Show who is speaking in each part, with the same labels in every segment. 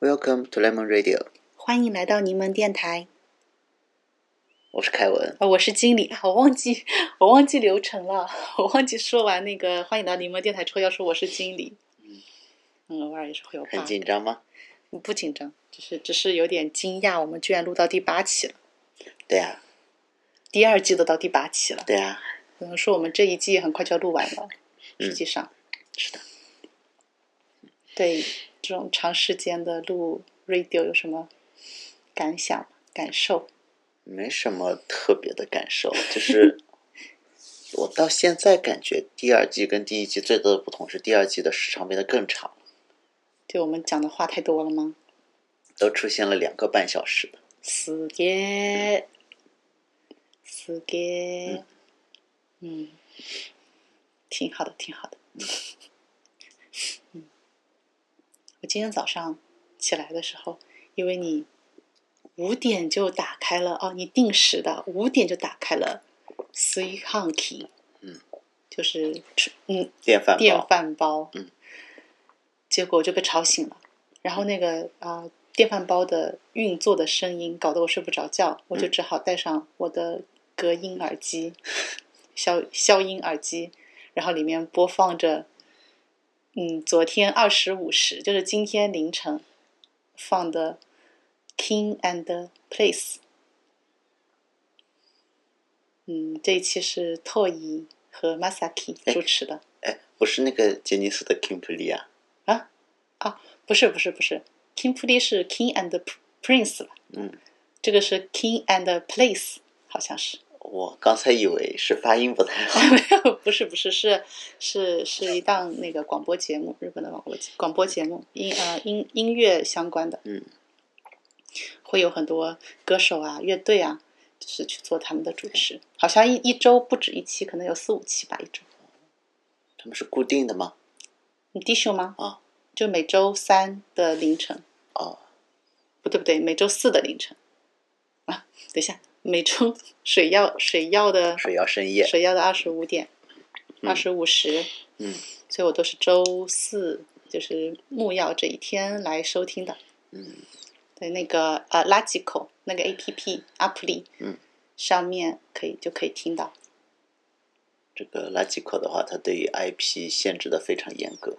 Speaker 1: Welcome to Lemon Radio，
Speaker 2: 欢迎来到柠檬电台。
Speaker 1: 我是凯文。
Speaker 2: 呃我是经理，我忘记我忘记流程了，我忘记说完那个欢迎到柠檬电台之后要说我是经理。嗯，偶尔也是会有 bug
Speaker 1: 很紧张吗？
Speaker 2: 不紧张，只是只是有点惊讶，我们居然录到第八期了，
Speaker 1: 对呀、
Speaker 2: 第二季都到第八期了，
Speaker 1: 对啊呀、
Speaker 2: 可能说我们这一季很快就要录完了。
Speaker 1: 嗯
Speaker 2: 实际上，
Speaker 1: 是的。
Speaker 2: 对这种长时间的录 radio 有什么感想、感受？
Speaker 1: 没什么特别的感受， 就是我到现在感觉第二季跟第一季最大的不同是第二季的时长变得更长，
Speaker 2: 对我们讲的话太多了吗？
Speaker 1: 都出现了两个半小时的。
Speaker 2: すげー。すげー。嗯，挺好的，挺好的。嗯，我今天早上起来的时候，因为你五点就打开了哦，你定时的五点就打开了 Three Hunky，
Speaker 1: 嗯，
Speaker 2: 就是嗯
Speaker 1: 电饭煲，
Speaker 2: 电饭煲，
Speaker 1: 嗯，
Speaker 2: 结果我就被吵醒了。然后那个啊、呃电饭煲的运作的声音搞得我睡不着
Speaker 1: 嗯
Speaker 2: 觉，我就只好戴上我的隔音耳机， 消消音耳机，然后里面播放着，嗯，昨天二十五时，就是今天凌晨放的《King and the Place》。嗯，这一期是拓一和 Masaki
Speaker 1: 哎
Speaker 2: 主持的。
Speaker 1: 哎，不是那个杰尼斯的 Kim p l e 啊，
Speaker 2: 不是不是不是，King p r i n 是 King and the Prince 吧？
Speaker 1: 嗯，
Speaker 2: 这个是 King and the Place，好像是。
Speaker 1: 我刚才以为是发音不太好。
Speaker 2: 没有，不是不是是是是一档那个广播节目，日本的广播节广播节目，音呃音音乐相关的，
Speaker 1: 嗯，
Speaker 2: 会有很多歌手啊、乐队啊，就是去做他们的主持，好像一一周不止一期，可能有四五期吧，一周。
Speaker 1: 他们是固定的吗？
Speaker 2: 你弟兄吗？
Speaker 1: 啊，
Speaker 2: 就每周三的凌晨。
Speaker 1: 哦，
Speaker 2: 不对不对，每周四的凌晨啊，等一下，每周水曜水曜的
Speaker 1: 水曜深夜。
Speaker 2: 水曜的二十五点，
Speaker 1: 嗯
Speaker 2: 二十五时，
Speaker 1: 嗯，
Speaker 2: 所以我都是周四，就是木曜这一天来收听的。
Speaker 1: 嗯，
Speaker 2: 对，那个呃垃圾口那个 A P P 阿普里，
Speaker 1: 嗯，
Speaker 2: 上面可以就可以听到。
Speaker 1: 这个垃圾口的话，它对于 IP 限制的非常严格。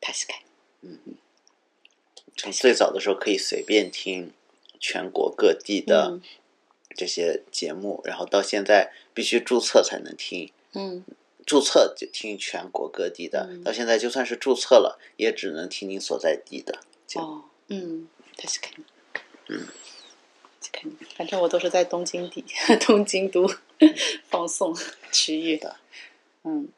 Speaker 2: 塔西凯，
Speaker 1: 从最早的时候可以随便听全国各地的
Speaker 2: 嗯
Speaker 1: 这些节目，然后到现在必须注册才能听，
Speaker 2: 嗯，
Speaker 1: 注册就听全国各地的，
Speaker 2: 嗯
Speaker 1: 到现在就算是注册了，也只能听你所在地的。节目。
Speaker 2: 哦，嗯，塔西凯，
Speaker 1: 嗯，
Speaker 2: 確かに反正我都是在东京地 东京都 放送区域的，嗯。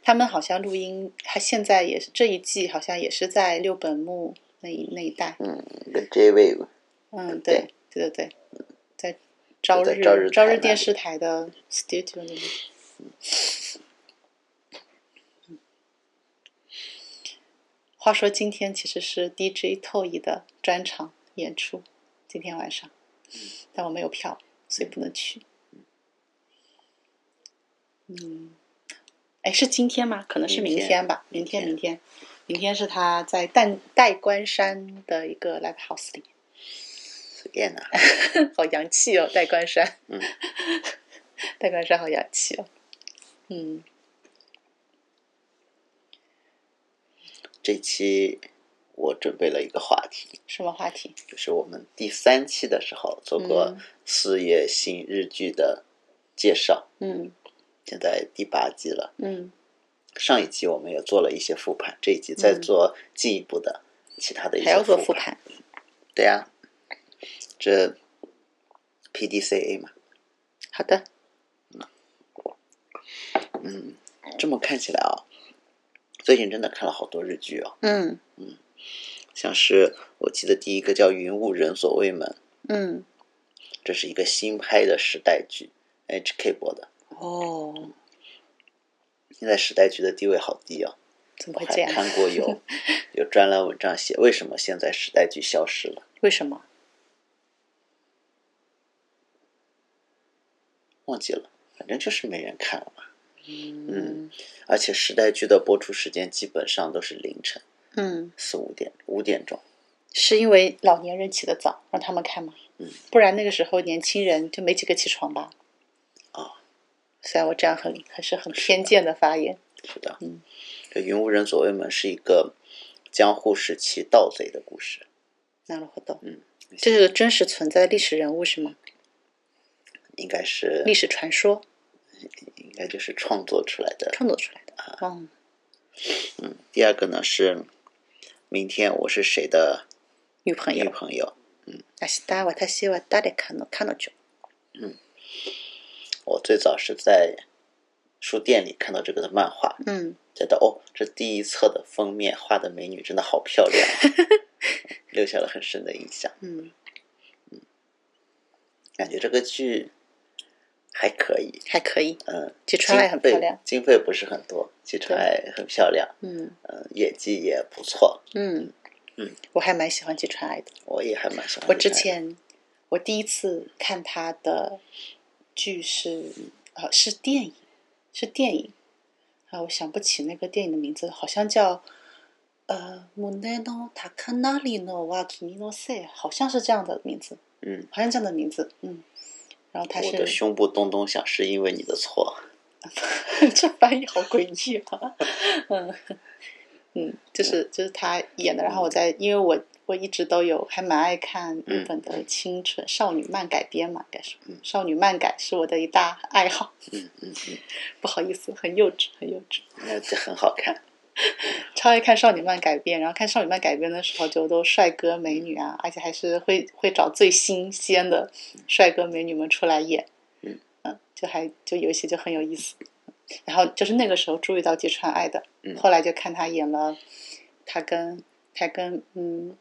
Speaker 2: 他们好像录音，他现在也是这一季，好像也是在六本木那一那一带。
Speaker 1: 嗯，跟 J-Wave
Speaker 2: 嗯，
Speaker 1: 对
Speaker 2: 对，对对对，在朝
Speaker 1: 在
Speaker 2: 日
Speaker 1: 朝日台那里
Speaker 2: 电视台的 studio 那里。嗯话说今天其实是 DJ Toy 的专场演出，今天晚上，
Speaker 1: 嗯
Speaker 2: 但我没有票，所以不能去。嗯，哎，是今天吗？可能是
Speaker 1: 明
Speaker 2: 明
Speaker 1: 天
Speaker 2: 天吧，明
Speaker 1: 明天
Speaker 2: 天，明天，明天是他在代代官山的一个 live house 里。
Speaker 1: 随便拿。
Speaker 2: 好洋气哦，戴冠山。
Speaker 1: 嗯，
Speaker 2: 戴冠山好洋气哦。嗯，
Speaker 1: 这期我准备了一个话题，
Speaker 2: 什么话题？
Speaker 1: 就是我们第三期的时候做过
Speaker 2: 嗯
Speaker 1: 四月新日剧的介绍，
Speaker 2: 嗯
Speaker 1: 现在第八季了。
Speaker 2: 嗯
Speaker 1: 上一期我们也做了一些复盘，这一集再做进一步的其他的一
Speaker 2: 还
Speaker 1: 些
Speaker 2: 要
Speaker 1: 复
Speaker 2: 做
Speaker 1: 盘。
Speaker 2: 复盘。
Speaker 1: 对呀、这 PDCA 嘛，
Speaker 2: 好的，
Speaker 1: 嗯，这么看起来啊，最近真的看了好多日剧哦，
Speaker 2: 嗯
Speaker 1: 像是我记得第一个叫《云雾人所未门》，
Speaker 2: 嗯，
Speaker 1: 这是一个新拍的时代剧，HK 播的。
Speaker 2: 哦，
Speaker 1: 现在时代剧的地位好低哦，
Speaker 2: 怎
Speaker 1: 我
Speaker 2: 么会
Speaker 1: 还
Speaker 2: 这样？
Speaker 1: 看过有 有专栏文章写为什么现在时代剧消失了，
Speaker 2: 为什么？
Speaker 1: 忘记了，反正就是没人看了嘛。
Speaker 2: 嗯
Speaker 1: 而且时代剧的播出时间基本上都是凌晨，
Speaker 2: 嗯，
Speaker 1: 四五点五点钟，
Speaker 2: 是因为老年人起得早，让他们看嘛。
Speaker 1: 嗯，
Speaker 2: 不然那个时候年轻人就没几个起床吧。
Speaker 1: 啊，
Speaker 2: 虽然我这样很还是很偏见的发言。
Speaker 1: 是的，
Speaker 2: 嗯，
Speaker 1: 这《云无人左卫门》是一个江户时期盗贼的故事，
Speaker 2: 那我懂。
Speaker 1: 嗯，
Speaker 2: 这是个真实存在的历史人物是吗？
Speaker 1: 应该是
Speaker 2: 历史传说
Speaker 1: 应该就是创作出来的。
Speaker 2: 创作出来的。
Speaker 1: 啊
Speaker 2: 嗯，
Speaker 1: 第二个呢是明天我是谁的
Speaker 2: 女朋
Speaker 1: 女
Speaker 2: 友。啊
Speaker 1: 朋友？
Speaker 2: 明日私は誰かの彼女。
Speaker 1: 我最早是在书店里看到这个的漫画，
Speaker 2: 嗯，
Speaker 1: 觉得哦，这第一册的封面画的美女真的好漂亮，啊 留下了很深的印象。
Speaker 2: 嗯，
Speaker 1: 感觉这个剧还可以，
Speaker 2: 还可以。
Speaker 1: 嗯，
Speaker 2: 吉川爱
Speaker 1: 经
Speaker 2: 很
Speaker 1: 费
Speaker 2: 漂亮。
Speaker 1: 经费不是很多，吉川爱很漂亮，
Speaker 2: 嗯
Speaker 1: 嗯，演技也不错，
Speaker 2: 嗯
Speaker 1: 嗯，
Speaker 2: 我还蛮喜欢吉川爱的。
Speaker 1: 我也还蛮喜欢。
Speaker 2: 我之，前我第一次看他的剧是呃是电影，是电影啊，我想不起那个电影的名字，好像叫呃《胸の高鳴りのは君のせい》，好像是这样的名字，
Speaker 1: 嗯，
Speaker 2: 好像这样的名字，嗯。然后他
Speaker 1: 我的
Speaker 2: 是
Speaker 1: 胸部咚咚响是因为你的错，
Speaker 2: 这翻译好诡异啊，嗯嗯，就是就是他演的，然后我在因为我我一直都有还蛮爱看日本的青春少女漫改编嘛，应该是
Speaker 1: 嗯
Speaker 2: 少女漫改是我的一大爱好，
Speaker 1: 嗯嗯嗯，
Speaker 2: 不好意思，很幼稚，很幼稚，
Speaker 1: 那这很好看，
Speaker 2: 超爱看少女漫改编，然后看少女漫改编的时候就都帅哥美女啊，而且还是会会找最新鲜的帅哥美女们出来演，
Speaker 1: 嗯
Speaker 2: 就还就有一些就很有意思。然后就是那个时候注意到芥川爱的，
Speaker 1: 嗯
Speaker 2: 后来就看他演了，他跟他跟嗯，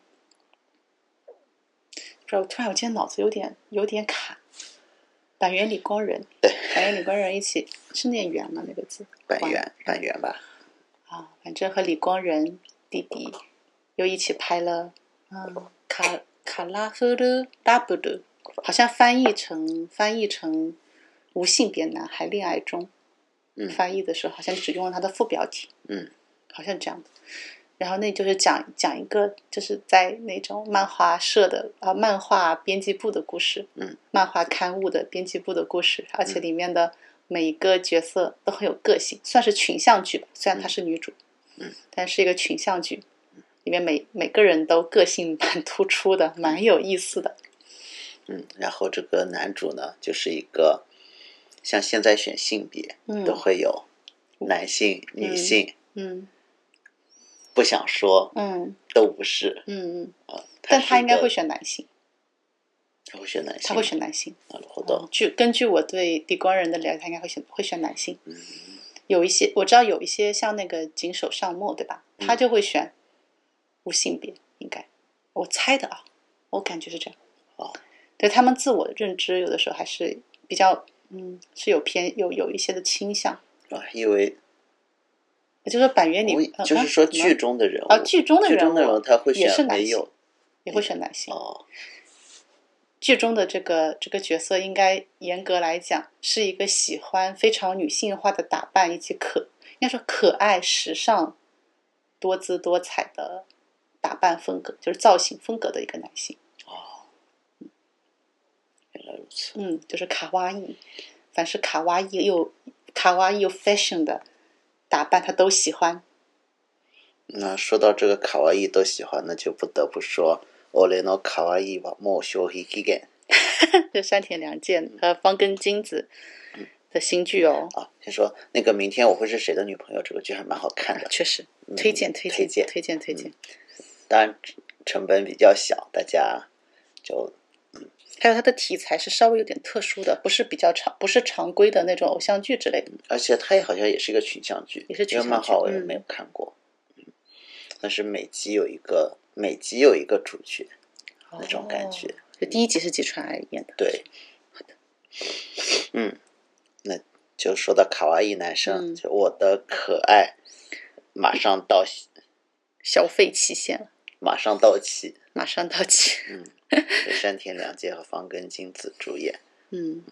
Speaker 2: 不知道突然我今天脑子有点有点卡，板垣理工 人，
Speaker 1: 对，
Speaker 2: 板垣理工人一起是念圆吗？那个字，
Speaker 1: 半
Speaker 2: 完
Speaker 1: 圆半圆吧，
Speaker 2: 啊，反正和李光仁弟弟又一起拍了，嗯，卡卡拉赫的 W，好像翻译成翻译成无性别男孩恋爱中，
Speaker 1: 嗯
Speaker 2: 翻译的时候好像只用了它的副标题，
Speaker 1: 嗯，
Speaker 2: 好像这样的。然后那就是讲讲一个就是在那种漫画社的啊、漫画编辑部的故事，
Speaker 1: 嗯，
Speaker 2: 漫画刊物的编辑部的故事，而且里面的每一个角色都很有个性，算是群像剧吧。虽然她是女主，
Speaker 1: 嗯，
Speaker 2: 但是一个群像剧，里面每每个人都个性蛮突出的，蛮有意思的。
Speaker 1: 嗯，然后这个男主呢，就是一个像现在选性别
Speaker 2: 嗯
Speaker 1: 都会有男性、女性，
Speaker 2: 嗯
Speaker 1: 不想说
Speaker 2: 嗯
Speaker 1: 都不是
Speaker 2: 嗯嗯，
Speaker 1: 啊，他
Speaker 2: 但他
Speaker 1: 是
Speaker 2: 应
Speaker 1: 一
Speaker 2: 该
Speaker 1: 个
Speaker 2: 会，选男性，
Speaker 1: 他会选男性，
Speaker 2: 他会选男性。
Speaker 1: 啊，活动，
Speaker 2: 据根据我对地光人的了解，他应该会选会选男性。
Speaker 1: 嗯
Speaker 2: 有一些我知道有一些像那个井手尚墨，对吧？
Speaker 1: 嗯
Speaker 2: 他就会选无性别，应该我猜的啊，我感觉是这样。
Speaker 1: 哦，
Speaker 2: 对他们自我的认知，有的时候还是比较嗯是有偏有有一些的倾向。
Speaker 1: 啊，因为
Speaker 2: 也就是说，板垣里
Speaker 1: 我
Speaker 2: 呃
Speaker 1: 就是说
Speaker 2: 什么
Speaker 1: 剧中的人物
Speaker 2: 啊剧中的
Speaker 1: 剧中
Speaker 2: 人
Speaker 1: 的
Speaker 2: 物
Speaker 1: 人物他会
Speaker 2: 也是
Speaker 1: 选
Speaker 2: 男
Speaker 1: 没
Speaker 2: 性
Speaker 1: 有
Speaker 2: 也会选男性。
Speaker 1: 哦，
Speaker 2: 剧中的这个这个角色，应该严格来讲是一个喜欢非常女性化的打扮，以及可应该说可爱、时尚、多姿多彩的打扮风格，就是造型风格的一个男性。
Speaker 1: 哦原来如此，
Speaker 2: 嗯，就是卡哇伊，凡是卡哇伊又卡哇伊又 fashion 的打扮，他都喜欢。
Speaker 1: 那说到这个卡哇伊都喜欢，那就不得不说。我连那卡哇伊吧，莫修黑基干
Speaker 2: 这山田凉介和方根金子
Speaker 1: 嗯
Speaker 2: 的新剧哦，
Speaker 1: 啊！先说那个，明天我会是谁的女朋友？这个剧还蛮好看的，
Speaker 2: 确实
Speaker 1: 嗯
Speaker 2: 推荐推
Speaker 1: 推
Speaker 2: 荐
Speaker 1: 荐
Speaker 2: 推荐推荐。
Speaker 1: 当然成本比较小，大家就
Speaker 2: 还有它的题材是稍微有点特殊的，不是比较常不是常规的那种偶像剧之类的。
Speaker 1: 而且它也好像也是一个群像剧，
Speaker 2: 也是群
Speaker 1: 因
Speaker 2: 像剧
Speaker 1: 为漫画我也没有看过，嗯，但是每集有一个每集有一个主角那种感觉，
Speaker 2: 哦就第一集是吉川爱演的，
Speaker 1: 对，嗯，那就说到卡哇伊男生，
Speaker 2: 嗯
Speaker 1: 就我的可爱马上到
Speaker 2: 消费期限了，
Speaker 1: 马上到期，
Speaker 2: 马上到期。
Speaker 1: 由山田凉介和方根金子主演，
Speaker 2: 嗯，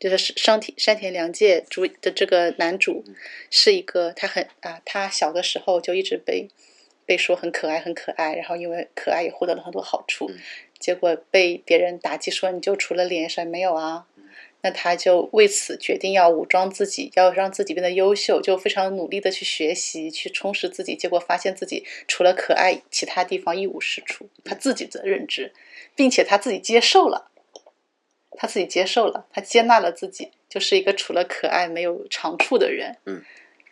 Speaker 2: 就是山田山田凉介主的这个男主是一个，他很啊，他小的时候就一直被被说很可爱很可爱，然后因为可爱也获得了很多好处，
Speaker 1: 嗯
Speaker 2: 结果被别人打击说你就除了脸什么没有啊，那他就为此决定要武装自己，要让自己变得优秀，就非常努力的去学习，去充实自己。结果发现自己除了可爱，其他地方一无是处。他自己的认知，并且他自己接受了，他自己接受了，他接纳了自己，就是一个除了可爱没有长处的人。
Speaker 1: 嗯，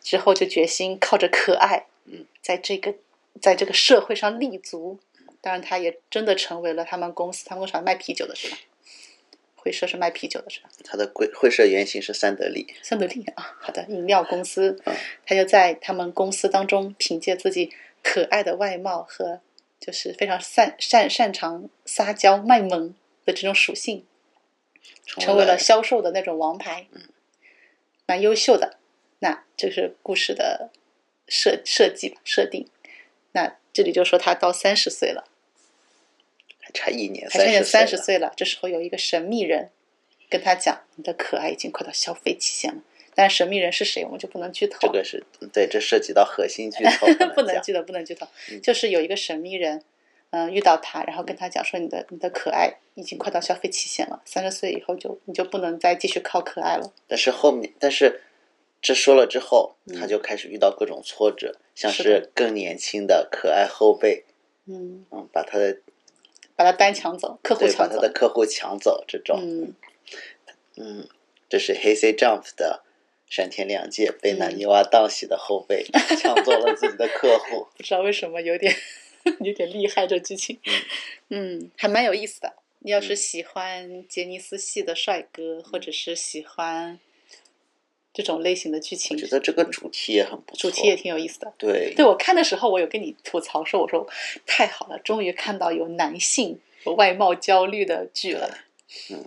Speaker 2: 之后就决心靠着可爱，
Speaker 1: 嗯，
Speaker 2: 在这个在这个社会上立足。当然，他也真的成为了他们公司，他们公司好像卖啤酒的是吧？会社是卖啤酒的是吧？
Speaker 1: 他的会会社原型是三得利，
Speaker 2: 三得利啊，好的，饮料公司
Speaker 1: 嗯，
Speaker 2: 他就在他们公司当中，凭借自己可爱的外貌和就是非常擅擅擅长撒娇卖萌的这种属性，成为了销售的那种王牌，
Speaker 1: 嗯
Speaker 2: 蛮优秀的。那这是故事的设设计吧设定。那这里就说他到三十岁了，
Speaker 1: 还差一年，
Speaker 2: 还差点三
Speaker 1: 三
Speaker 2: 十
Speaker 1: 了，
Speaker 2: 岁了。这时候有一个神秘人跟他讲：“你的可爱已经快到消费期限了。”但神秘人是谁，我们就不能剧透。
Speaker 1: 这个是嗯对，这涉及到核心剧透，
Speaker 2: 不能
Speaker 1: 讲。
Speaker 2: 剧透，不能剧透
Speaker 1: 嗯。
Speaker 2: 就是有一个神秘人，嗯、遇到他，然后跟他讲说，你的你的可爱已经快到消费期限了，三十岁以后就你就不能再继续靠可爱了。
Speaker 1: 但是后面，但是这说了之后，
Speaker 2: 嗯
Speaker 1: 他就开始遇到各种挫折，像
Speaker 2: 是
Speaker 1: 是更年轻的可爱后辈，
Speaker 2: 嗯，
Speaker 1: 嗯，把他的
Speaker 2: 把他单抢走，客户
Speaker 1: 对把
Speaker 2: 抢
Speaker 1: 他
Speaker 2: 走
Speaker 1: 的。客户抢走这种，
Speaker 2: 嗯，
Speaker 1: 嗯这是黑 C Jump 的山田凉介被
Speaker 2: 嗯
Speaker 1: 南泥洼当喜的后 辈抢走了自己的客户，
Speaker 2: 不知道为什么有点有点厉害这剧情。嗯，还蛮有意思的。你要是
Speaker 1: 嗯
Speaker 2: 喜欢杰尼斯系的帅哥，或者是喜欢这种类型的剧
Speaker 1: 我
Speaker 2: 情
Speaker 1: 觉，得这个主题也很不错，
Speaker 2: 主题也挺有意思的。
Speaker 1: 对
Speaker 2: 对我看的时候，我有跟你吐槽说，我说太好了，终于看到有男性有外貌焦虑的剧了。
Speaker 1: 嗯，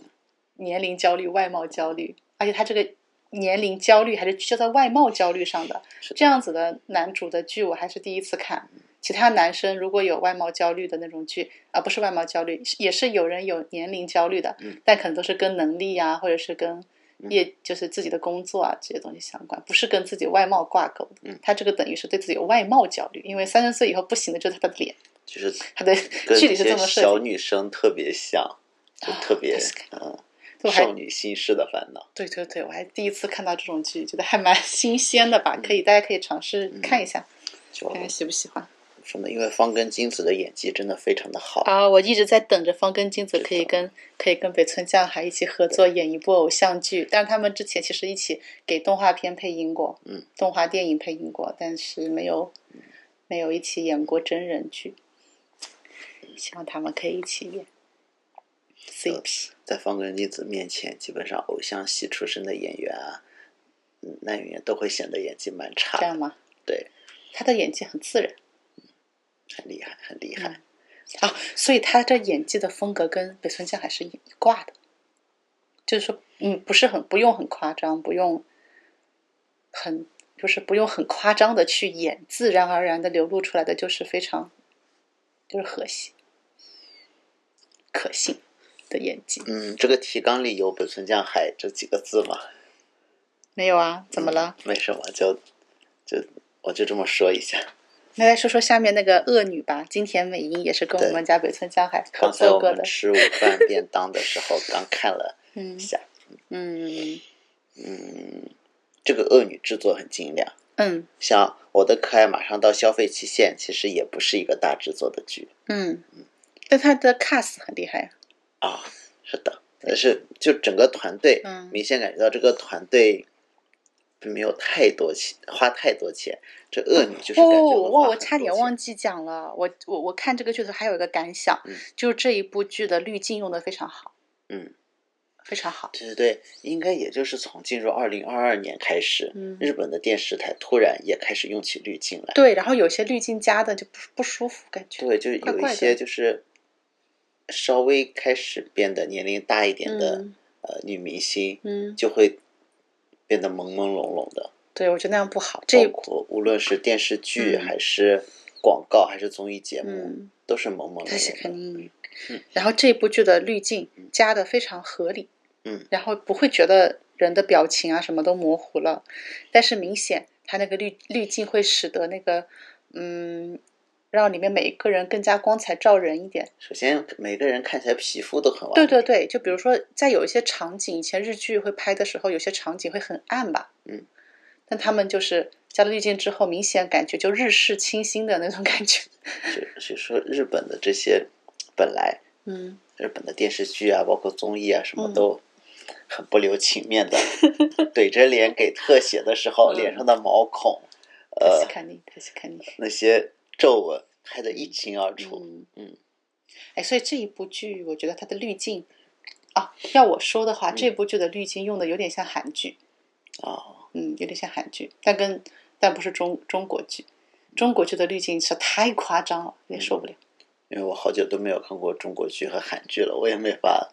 Speaker 2: 年龄焦虑、外貌焦虑，而且他这个年龄焦虑还是聚焦在外貌焦虑上的。
Speaker 1: 是的嗯
Speaker 2: 这样子的男主的剧，我还是第一次看。其他男生如果有外貌焦虑的那种剧，啊，不是外貌焦虑，是也是有人有年龄焦虑的，
Speaker 1: 嗯
Speaker 2: 但可能都是跟能力啊，或者是跟
Speaker 1: 嗯
Speaker 2: 业，就是自己的工作啊这些东西相关，不是跟自己外貌挂钩的。
Speaker 1: 嗯
Speaker 2: 他这个等于是对自己有外貌焦虑，因为三十岁以后不行的就是他的脸，
Speaker 1: 就是
Speaker 2: 他的
Speaker 1: 跟
Speaker 2: 剧里
Speaker 1: 一
Speaker 2: 是
Speaker 1: 些
Speaker 2: 这么设
Speaker 1: 小
Speaker 2: 计。
Speaker 1: 女生特别像，就
Speaker 2: 啊
Speaker 1: 特别
Speaker 2: 確
Speaker 1: 嗯
Speaker 2: 对我还
Speaker 1: 少女心事的烦恼。
Speaker 2: 对对对，我还第一次看到这种剧，觉得还蛮新鲜的吧，可以大家可以尝试看一下，
Speaker 1: 就
Speaker 2: 看看喜不喜欢。
Speaker 1: 什么？因为方根金子的演技真的非常的好，
Speaker 2: 啊，我一直在等着方根金子可以跟可以跟北村匠海一起合作演一部偶像剧，但是他们之前其实一起给动画片配音过，
Speaker 1: 嗯，
Speaker 2: 动画电影配音过，但是没有没有一起演过真人剧，希望他们可以一起演 CP。
Speaker 1: 在方根金子面前，基本上偶像系出身的演员啊，嗯，男演员都会显得演技蛮差
Speaker 2: 这
Speaker 1: 的，
Speaker 2: 样吗？
Speaker 1: 对，
Speaker 2: 他的演技很自然
Speaker 1: 很厉害，很厉害。
Speaker 2: 啊，所以他这演技的风格跟北村匠海是一一挂的，就是说，嗯，不是很不用很夸张，不用很就是不用很夸张的去演，自然而然的流露出来的就是非常就是和谐、可信的演技。
Speaker 1: 嗯，这个提纲里有“北村匠海”这几个字吗？嗯
Speaker 2: 没有啊？怎么了？
Speaker 1: 没什么，就就我就这么说一下。
Speaker 2: 那来说说下面那个恶女吧，金田美音也是跟我们家北村匠海合
Speaker 1: 刚才
Speaker 2: 作
Speaker 1: 哦我
Speaker 2: 过
Speaker 1: 们
Speaker 2: 的，
Speaker 1: 吃午饭便当的时 候，刚看了
Speaker 2: 嗯
Speaker 1: 一下，
Speaker 2: 嗯
Speaker 1: 嗯，这个恶女制作很精良。
Speaker 2: 嗯
Speaker 1: 像我的可爱马上到消费期限，其实也不是一个大制作的剧
Speaker 2: 嗯，但他的 cast 很厉害啊。
Speaker 1: 啊。是的，但是就整个团队，
Speaker 2: 嗯
Speaker 1: 明显感觉到这个团队没有太多钱，花太多钱。这恶女就是感觉
Speaker 2: 哦，哇！我差点
Speaker 1: 记
Speaker 2: 忘记讲了，我我我看这个剧的时候还有一个感想，
Speaker 1: 嗯
Speaker 2: 就是这一部剧的滤镜用的非常好，
Speaker 1: 嗯，
Speaker 2: 非常好，
Speaker 1: 对对对，应该也就是从进入二零二二年开始，
Speaker 2: 嗯
Speaker 1: 日本的电视台突然也开始用起滤镜来。
Speaker 2: 对，然后有些滤镜加的就不不舒服，感觉，
Speaker 1: 对，就是
Speaker 2: 怪
Speaker 1: 有一
Speaker 2: 怪的
Speaker 1: 些就是稍微开始变得年龄大一点的、
Speaker 2: 嗯
Speaker 1: 呃女明星，
Speaker 2: 嗯，
Speaker 1: 就会变得朦朦胧胧的。
Speaker 2: 对我觉得那样不好，这
Speaker 1: 包括无论是电视剧、
Speaker 2: 嗯
Speaker 1: 还是广告还是综艺节目，
Speaker 2: 嗯，
Speaker 1: 都是朦朦胧
Speaker 2: 它是
Speaker 1: 胧
Speaker 2: 肯
Speaker 1: 的。
Speaker 2: 定，然后这部剧的滤镜加的非常合理，
Speaker 1: 嗯，
Speaker 2: 然后不会觉得人的表情啊什么都模糊了，但是明显它那个滤滤镜会使得那个嗯让里面每一个人更加光彩照人一点。
Speaker 1: 首先，每个人看起来皮肤都很完
Speaker 2: 对
Speaker 1: 美，
Speaker 2: 对对，就比如说在有一些场景，以前日剧会拍的时候，有些场景会很暗吧，
Speaker 1: 嗯，但
Speaker 2: 但他们就是加了滤镜之后，明显感觉就日式清新的那种感觉。
Speaker 1: 就就说日本的这些本来
Speaker 2: 嗯，
Speaker 1: 日本的电视剧啊，包括综艺啊，什么
Speaker 2: 嗯
Speaker 1: 都很不留情面 的，怼着脸给特写的时候，
Speaker 2: 嗯
Speaker 1: 脸上的毛孔、
Speaker 2: 塔西
Speaker 1: 呃
Speaker 2: 卡尼，塔西卡尼。
Speaker 1: 那些皱纹拍得一清二楚。
Speaker 2: 嗯
Speaker 1: 嗯，
Speaker 2: 哎，所以这一部剧，我觉得它的滤镜啊，要我说的话，
Speaker 1: 嗯
Speaker 2: 这部剧的滤镜用的有点像韩剧，
Speaker 1: 哦，
Speaker 2: 嗯，有点像韩剧，但跟但不是中中国剧，中国剧的滤镜是太夸张了，有点受不了。
Speaker 1: 因为我好久都没有看过中国剧和韩剧了，我也没法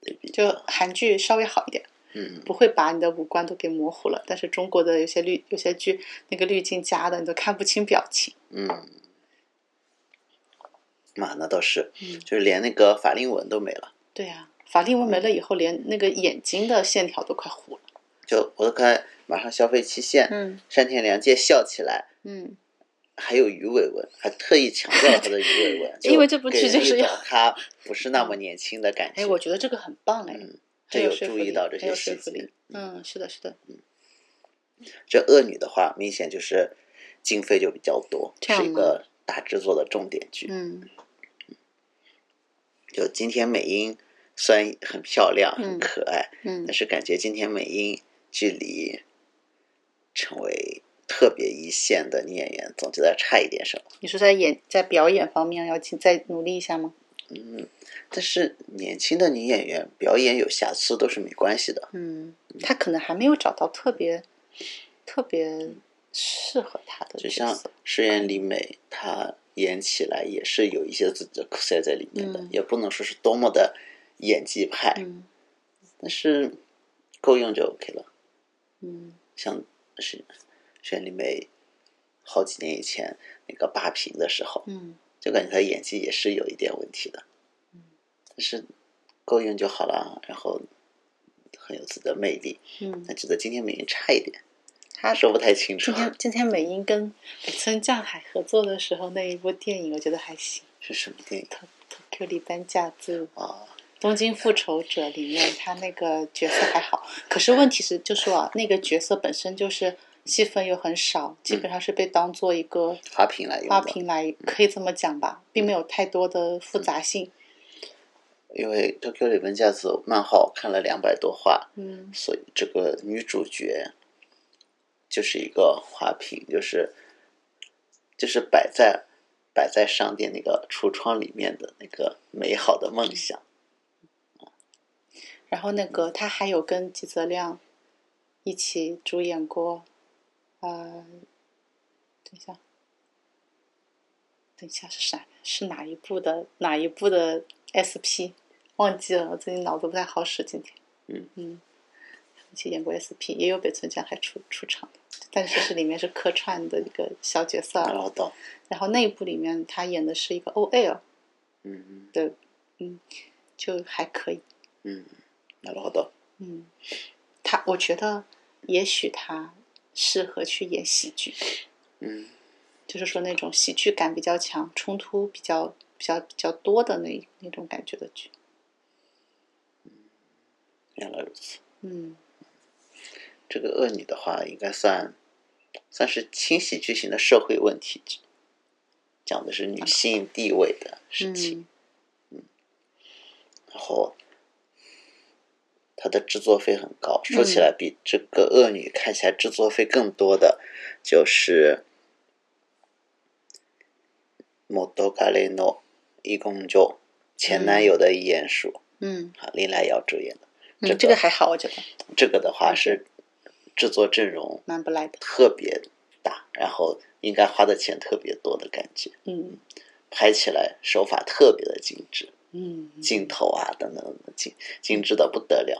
Speaker 1: 对比。
Speaker 2: 就韩剧稍微好一点，
Speaker 1: 嗯，
Speaker 2: 不会把你的五官都给模糊了，但是中国的有些滤有些剧那个滤镜加的，你都看不清表情。
Speaker 1: 嗯，嘛，那倒是，
Speaker 2: 嗯
Speaker 1: 就是连那个法令纹都没了。
Speaker 2: 对啊，法令纹没了以后，连那个眼睛的线条都快糊了。
Speaker 1: 就我都看马上消费期限，
Speaker 2: 嗯
Speaker 1: 山田凉介笑起来
Speaker 2: 嗯，，
Speaker 1: 还有鱼尾纹，还特意强调了他的鱼尾纹
Speaker 2: 因为这部
Speaker 1: 给
Speaker 2: 剧
Speaker 1: 人一
Speaker 2: 就是
Speaker 1: 种
Speaker 2: 要
Speaker 1: 他不是那么年轻的感觉。
Speaker 2: 哎，我觉得这个很棒哎，
Speaker 1: 嗯，
Speaker 2: 很
Speaker 1: 这
Speaker 2: 有
Speaker 1: 有
Speaker 2: 说服
Speaker 1: 注
Speaker 2: 力
Speaker 1: 意到这
Speaker 2: 很有
Speaker 1: 些
Speaker 2: 说
Speaker 1: 细
Speaker 2: 服
Speaker 1: 节
Speaker 2: 力。。嗯，是的，是的，
Speaker 1: 这恶女的话，明显就是经费就比较多，
Speaker 2: 这样
Speaker 1: 是
Speaker 2: 吗
Speaker 1: 一个大制作的重点剧。
Speaker 2: 嗯
Speaker 1: 就今天美英虽然很漂亮、
Speaker 2: 嗯
Speaker 1: 很可爱，
Speaker 2: 嗯
Speaker 1: 但是感觉今天美英距离成为特别一线的女演员，总觉得差一点什么。
Speaker 2: 你说在演在表演方面要进再努力一下吗？
Speaker 1: 嗯，但是年轻的女演员表演有瑕疵都是没关系的。
Speaker 2: 嗯，他可能还没有找到特别特别适合他的
Speaker 1: 就
Speaker 2: 角
Speaker 1: 像
Speaker 2: 色。
Speaker 1: 石原里美，她演起来也是有一些自己的苦涩在里面的，
Speaker 2: 嗯
Speaker 1: 也不能说是多么的演技派，
Speaker 2: 嗯
Speaker 1: 但是够用就 OK 了。
Speaker 2: 嗯
Speaker 1: 像是石原里美好几年以前那个霸屏的时候，
Speaker 2: 嗯
Speaker 1: 就感觉她演技也是有一点问题的，
Speaker 2: 嗯
Speaker 1: 但是够用就好了，然后很有自己的魅力。
Speaker 2: 嗯，
Speaker 1: 那觉得今天美英差一点，
Speaker 2: 他
Speaker 1: 说不太清楚啊
Speaker 2: 今，天今天美英跟北村匠海合作的时候那一部电影，我觉得还行，
Speaker 1: 是什么电影
Speaker 2: 《Tokyo 里搬家族》。
Speaker 1: 啊？
Speaker 2: 《东京复仇者》里面他那个角色还好，可是问题是就说啊，那个角色本身就是戏份又很少，基本上是被当做一个
Speaker 1: 花瓶来用
Speaker 2: 花
Speaker 1: 的，
Speaker 2: 瓶来，可以这么讲吧，并没有太多的复杂性。
Speaker 1: 因为《Tokyo 里本架子》漫画我看了两百多话，
Speaker 2: 嗯
Speaker 1: 所以这个女主角就是一个花瓶，就是就是摆在摆在商店那个橱窗里面的那个美好的梦想。
Speaker 2: 然后那个他还有跟吉泽亮一起主演过，呃，等一下，等一下是啥？是哪一部的哪一部的 SP？忘记了，我最近脑子不太好使，今天。
Speaker 1: 嗯
Speaker 2: 嗯，一起演过 SP，也有北村匠海出出场的，但是是里面是客串的一个小角色。
Speaker 1: 然后到
Speaker 2: 然后那一部里面他演的是一个 OL，
Speaker 1: 嗯
Speaker 2: 就还可以。
Speaker 1: 嗯，然后到
Speaker 2: 嗯，他我觉得也许他适合去演喜剧，
Speaker 1: 嗯
Speaker 2: 就是说那种喜剧感比较强、冲突比较比较比较多的那那种感觉的剧。
Speaker 1: 原来如此。
Speaker 2: 嗯
Speaker 1: 这个恶女的话，应该算算是轻喜剧型的社会问题剧，讲的是女性地位的事情。
Speaker 2: 嗯
Speaker 1: 然后它的制作费很高，说起来比这个恶女看起来制作费更多的就是《モトカレの一公就》前男友的鼹鼠
Speaker 2: 嗯
Speaker 1: 啊，林来瑶主演的。
Speaker 2: 嗯，
Speaker 1: 这
Speaker 2: 这个还好，我觉得
Speaker 1: 这个的话是制作阵容
Speaker 2: 蛮不赖的。
Speaker 1: 特别大，然后应该花的钱特别多的感觉，
Speaker 2: 嗯
Speaker 1: 拍起来手法特别的精致，
Speaker 2: 嗯，
Speaker 1: 镜头啊等等等等精精致的不得了。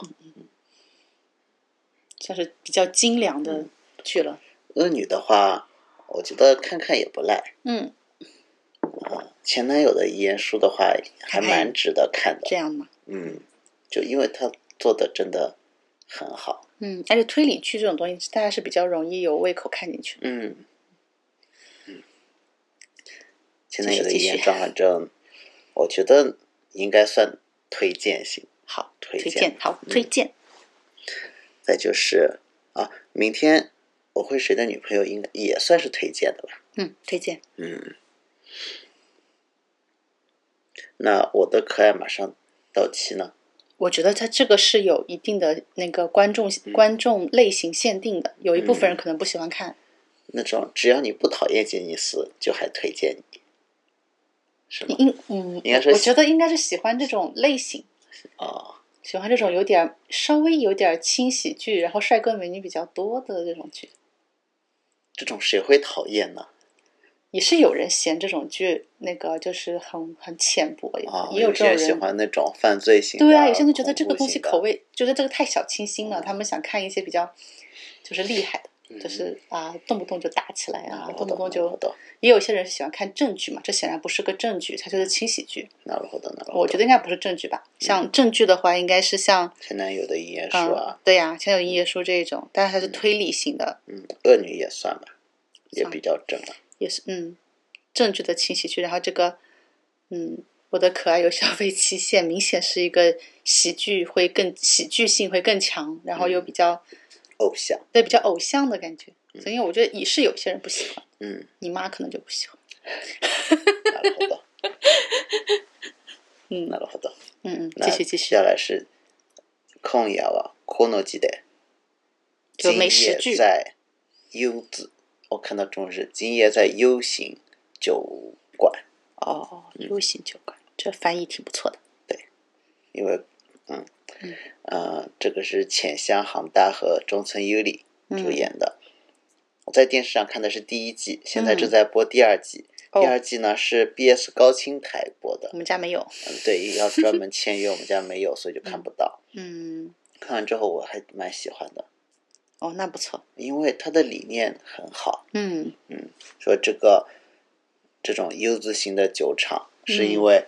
Speaker 2: 算是比较精良的剧了。
Speaker 1: 恶女的话，我觉得看看也不赖。
Speaker 2: 嗯，
Speaker 1: 前男友的遗言书的话，还
Speaker 2: 看看
Speaker 1: 蛮值得看的。
Speaker 2: 这样嘛。
Speaker 1: 嗯，就因为他做的真的很好。
Speaker 2: 嗯，而且推理剧这种东西，大
Speaker 1: 嗯
Speaker 2: 家是比较容易有胃口看进去的。
Speaker 1: 嗯，嗯现在有的
Speaker 2: 继
Speaker 1: 营
Speaker 2: 续
Speaker 1: 业状反正我觉得应该算推荐型。
Speaker 2: 好，
Speaker 1: 推
Speaker 2: 推
Speaker 1: 荐
Speaker 2: 荐，嗯好，推荐，
Speaker 1: 再就是啊，明天我会谁的女朋友应该也算是推荐的吧？
Speaker 2: 嗯，推荐，
Speaker 1: 嗯，那我的可爱马上到期呢，
Speaker 2: 我觉得它这个是有一定的那个观众
Speaker 1: 嗯
Speaker 2: 观众类型限定的，有一部分人可能不喜欢看，
Speaker 1: 那种只要你不讨厌杰尼斯，就还推荐你，是吗？
Speaker 2: 应嗯，
Speaker 1: 应该是
Speaker 2: 我觉得应该是喜欢这种类型，
Speaker 1: 哦，
Speaker 2: 喜欢这种有点儿稍微有点儿轻喜剧，然后帅哥美女比较多的这种剧，
Speaker 1: 这种谁会讨厌呢？
Speaker 2: 也是有人嫌这种剧那个就是很很浅薄，
Speaker 1: 啊、
Speaker 2: 也有这
Speaker 1: 些
Speaker 2: 种
Speaker 1: 人喜
Speaker 2: 人。
Speaker 1: 欢那种犯罪型的，
Speaker 2: 对啊，有些人觉得这个东西口
Speaker 1: 味，
Speaker 2: 味，觉得这个太小清新
Speaker 1: 嗯
Speaker 2: 了，他们想看一些比较就是厉害的，就是啊，动不动就打起来
Speaker 1: 啊
Speaker 2: 啊，，
Speaker 1: 我
Speaker 2: 动不
Speaker 1: 懂，
Speaker 2: 动
Speaker 1: 那我
Speaker 2: 就
Speaker 1: 懂，
Speaker 2: 也有些人是喜欢看正剧嘛，这显然不是个正剧，它就是轻喜剧。
Speaker 1: 那我懂，那
Speaker 2: 我觉得应该不是正剧吧，像正剧的话，应该是像
Speaker 1: 前男友的营业
Speaker 2: 嗯
Speaker 1: 书啊，，
Speaker 2: 对呀，像有营业书这一种，但是它是推理型的，
Speaker 1: 嗯，恶女也算吧，也
Speaker 2: 算
Speaker 1: 比较正啊。
Speaker 2: 也是嗯，正剧的轻喜剧。然后这个嗯，我的可爱有消费期限，明显是一个喜剧会更喜剧性会更强，然后又比较。
Speaker 1: 偶像，
Speaker 2: 对，比较偶像的感觉。所以我觉得也是有些人不喜欢，
Speaker 1: 嗯，
Speaker 2: 你妈可能就不喜欢。
Speaker 1: なるほ ど。
Speaker 2: 嗯
Speaker 1: なるほど。
Speaker 2: 嗯嗯，
Speaker 1: 那
Speaker 2: 继续继续
Speaker 1: 接下，来是今夜はこの時代。
Speaker 2: 就
Speaker 1: 今
Speaker 2: 美食
Speaker 1: 夜
Speaker 2: 剧
Speaker 1: 在 U 字，我看到中文是今夜在 U 型酒馆，
Speaker 2: 哦，U 型酒馆，这翻译挺不错的。
Speaker 1: 因为嗯
Speaker 2: 嗯
Speaker 1: 呃，这个是浅香航大和中村优里
Speaker 2: 嗯
Speaker 1: 主演的。我在电视上看的是第一季，现在正在播第二季。
Speaker 2: 哦
Speaker 1: 第二季呢是 BS 高清台播的
Speaker 2: 我，们家没有。
Speaker 1: 嗯，对，要专门签约，我们家没有，所以就看不到。
Speaker 2: 嗯，
Speaker 1: 看完之后我还蛮喜欢的，
Speaker 2: 哦，那不错。
Speaker 1: 因为它的理念很好，
Speaker 2: 嗯
Speaker 1: 说这个这种 U 字形的酒厂，是因为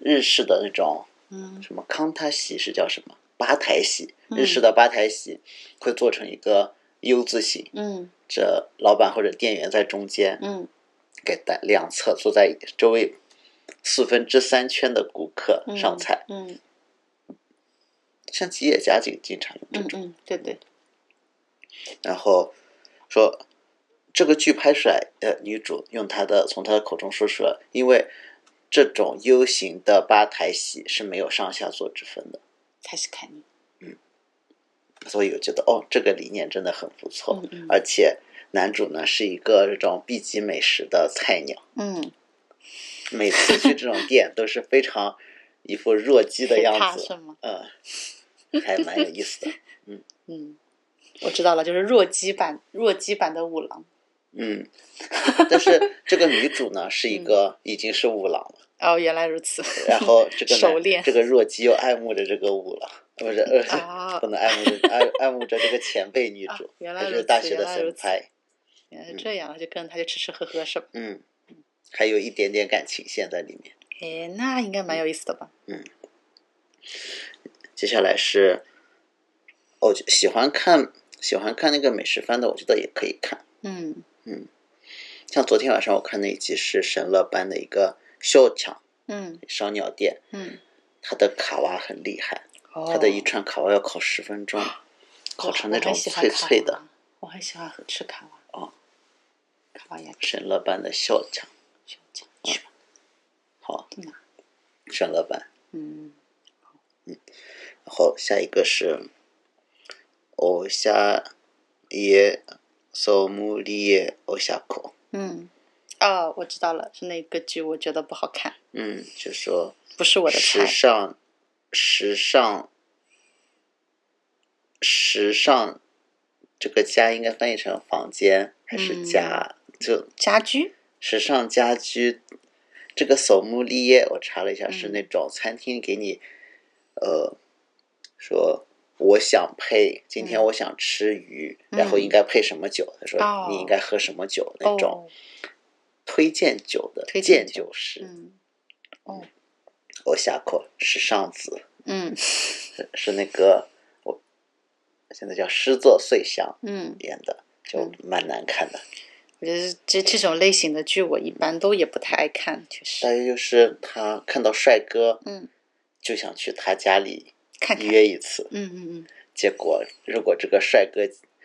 Speaker 1: 日式的那种
Speaker 2: 嗯
Speaker 1: 什么康塔席是叫什么吧台席，
Speaker 2: 嗯
Speaker 1: 日式的吧台席会做成一个 U 字形，
Speaker 2: 嗯
Speaker 1: 这老板或者店员在中间，
Speaker 2: 嗯
Speaker 1: 给带两侧坐在周围四分之三圈的顾客
Speaker 2: 嗯，
Speaker 1: 上菜，
Speaker 2: 嗯
Speaker 1: 像吉野家经经常用这
Speaker 2: 嗯
Speaker 1: 种。
Speaker 2: 嗯，对对，
Speaker 1: 然后说这个剧拍出来，呃，女主用她的从她的口中说出来，因为这种 U 型的吧台席是没有上下座之分的，
Speaker 2: 才是看你。
Speaker 1: 所以我觉得哦，这个理念真的很不错，
Speaker 2: 嗯嗯
Speaker 1: 哦而且男主呢是一个这种 B 级美食的菜鸟，
Speaker 2: 嗯，
Speaker 1: 每次去这种店都是非常一副弱鸡的样
Speaker 2: 怕
Speaker 1: 子，
Speaker 2: 是吗？
Speaker 1: 嗯，还蛮有意思的，
Speaker 2: 嗯，我知道了，就是弱鸡版弱鸡版的五郎。
Speaker 1: 嗯， 但是这个女主呢是一个已经是五郎了。
Speaker 2: 哦，原来如此。
Speaker 1: 然后这个 男
Speaker 2: 手链
Speaker 1: 这个若姬又爱慕着这个五郎，不是
Speaker 2: 啊
Speaker 1: 呃，不能爱慕着爱爱慕着这个前辈女主
Speaker 2: 啊，原来
Speaker 1: 她
Speaker 2: 如此
Speaker 1: 是大学的
Speaker 2: 原来如
Speaker 1: 神
Speaker 2: 此
Speaker 1: 拍，
Speaker 2: 原来是这样，就跟他就吃吃喝喝是吧？
Speaker 1: 嗯，还有一点点感情线在里面。
Speaker 2: 哎，那应该蛮有意思的吧？
Speaker 1: 接下来是，我就喜欢看喜欢看那个美食番的，我觉得也可以看。
Speaker 2: 嗯
Speaker 1: 像昨天晚上我看那一集是神乐班的一个秀场
Speaker 2: 嗯
Speaker 1: 烧鸟店，
Speaker 2: 嗯，
Speaker 1: 它的卡哇很厉害，
Speaker 2: 哦
Speaker 1: 它的一串卡哇要烤十分钟，烤成那种脆脆的。。
Speaker 2: 我很喜欢吃卡哇。
Speaker 1: 哦，
Speaker 2: 卡哇也
Speaker 1: 神乐班的秀场，
Speaker 2: 去去吧。
Speaker 1: 好
Speaker 2: 嗯，
Speaker 1: 沈老板。
Speaker 2: 嗯
Speaker 1: 然后下一个是おしゃ家ソムリエおしゃこ，
Speaker 2: 嗯，哦，我知道了，是那个剧，我觉得不好看，
Speaker 1: 嗯，就说
Speaker 2: 不是我的
Speaker 1: 时。
Speaker 2: 菜
Speaker 1: 尚，时尚，时尚，这个家应该翻译成房间还
Speaker 2: 嗯
Speaker 1: 是家？就
Speaker 2: 家居？
Speaker 1: 时尚家居，这个手木立业，我查了一下，是
Speaker 2: 嗯
Speaker 1: 那种餐厅给你，呃，说我想配，今天
Speaker 2: 嗯
Speaker 1: 我想吃鱼，
Speaker 2: 嗯
Speaker 1: 然后应该配什么酒？他
Speaker 2: 哦
Speaker 1: 说你应该喝什么酒、那种
Speaker 2: 哦，
Speaker 1: 推荐酒的
Speaker 2: 推
Speaker 1: 荐
Speaker 2: 荐酒
Speaker 1: 酒师，
Speaker 2: 嗯哦
Speaker 1: 我下口时尚子
Speaker 2: 嗯
Speaker 1: 是是那个我现在叫诗作碎香
Speaker 2: 嗯，
Speaker 1: 演的，就
Speaker 2: 嗯
Speaker 1: 蛮难看的。
Speaker 2: 我觉得这这种类型的剧我一般都也不太爱看，确
Speaker 1: 大
Speaker 2: 实。
Speaker 1: 约就是他看到帅哥
Speaker 2: 嗯，
Speaker 1: 就想去他家里
Speaker 2: 看看。
Speaker 1: 约一次，
Speaker 2: 嗯嗯嗯
Speaker 1: 结果如果这个帅哥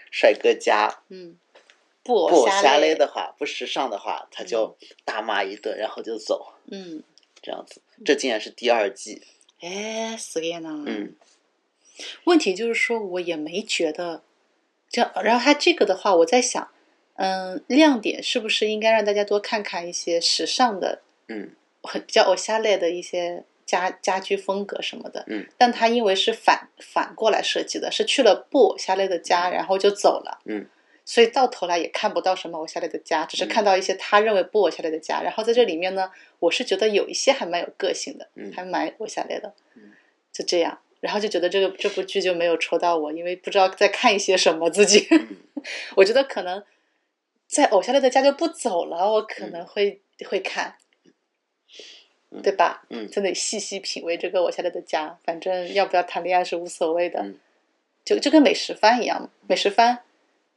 Speaker 1: 帅哥家
Speaker 2: 嗯，布
Speaker 1: 不
Speaker 2: 偶
Speaker 1: 偶
Speaker 2: 侠
Speaker 1: 侠
Speaker 2: 类
Speaker 1: 类。的话，不时尚的话，他就大骂一顿，然后就走，
Speaker 2: 嗯，
Speaker 1: 这样子。这竟然是第二季，
Speaker 2: 哎，すげえな。
Speaker 1: 嗯，
Speaker 2: 问题就是说，我也没觉得这。然后他这个的话，我在想，嗯，亮点是不是应该让大家多看看一些时尚的，
Speaker 1: 嗯，
Speaker 2: 很比较偶像类的一些家家居风格什么的。
Speaker 1: 嗯，
Speaker 2: 但他因为是反反过来设计的，是去了不偶像类的家，然后就走了。
Speaker 1: 嗯。
Speaker 2: 所以到头来也看不到什么偶像类的家，只是
Speaker 1: 嗯
Speaker 2: 看到一些他认为不偶像类的家。然后在这里面呢，我是觉得有一些还蛮有个性的，
Speaker 1: 嗯
Speaker 2: 还蛮偶像类的。
Speaker 1: 嗯
Speaker 2: 就这样，然后就觉得这个这部剧就没有戳到我，因为不知道在看一些什么自己。
Speaker 1: 嗯
Speaker 2: 我觉得可能在偶像类的家就不走了，我可能会、会看，
Speaker 1: 嗯
Speaker 2: 对吧？
Speaker 1: 嗯
Speaker 2: 真得细细品味这个偶像类的家，反正要不要谈恋爱是无所谓的，
Speaker 1: 嗯
Speaker 2: 就就跟美食番一样，美食番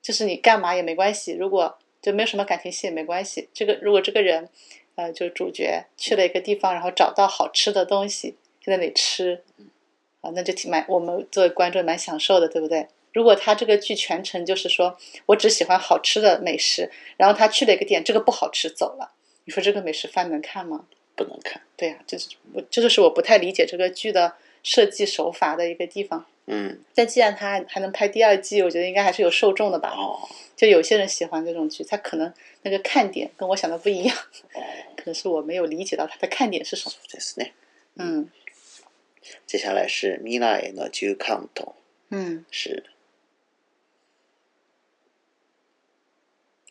Speaker 2: 就是你干嘛也没关系，如果就没有什么感情戏也没关系。这个如果这个人，呃，就是主角去了一个地方，然后找到好吃的东西，就在那里吃，
Speaker 1: 嗯
Speaker 2: 啊，那就挺蛮我们作为观众蛮享受的，对不对？如果他这个剧全程就是说我只喜欢好吃的美食，然后他去了一个店，这个不好吃走了，你说这个美食番能看吗？
Speaker 1: 不能看，
Speaker 2: 对呀、这就是我这就是我不太理解这个剧的设计手法的一个地方。
Speaker 1: 嗯，
Speaker 2: 但既然他还还能拍第二季，我觉得应该还是有受众的吧。
Speaker 1: 哦，
Speaker 2: 就有些人喜欢这种剧，他可能那个看点跟我想的不一样，
Speaker 1: 哦
Speaker 2: 可能是我没有理解到他的看点是什么。
Speaker 1: そうですね。
Speaker 2: 嗯
Speaker 1: 接下来是未来の10カウント，
Speaker 2: 嗯，
Speaker 1: 是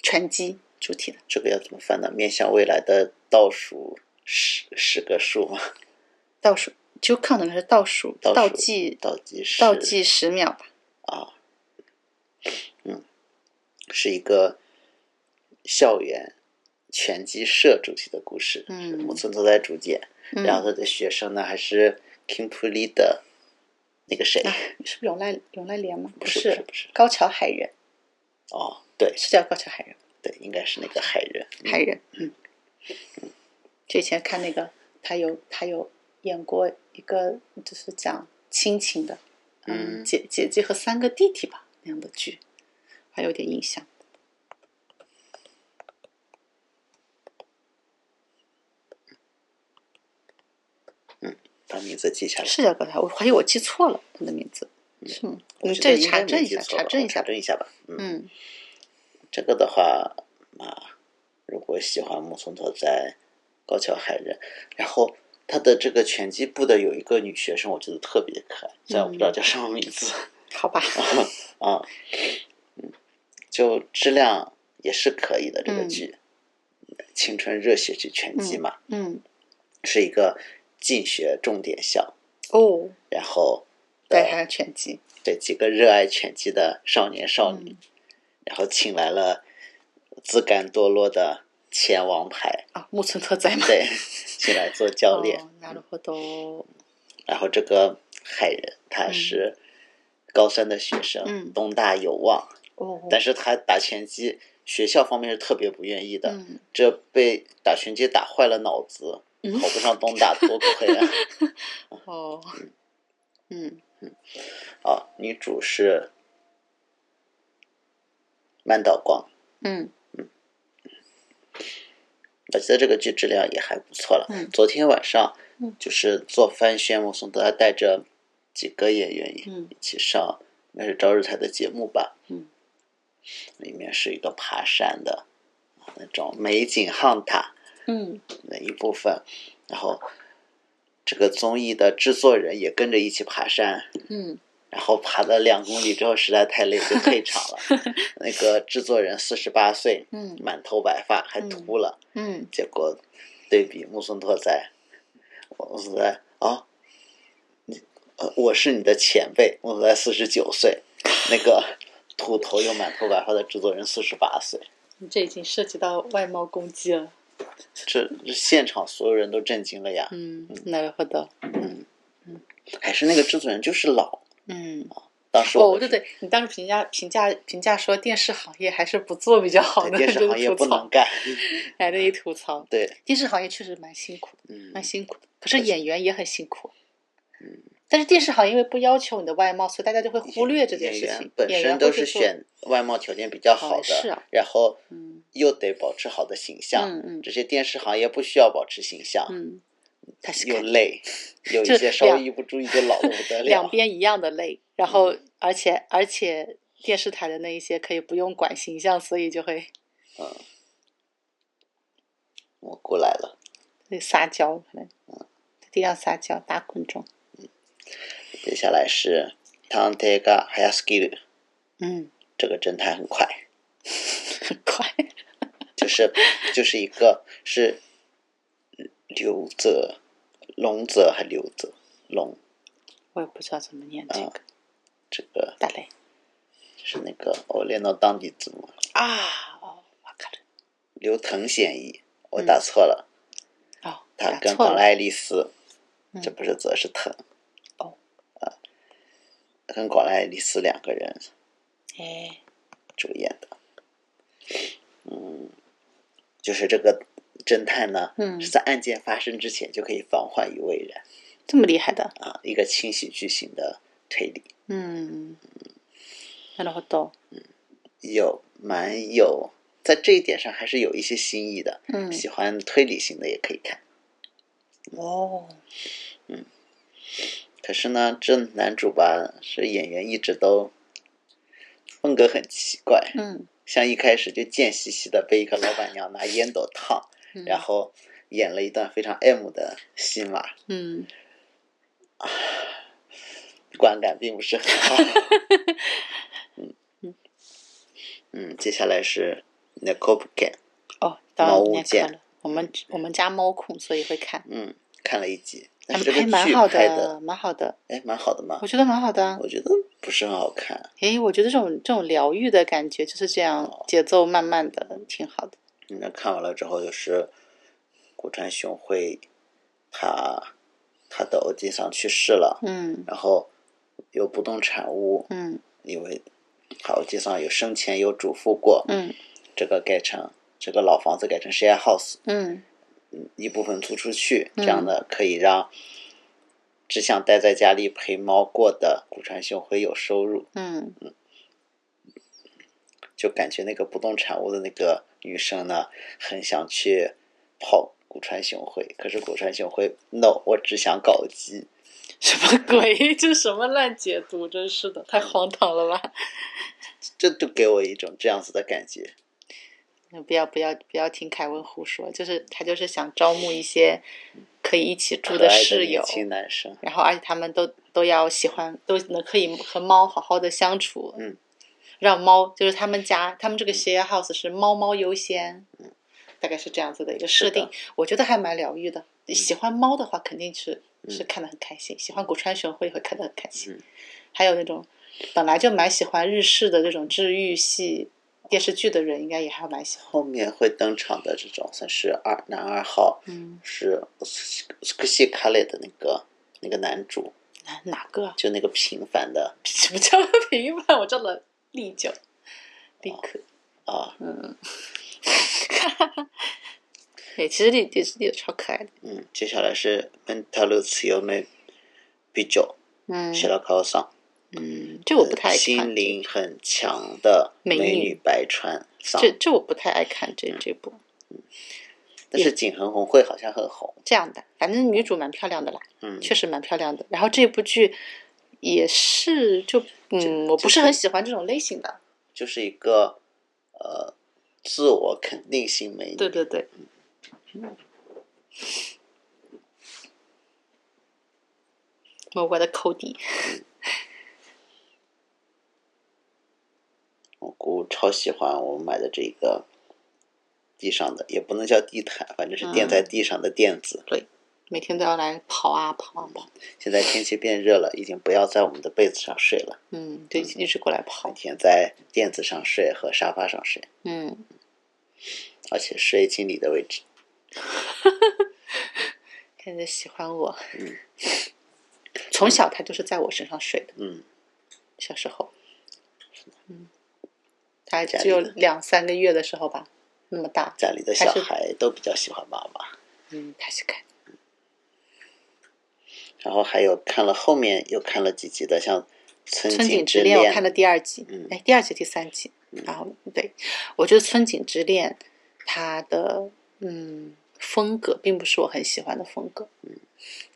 Speaker 2: 拳击主题的，
Speaker 1: 这个要怎么翻呢？面向未来的倒数十十个数吗？
Speaker 2: 倒数就看的还是倒数
Speaker 1: 倒数
Speaker 2: 倒计
Speaker 1: 倒计时，
Speaker 2: 倒计十秒吧。
Speaker 1: 是一个校园拳击社主题的故事，
Speaker 2: 嗯
Speaker 1: 是木村拓哉主演，
Speaker 2: 嗯
Speaker 1: 然后他的学生呢还是 King p u l i 的那个谁？
Speaker 2: 啊是不是永濑永濑廉吗？
Speaker 1: 不是
Speaker 2: 是，
Speaker 1: 不是不是
Speaker 2: 高桥海人，
Speaker 1: 哦，对
Speaker 2: 是叫高桥海人，
Speaker 1: 对，应该是那个海人。
Speaker 2: 海人，嗯，就以前看那个，他有他有演过一个，就是讲亲情的，嗯，
Speaker 1: 嗯
Speaker 2: 姐姐姐和三个弟弟吧那样的剧，还有点印象。
Speaker 1: 把名字记下来。
Speaker 2: 是叫高桥，我怀疑我记错了他的名字，是吗？
Speaker 1: 我
Speaker 2: 你
Speaker 1: 觉得
Speaker 2: 这
Speaker 1: 应
Speaker 2: 查
Speaker 1: 该
Speaker 2: 证
Speaker 1: 没
Speaker 2: 一
Speaker 1: 记
Speaker 2: 下，
Speaker 1: 错
Speaker 2: 查
Speaker 1: 吧？
Speaker 2: 证一
Speaker 1: 我查
Speaker 2: 下。
Speaker 1: 证一下吧。嗯，
Speaker 2: 嗯
Speaker 1: 这个的话啊，如果喜欢木村拓哉、高桥海人，然后他的这个拳击部的有一个女学生，我觉得特别可爱，虽然我不知
Speaker 2: 嗯
Speaker 1: 道叫什么名字。
Speaker 2: 好 吧，
Speaker 1: 啊，嗯，就质量也是可以的。这个
Speaker 2: 嗯
Speaker 1: 剧，青春热血剧拳击嘛，
Speaker 2: 嗯，
Speaker 1: 是一个进学重点校，
Speaker 2: 哦，
Speaker 1: 然后呃
Speaker 2: 对，还有拳击，
Speaker 1: 对几个热爱拳击的少年少女，
Speaker 2: 嗯
Speaker 1: 然后请来了自甘堕落的前王牌，
Speaker 2: 啊，木村拓哉嘛，
Speaker 1: 对，请来做教练。
Speaker 2: 哦，なるほど，
Speaker 1: 然后这个海人他是高三的学生，
Speaker 2: 嗯
Speaker 1: 东大有望，
Speaker 2: 哦，
Speaker 1: 但是他打拳击，学校方面是特别不愿意的。
Speaker 2: 嗯。
Speaker 1: 这被打拳击打坏了脑子，
Speaker 2: 嗯
Speaker 1: 考不上东大多亏啊！
Speaker 2: 哦，嗯，
Speaker 1: 啊，女主是曼岛光，
Speaker 2: 嗯，
Speaker 1: 我觉得这个剧质量也还不错了。
Speaker 2: 嗯
Speaker 1: 昨天晚上
Speaker 2: 嗯
Speaker 1: 就是做番宣，我送大家带着几个演员
Speaker 2: 嗯
Speaker 1: 一起上，应该是朝日台的节目吧。
Speaker 2: 嗯，
Speaker 1: 里面是一个爬山的啊那种美景 hunt
Speaker 2: 嗯，
Speaker 1: 的一部分，然后这个综艺的制作人也跟着一起爬山。
Speaker 2: 嗯，
Speaker 1: 然后爬了两公里之后实在太累就退场 了。那个制作人四十八岁，
Speaker 2: 嗯，
Speaker 1: 满头白发还秃了，
Speaker 2: 嗯，
Speaker 1: 结果对比木村拓哉，木村拓哉啊，你呃我是你的前辈，木村拓哉四十九岁，那个秃头又满头白发的制作人四十八岁，
Speaker 2: 你这已经涉及到外貌攻击了。
Speaker 1: 这这现场所有人都震惊了呀！
Speaker 2: 嗯，なるほど。
Speaker 1: 还是那个制作人就是老，
Speaker 2: 嗯，
Speaker 1: 当时
Speaker 2: 哦，
Speaker 1: 我
Speaker 2: 对对，你当时评价评价评价说电视行业还是不做比较好
Speaker 1: 对
Speaker 2: 呢，
Speaker 1: 电视
Speaker 2: 就是
Speaker 1: 行业
Speaker 2: 吐
Speaker 1: 不
Speaker 2: 槽
Speaker 1: 能干，
Speaker 2: 来的一吐槽。
Speaker 1: 对，
Speaker 2: 电视行业确实蛮辛苦的，
Speaker 1: 嗯
Speaker 2: 蛮辛苦的。可是
Speaker 1: 而且
Speaker 2: 演员也很辛苦。
Speaker 1: 嗯。
Speaker 2: 但是电视行业因为不要求你的外貌，所以大家就会忽略这件
Speaker 1: 演
Speaker 2: 事
Speaker 1: 员
Speaker 2: 情。
Speaker 1: 本
Speaker 2: 演
Speaker 1: 身
Speaker 2: 员
Speaker 1: 都
Speaker 2: 会
Speaker 1: 是
Speaker 2: 去做
Speaker 1: 选外貌条件比较好
Speaker 2: 好是
Speaker 1: 的，
Speaker 2: 啊
Speaker 1: 然后
Speaker 2: 嗯
Speaker 1: 又得保持好的形象。
Speaker 2: 嗯嗯
Speaker 1: 这些电视行业不需要保持形象，
Speaker 2: 嗯，他是
Speaker 1: 又累，有一
Speaker 2: 就
Speaker 1: 些稍微
Speaker 2: 两
Speaker 1: 一不注意就老的不得
Speaker 2: 两
Speaker 1: 了。
Speaker 2: 边一样的累，然后、
Speaker 1: 嗯
Speaker 2: 而且而且电视台的那一些可以不用管形象，所以就会
Speaker 1: 我过来了，
Speaker 2: 会撒娇，可能在地上撒娇打滚中。
Speaker 1: 接下来是 Tante ga h a s k i l
Speaker 2: 嗯，
Speaker 1: 这个侦探很快，
Speaker 2: 很快。
Speaker 1: 就是就是一个是刘泽、龙泽还刘泽龙
Speaker 2: 我也不知道怎么念这
Speaker 1: 啊
Speaker 2: 个，
Speaker 1: 这个
Speaker 2: 大雷
Speaker 1: 就是那个我练到当地字母
Speaker 2: 啊哦，我靠
Speaker 1: 刘腾嫌疑，我打错了。
Speaker 2: 哦，
Speaker 1: 他
Speaker 2: 嗯打
Speaker 1: 跟
Speaker 2: 错
Speaker 1: 本
Speaker 2: 了
Speaker 1: 来爱丽丝，
Speaker 2: 嗯
Speaker 1: 这不是泽是藤，
Speaker 2: 哦，
Speaker 1: 呃，跟广濑爱丽丝两个人
Speaker 2: 哎，
Speaker 1: 主演的，嗯，就是这个侦探呢，
Speaker 2: 嗯
Speaker 1: 是在案件发生之前就可以防患于未然
Speaker 2: 这么厉害的，
Speaker 1: 啊，一个轻喜剧型的推理，
Speaker 2: 嗯，なるほど，
Speaker 1: 有蛮有在这一点上还是有一些新意的，
Speaker 2: 嗯
Speaker 1: 喜欢推理型的也可以看。
Speaker 2: 哦，
Speaker 1: 可是呢，这男主吧，是演员一直都风格很奇怪，
Speaker 2: 嗯，
Speaker 1: 像一开始就贱兮兮的被一个老板娘拿烟斗烫，
Speaker 2: 嗯
Speaker 1: 然后演了一段非常 M 的戏码，
Speaker 2: 嗯，
Speaker 1: 观感并不是很 好。嗯嗯，接下来是 n i c o b k a n
Speaker 2: 哦，当然
Speaker 1: 猫嗯
Speaker 2: 我
Speaker 1: 物
Speaker 2: 念
Speaker 1: 件
Speaker 2: 错了，我们我们家猫控，所以会看，
Speaker 1: 嗯，看了一集，但
Speaker 2: 还
Speaker 1: 是这个
Speaker 2: 还蛮
Speaker 1: 剧
Speaker 2: 好
Speaker 1: 拍
Speaker 2: 的，蛮好的，
Speaker 1: 哎，蛮好的嘛
Speaker 2: 我，觉得蛮好的啊，
Speaker 1: 我觉得不是很好看。
Speaker 2: 诶，我觉得这种这种疗愈的感觉就是这样，
Speaker 1: 哦
Speaker 2: 节奏慢慢的，挺好的，
Speaker 1: 那看完了之后，就是古川雄辉他他的欧弟桑去世了，
Speaker 2: 嗯
Speaker 1: 然后有不动产屋，
Speaker 2: 嗯
Speaker 1: 因为好计算有生前有嘱咐过，
Speaker 2: 嗯
Speaker 1: 这个改成这个老房子改成 share house，
Speaker 2: 嗯
Speaker 1: 一部分租出去，
Speaker 2: 嗯
Speaker 1: 这样呢可以让只想待在家里陪猫过的古川雄辉有收入。
Speaker 2: 嗯，
Speaker 1: 就感觉那个不动产屋的那个女生呢，很想去泡古川雄辉，可是古川雄辉 no，我只想搞基。
Speaker 2: 什么鬼？这什么烂解读，真是的，太荒唐了吧！
Speaker 1: 这就给我一种这样子的感觉。
Speaker 2: 嗯 不要不要不要听凯文胡说，就是他就是想招募一些可以一起住
Speaker 1: 可爱
Speaker 2: 室
Speaker 1: 年
Speaker 2: 友，
Speaker 1: 轻男生，
Speaker 2: 然后而且他们都都要喜欢，都能可以和猫好好的相处，
Speaker 1: 嗯，
Speaker 2: 让猫就是他们家他们这个 share house 是猫猫优先，嗯，大概是这样子的一个设定
Speaker 1: 是，
Speaker 2: 我觉得还蛮疗愈的。喜欢猫的话，肯定是、是
Speaker 1: 嗯
Speaker 2: 看得很开心，喜欢古川雄辉会看得很开心，
Speaker 1: 嗯
Speaker 2: 还有那种本来就蛮喜欢日式的这种治愈系。电视剧的人应该也还蛮喜欢。
Speaker 1: 后面会登场的这种算是二男二号，
Speaker 2: 嗯，
Speaker 1: 是斯克西卡雷的那个那个男主，
Speaker 2: 哪哪个？啊
Speaker 1: 就那个平凡的
Speaker 2: 什么叫平凡？我叫了历久，立
Speaker 1: 哦
Speaker 2: 刻。
Speaker 1: 啊，
Speaker 2: 对，其实历历历久超可爱的。
Speaker 1: 嗯，接下来是 Mental 自由妹比较
Speaker 2: 嗯
Speaker 1: 小岛高桑，
Speaker 2: 嗯，这我不太爱看
Speaker 1: 心。灵很强的
Speaker 2: 美
Speaker 1: 美
Speaker 2: 女
Speaker 1: 女白川桑
Speaker 2: 这，这我不太爱看这这部。
Speaker 1: 但是景恒红会好像很红，
Speaker 2: 这样的，反正女主蛮漂亮的啦，
Speaker 1: 嗯，
Speaker 2: 确实蛮漂亮的。然后这部剧也是就嗯，我不是很喜欢这种类型的。
Speaker 1: 就是一个呃自我肯定型美女，
Speaker 2: 对对对，我我的扣底，
Speaker 1: 我姑超喜欢我买的这个地上的，也不能叫地毯，反正是垫
Speaker 2: 嗯
Speaker 1: 在地上的垫子。
Speaker 2: 每天都要来跑啊跑啊跑，
Speaker 1: 现在天气变热了，已经不要在我们的被子上睡了，
Speaker 2: 嗯，对，一直过来
Speaker 1: 每
Speaker 2: 跑，
Speaker 1: 天在垫子上睡和沙发上睡，
Speaker 2: 嗯。
Speaker 1: 而且睡经理的位置。
Speaker 2: 看嗯 着喜欢我。从小他就是在我身上睡的，
Speaker 1: 嗯，
Speaker 2: 小时候，嗯，他
Speaker 1: 家里
Speaker 2: 只有
Speaker 1: 的
Speaker 2: 两三个月的时候吧，那么大，
Speaker 1: 家里的
Speaker 2: 还
Speaker 1: 小
Speaker 2: 是
Speaker 1: 孩都比较喜欢妈妈。
Speaker 2: 嗯，他去看，
Speaker 1: 然后还有看了后面又看了几集的，像《村
Speaker 2: 《村井
Speaker 1: 之
Speaker 2: 之
Speaker 1: 恋
Speaker 2: 恋》》我嗯看了第二集，
Speaker 1: 嗯
Speaker 2: 哎，第二集第三集，然后对，我觉得《村井之恋》它的嗯风格并不是我很喜欢的风格，嗯，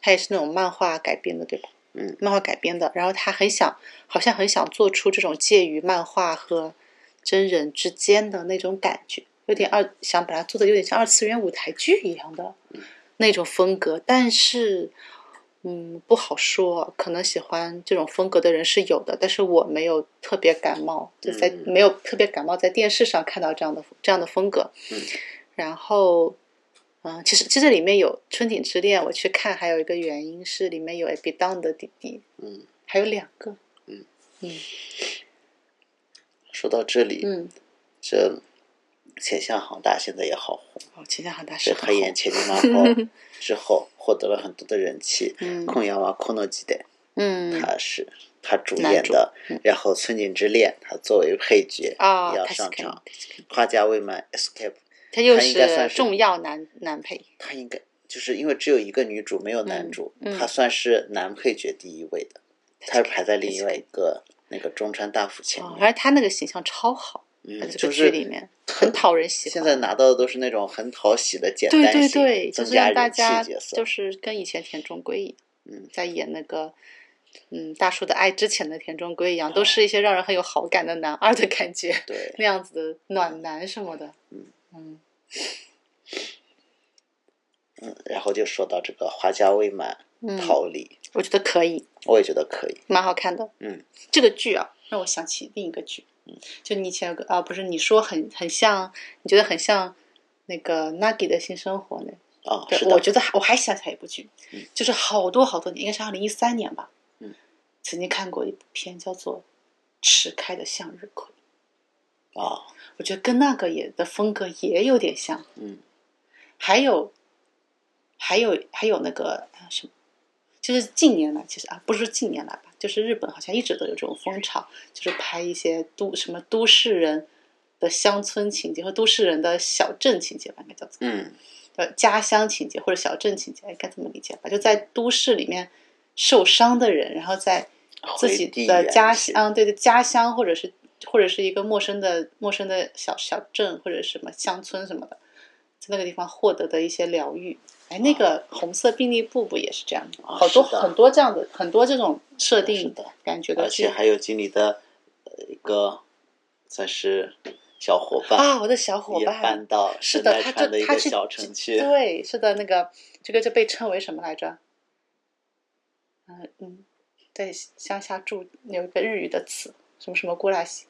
Speaker 2: 它也是那种漫画改编的，对吧？
Speaker 1: 嗯，
Speaker 2: 漫画改编的，然后他很想，好像很想做出这种介于漫画和真人之间的那种感觉，有点二，想把它做的有点像二次元舞台剧一样的那种风格，但是。嗯，不好说。可能喜欢这种风格的人是有的，但是我没有特别感冒，就在、
Speaker 1: 嗯
Speaker 2: 没有特别感冒在电视上看到这样的这样的风格。
Speaker 1: 嗯
Speaker 2: 然后，嗯，其实其实里面有《春井之恋》，我去看还有一个原因是里面有 A B Down 的弟弟，
Speaker 1: 嗯，
Speaker 2: 还有两个，
Speaker 1: 说到这里，
Speaker 2: 嗯，
Speaker 1: 这浅香航大现在也好红，
Speaker 2: 哦，秦香航大师
Speaker 1: 是黑岩千里马 后之后获得了很多的人气。
Speaker 2: 嗯
Speaker 1: 控阳王空诺基的，
Speaker 2: 嗯
Speaker 1: 他是他主
Speaker 2: 男
Speaker 1: 演
Speaker 2: 主
Speaker 1: 的，
Speaker 2: 嗯
Speaker 1: 然后《村井之恋》他作为配角
Speaker 2: 啊，
Speaker 1: 也要
Speaker 2: 他
Speaker 1: 上
Speaker 2: 可以
Speaker 1: 场，，花家未满 escape，
Speaker 2: 他又
Speaker 1: 他应该算
Speaker 2: 是
Speaker 1: 是
Speaker 2: 重要男男配，
Speaker 1: 他应该就是因为只有一个女主没有男主，
Speaker 2: 嗯嗯
Speaker 1: 他算是男配角第一位的，他是排在另外一个那个中川大辅前
Speaker 2: 哦，
Speaker 1: 面，
Speaker 2: 而且他那个形象超好，在
Speaker 1: 嗯，
Speaker 2: 这
Speaker 1: 就
Speaker 2: 个剧里
Speaker 1: 是
Speaker 2: 面很讨人喜欢。
Speaker 1: 现在拿到的都是那种很讨喜的简
Speaker 2: 对
Speaker 1: 单
Speaker 2: 对
Speaker 1: 型，
Speaker 2: 对，就
Speaker 1: 增
Speaker 2: 是
Speaker 1: 加
Speaker 2: 让大
Speaker 1: 人
Speaker 2: 家
Speaker 1: 气角色，
Speaker 2: 就是跟以前田中圭一样，
Speaker 1: 嗯，
Speaker 2: 在演那个嗯大叔的爱之前的田中圭一样，都是一些让人很有好感的男二的感觉，
Speaker 1: 对，
Speaker 2: 那样子的暖男什么的，
Speaker 1: 嗯
Speaker 2: 嗯
Speaker 1: 嗯，然后就说到这个花家未满
Speaker 2: 嗯，
Speaker 1: 逃离，
Speaker 2: 我觉得可以，
Speaker 1: 我也觉得可以，
Speaker 2: 蛮好看的。
Speaker 1: 嗯，
Speaker 2: 这个剧啊，让我想起另一个剧，就你以前有个啊，不是你说很很像，你觉得很像那个 Nagi 的新生活呢？
Speaker 1: 啊、
Speaker 2: 对
Speaker 1: 是，
Speaker 2: 我
Speaker 1: 的，
Speaker 2: 觉得还我还想起来一部剧，
Speaker 1: 嗯
Speaker 2: 就是好多好多年，应该是二零一三年吧，
Speaker 1: 嗯，
Speaker 2: 曾经看过一部片叫做《迟开的向日葵》，
Speaker 1: 啊，
Speaker 2: 我觉得跟那个也的风格也有点像。
Speaker 1: 嗯
Speaker 2: 还有，还有，还有那个啊什么，就是近年来，其实啊，不是近年来吧，就是日本好像一直都有这种风潮，就是拍一些都什么都市人的乡村情节和都市人的小镇情节吧，应该叫做。
Speaker 1: 嗯
Speaker 2: 呃家乡情节或者小镇情节，哎应该这么理解吧？就在都市里面受伤的人，然后在自己
Speaker 1: 回地
Speaker 2: 的
Speaker 1: 原
Speaker 2: 家
Speaker 1: 籍
Speaker 2: 乡，对对，家乡或者是或者是一个陌生的陌生的小小镇或者什么乡村什么的，在那个地方获得的一些疗愈。哎，那个红色病历簿不也是这样的？
Speaker 1: 啊
Speaker 2: 好多
Speaker 1: 哦是的
Speaker 2: 很多这样的很多这种设定
Speaker 1: 的
Speaker 2: 感觉的
Speaker 1: 而
Speaker 2: 剧
Speaker 1: 且还有经理的呃一个算是小伙伴
Speaker 2: 啊，我的小伙
Speaker 1: 也
Speaker 2: 伴
Speaker 1: 搬，到
Speaker 2: 是
Speaker 1: 神
Speaker 2: 的
Speaker 1: 奈
Speaker 2: 他
Speaker 1: 川
Speaker 2: 就
Speaker 1: 的一
Speaker 2: 他
Speaker 1: 个
Speaker 2: 去
Speaker 1: 小城区，
Speaker 2: 对，是的，那个这个就被称为什么来着？嗯嗯，在乡下住有一个日语的词，什么什么过来西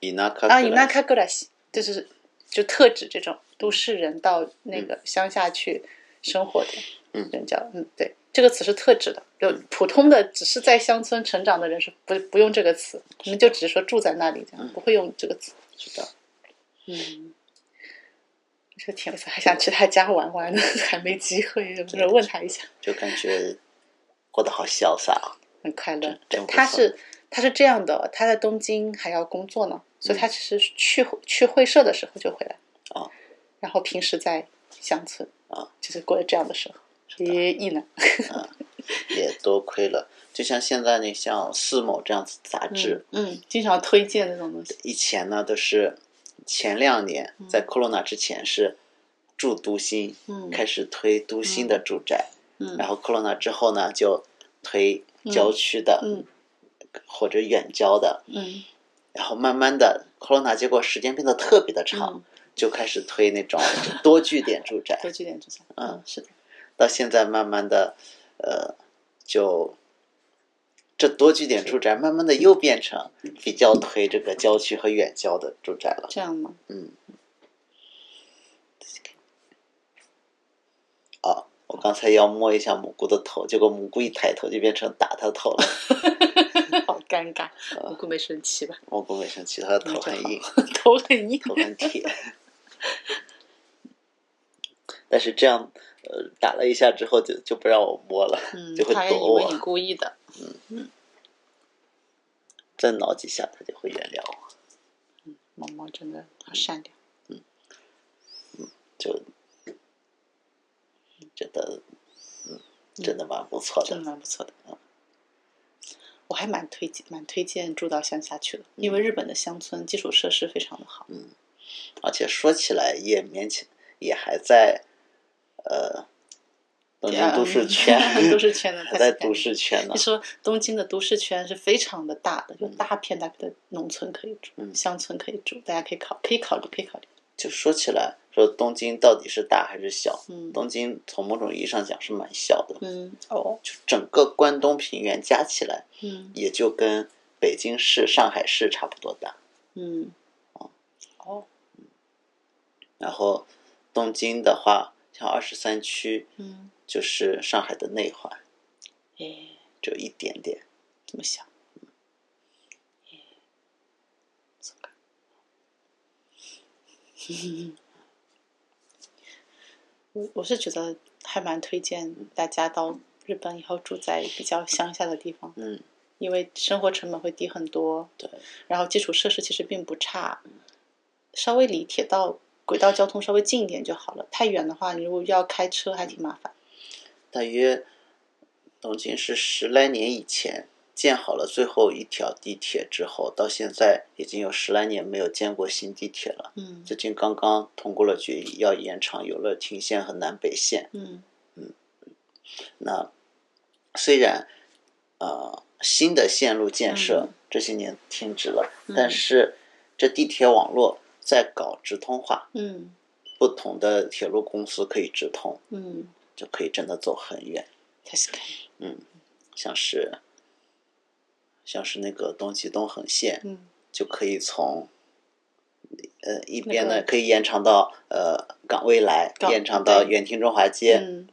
Speaker 1: 伊那卡
Speaker 2: 啊，伊那卡过来西，就是就特指这种都市人到那个乡下去生活的
Speaker 1: 嗯
Speaker 2: 人叫嗯对，这个词是特指的，就普通的只是在乡村成长的人是不不用这个词，我们就只是说住在那里这样，
Speaker 1: 嗯
Speaker 2: 不会用这个词。
Speaker 1: 是的，
Speaker 2: 嗯，我觉得挺有意思，还想去他家玩玩呢，还没机会，不是问他一下，
Speaker 1: 就感觉过得好潇洒啊。
Speaker 2: 很快乐
Speaker 1: 真。真不
Speaker 2: 他
Speaker 1: 错
Speaker 2: 是他是这样的，他在东京还要工作呢，所以他其实是去去会社的时候就回来，
Speaker 1: 哦
Speaker 2: 然后平时在乡村
Speaker 1: 哦
Speaker 2: 就是过了这样的生活，也异呢，
Speaker 1: 也多亏了，就像现在那像四某这样子杂志，
Speaker 2: 嗯，嗯经常推荐那种东西，
Speaker 1: 以前呢都是前两年在 Corona 之前是住都心，
Speaker 2: 嗯
Speaker 1: 开始推都心的住宅，
Speaker 2: 嗯
Speaker 1: 然后 Corona 之后呢就推郊区的、
Speaker 2: 嗯
Speaker 1: 或者远郊的，
Speaker 2: 嗯
Speaker 1: 然后慢慢的 Corona 结果时间变得特别的长，
Speaker 2: 嗯，
Speaker 1: 就开始推那种 多据点住宅，
Speaker 2: 多聚点这种，嗯，是的，
Speaker 1: 到现在慢慢的，呃，就这多据点住宅慢慢的又变成比较推这个郊区和远郊的住宅了。
Speaker 2: 这样吗？
Speaker 1: 嗯。啊，我刚才要摸一下蘑菇的头，结果蘑菇一抬头就变成打他头了。
Speaker 2: 好尴尬，我估没生气 吧，
Speaker 1: 蘑菇没生气，他的头很硬，
Speaker 2: 头很硬，
Speaker 1: 头很铁。 但是这样，呃，打了一下之后就就不让我摸了，
Speaker 2: 嗯
Speaker 1: 就会
Speaker 2: 他还以
Speaker 1: 躲我。
Speaker 2: 为你故意的。
Speaker 1: 再挠几下，它就会原谅我。
Speaker 2: 猫猫真的好善良，
Speaker 1: 就觉得，嗯，真的蛮不错
Speaker 2: 真的
Speaker 1: 的。
Speaker 2: 蛮不错的。嗯我还蛮推荐蛮推荐住到乡下去的，
Speaker 1: 嗯
Speaker 2: 因为日本的乡村基础设施非常的好。
Speaker 1: 而且说起来也勉强，也还在，呃，东京都市圈，
Speaker 2: 啊 都市圈的
Speaker 1: 还在都市圈呢
Speaker 2: 你。说东京的都市圈是非常的大的，有大片大片的农村可以住，
Speaker 1: 嗯
Speaker 2: 乡村可以住，大家可以考，可以考虑，可以考虑。
Speaker 1: 就说起来，说东京到底是大还是小？
Speaker 2: 嗯
Speaker 1: 东京从某种意义上讲是蛮小的，
Speaker 2: 嗯哦
Speaker 1: 就整个关东平原加起来
Speaker 2: 嗯
Speaker 1: 也就跟北京市、上海市差不多大。
Speaker 2: 嗯哦
Speaker 1: 然后东京的话，像二十三区
Speaker 2: 嗯
Speaker 1: 就是上海的内环，嗯
Speaker 2: 哎
Speaker 1: 只有一点点。
Speaker 2: 这么想，嗯哎そうか我嗯我是觉得还蛮推荐大家到日本以后住在比较乡下的地方，
Speaker 1: 嗯，
Speaker 2: 因为生活成本会低很多，
Speaker 1: 对，
Speaker 2: 然后基础设施其实并不差，稍微离铁道、轨道交通稍微近一点就好了。太远的话，你如果要开车还挺麻烦。
Speaker 1: 大约东京是十来年以前建好了最后一条地铁之后，到现在已经有十来年没有建过新地铁了。
Speaker 2: 嗯
Speaker 1: 最近刚刚通过了决议，要延长游乐厅线和南北线。
Speaker 2: 嗯
Speaker 1: 那虽然呃新的线路建设这些年停止了，
Speaker 2: 嗯
Speaker 1: 但是这地铁网络在搞直通化，
Speaker 2: 嗯
Speaker 1: 不同的铁路公司可以直通，
Speaker 2: 嗯，
Speaker 1: 就可以真的走很远。
Speaker 2: 確かに。
Speaker 1: 像是像是那个东极东横线，
Speaker 2: 嗯
Speaker 1: 就可以从呃一边呢、
Speaker 2: 那个
Speaker 1: 可以延长到呃港未来，
Speaker 2: 港
Speaker 1: 延长到
Speaker 2: 对
Speaker 1: 远亭中华街，
Speaker 2: 嗯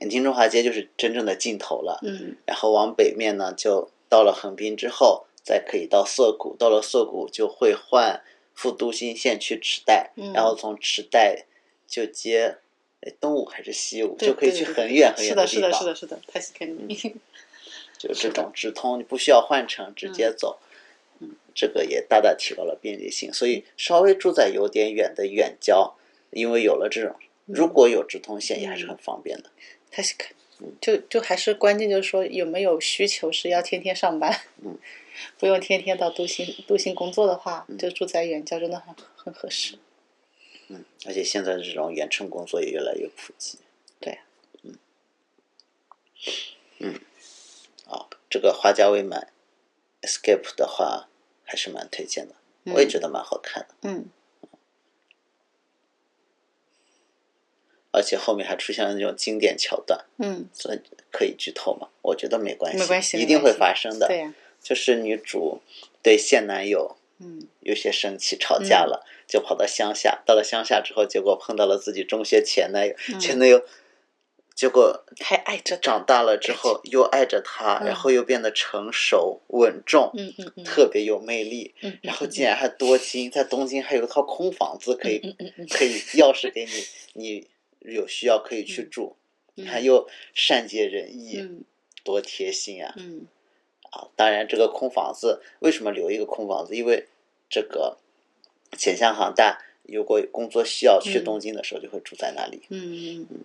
Speaker 1: 远亭中华街就是真正的尽头了。
Speaker 2: 嗯
Speaker 1: 然后往北面呢，就到了横滨之后，再可以到涩谷，到了涩谷就会换副都心线去池袋，
Speaker 2: 嗯
Speaker 1: 然后从池袋就接。哎东武还是西武，
Speaker 2: 对
Speaker 1: 就可以
Speaker 2: 对
Speaker 1: 去
Speaker 2: 对
Speaker 1: 很远很
Speaker 2: 是
Speaker 1: 远
Speaker 2: 的，
Speaker 1: 地
Speaker 2: 是
Speaker 1: 方。嗯
Speaker 2: 的，是的，是的，確かに。
Speaker 1: 就是这
Speaker 2: 的
Speaker 1: 种直通，你不需要换乘，直接走。嗯，这个也大大提高了便利性。所
Speaker 2: 嗯
Speaker 1: 以稍微住在有点远的远郊，因为有了这种，如果有直通线，也还是
Speaker 2: 嗯
Speaker 1: 很方便的。
Speaker 2: 確かに。嗯就就还是关键，就是说有没有需求是要天天上班，
Speaker 1: 嗯，
Speaker 2: 不用天天到都心都心工作的话，就住在远郊真的很很合适。
Speaker 1: 嗯，而且现在这种远程工作也越来越普及。嗯
Speaker 2: 对，
Speaker 1: 啊，嗯这个花家未满 Escape 的话，还是蛮推荐的，我也觉得蛮好看的。
Speaker 2: 嗯
Speaker 1: 而且后面还出现了那种经典桥段，
Speaker 2: 嗯，
Speaker 1: 所以可以剧透嘛？我觉得没关系，
Speaker 2: 没关系，
Speaker 1: 一
Speaker 2: 没
Speaker 1: 定
Speaker 2: 关
Speaker 1: 会
Speaker 2: 系
Speaker 1: 发生的。
Speaker 2: 对呀，
Speaker 1: 就是女主对现男友
Speaker 2: 嗯
Speaker 1: 有些生气，吵架了，就跑到乡下。到了乡下之后，结果碰到了自己中学前男友，
Speaker 2: 嗯
Speaker 1: 前男友，结果
Speaker 2: 还爱着他
Speaker 1: 长大了之后又爱着他，然后又变得成熟稳重，
Speaker 2: 嗯嗯嗯
Speaker 1: 特别有魅力，
Speaker 2: 嗯，嗯
Speaker 1: 然后竟然还多金，在东京还有一套空房子可以、可以钥匙给你，你有需要可以去住。你看又善解人意，
Speaker 2: 嗯
Speaker 1: 多贴心啊！
Speaker 2: 嗯
Speaker 1: 啊，当然这个空房子为什么留一个空房子？因为这个浅香航大如果有工作需要去
Speaker 2: 嗯
Speaker 1: 东京的时候，就会住在那里，
Speaker 2: 嗯嗯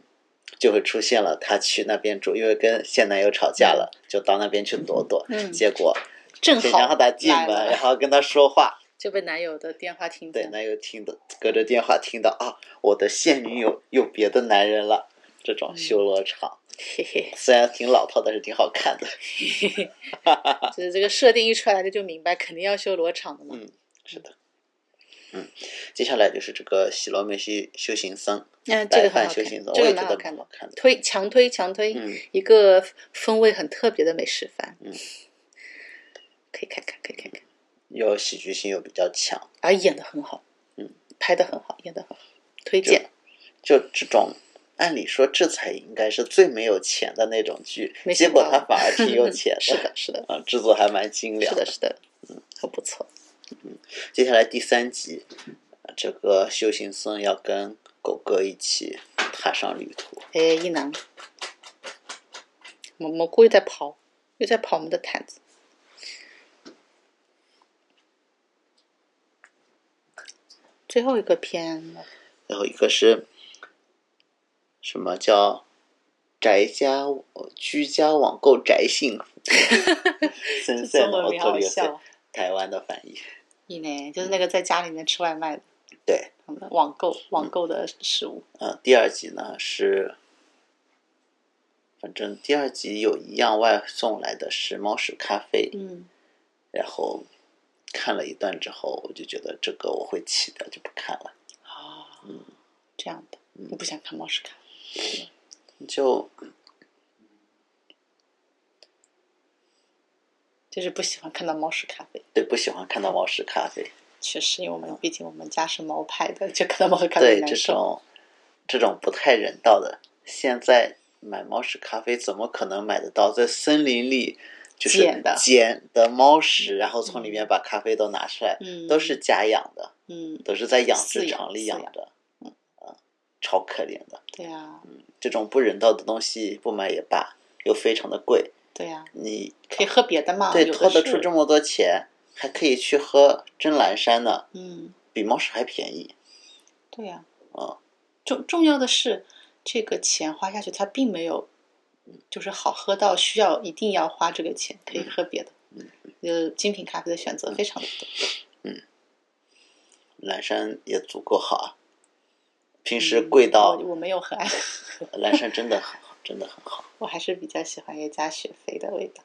Speaker 1: 就会出现了她去那边住，因为跟现男友吵架了，就到那边去躲躲。
Speaker 2: 嗯
Speaker 1: 结果
Speaker 2: 正
Speaker 1: 浅香
Speaker 2: 好
Speaker 1: 航大进
Speaker 2: 来
Speaker 1: 门，
Speaker 2: 了
Speaker 1: 然后跟他说话，
Speaker 2: 就被男友的电话听
Speaker 1: 对
Speaker 2: 见，
Speaker 1: 男友听的隔着电话听到啊，我的现女友有别的男人了，这种
Speaker 2: 嗯
Speaker 1: 修罗场。
Speaker 2: 嘿嘿，
Speaker 1: 虽然挺老套，但是挺好看
Speaker 2: 嗯
Speaker 1: 的。
Speaker 2: 就是这个设定一出来，他就明白肯定要修罗场的嘛。
Speaker 1: 嗯是的，嗯，接下来就是这个喜罗梅西修行僧，
Speaker 2: 那嗯这
Speaker 1: 白
Speaker 2: 个很
Speaker 1: 饭
Speaker 2: 好
Speaker 1: 修
Speaker 2: 看，
Speaker 1: 行僧，
Speaker 2: 这
Speaker 1: 我也
Speaker 2: 个
Speaker 1: 觉
Speaker 2: 蛮
Speaker 1: 得蛮
Speaker 2: 好看的
Speaker 1: 好，看的。
Speaker 2: 推强推强推
Speaker 1: 嗯
Speaker 2: 一个风味很特别的美食番，
Speaker 1: 嗯，
Speaker 2: 可以看看，可以看看，
Speaker 1: 有喜剧性又比较强，
Speaker 2: 而演的很好，
Speaker 1: 嗯，
Speaker 2: 拍的很好，演的很好，推
Speaker 1: 就
Speaker 2: 荐。
Speaker 1: 就这种，按理说这才应该是最没有钱的那种剧
Speaker 2: 没，
Speaker 1: 结
Speaker 2: 想
Speaker 1: 果
Speaker 2: 到
Speaker 1: 它反而挺 有钱
Speaker 2: 是的，是的，
Speaker 1: 啊，制作还蛮精
Speaker 2: 是
Speaker 1: 良
Speaker 2: 的，是的，
Speaker 1: 嗯
Speaker 2: 很不错。
Speaker 1: 接下来第三集，呃这个修行僧要跟狗哥一起踏上旅途。
Speaker 2: 哎，一男，蘑蘑菇又在跑，又在跑我们的毯子。最后一个篇了，
Speaker 1: 然后一个是什么叫宅家居家网购宅 幸福，森
Speaker 2: 这
Speaker 1: 森
Speaker 2: 中
Speaker 1: 的
Speaker 2: 文名好好笑。
Speaker 1: 台湾的翻译，
Speaker 2: 一呢，就是那个在家里面吃外卖的，
Speaker 1: 对，
Speaker 2: 好的网购网购的食物。
Speaker 1: 呃，第二集呢是，反正第二集有一样外送来的是猫屎咖啡，
Speaker 2: 嗯，
Speaker 1: 然后看了一段之后，我就觉得这个我会弃掉，就不看了。
Speaker 2: 啊，
Speaker 1: 嗯
Speaker 2: 这样的，你不想看猫屎咖啡？
Speaker 1: 就
Speaker 2: 就是不喜欢看到猫屎咖啡。
Speaker 1: 对不喜欢看到猫屎咖啡，
Speaker 2: 确实，因为我们毕竟我们家是猫派的，就看到猫屎咖啡
Speaker 1: 对
Speaker 2: 难
Speaker 1: 这
Speaker 2: 受。
Speaker 1: 种这种不太人道的，现在买猫屎咖啡怎么可能买得到？在森林里就是
Speaker 2: 捡的
Speaker 1: 捡的猫屎，然后从里面把咖啡豆拿出来，
Speaker 2: 嗯，
Speaker 1: 都是家养的，
Speaker 2: 嗯，
Speaker 1: 都是在养
Speaker 2: 饲
Speaker 1: 殖
Speaker 2: 养
Speaker 1: 场里
Speaker 2: 饲
Speaker 1: 养
Speaker 2: 养
Speaker 1: 的，嗯，啊超可怜的。
Speaker 2: 对呀，
Speaker 1: 这种不人道的东西不买也罢，又非常的贵，
Speaker 2: 对呀，
Speaker 1: 你
Speaker 2: 可以喝别的嘛，
Speaker 1: 对
Speaker 2: 啊有的
Speaker 1: 掏得
Speaker 2: 是
Speaker 1: 出这么多钱，还可以去喝真蓝山呢，
Speaker 2: 嗯，
Speaker 1: 比猫屎还便宜。
Speaker 2: 对呀，
Speaker 1: 啊，
Speaker 2: 重重要的是，这个钱花下去，它并没有，就是好喝到需要一定要花这个钱，可以
Speaker 1: 嗯
Speaker 2: 喝别的。呃，精品咖啡的选择非常的多。
Speaker 1: 蓝山也足够好啊，平时
Speaker 2: 嗯
Speaker 1: 贵到
Speaker 2: 我我没有很爱，
Speaker 1: 蓝山真的很好，真的很好。
Speaker 2: 我还是比较喜欢叶加雪菲的味道。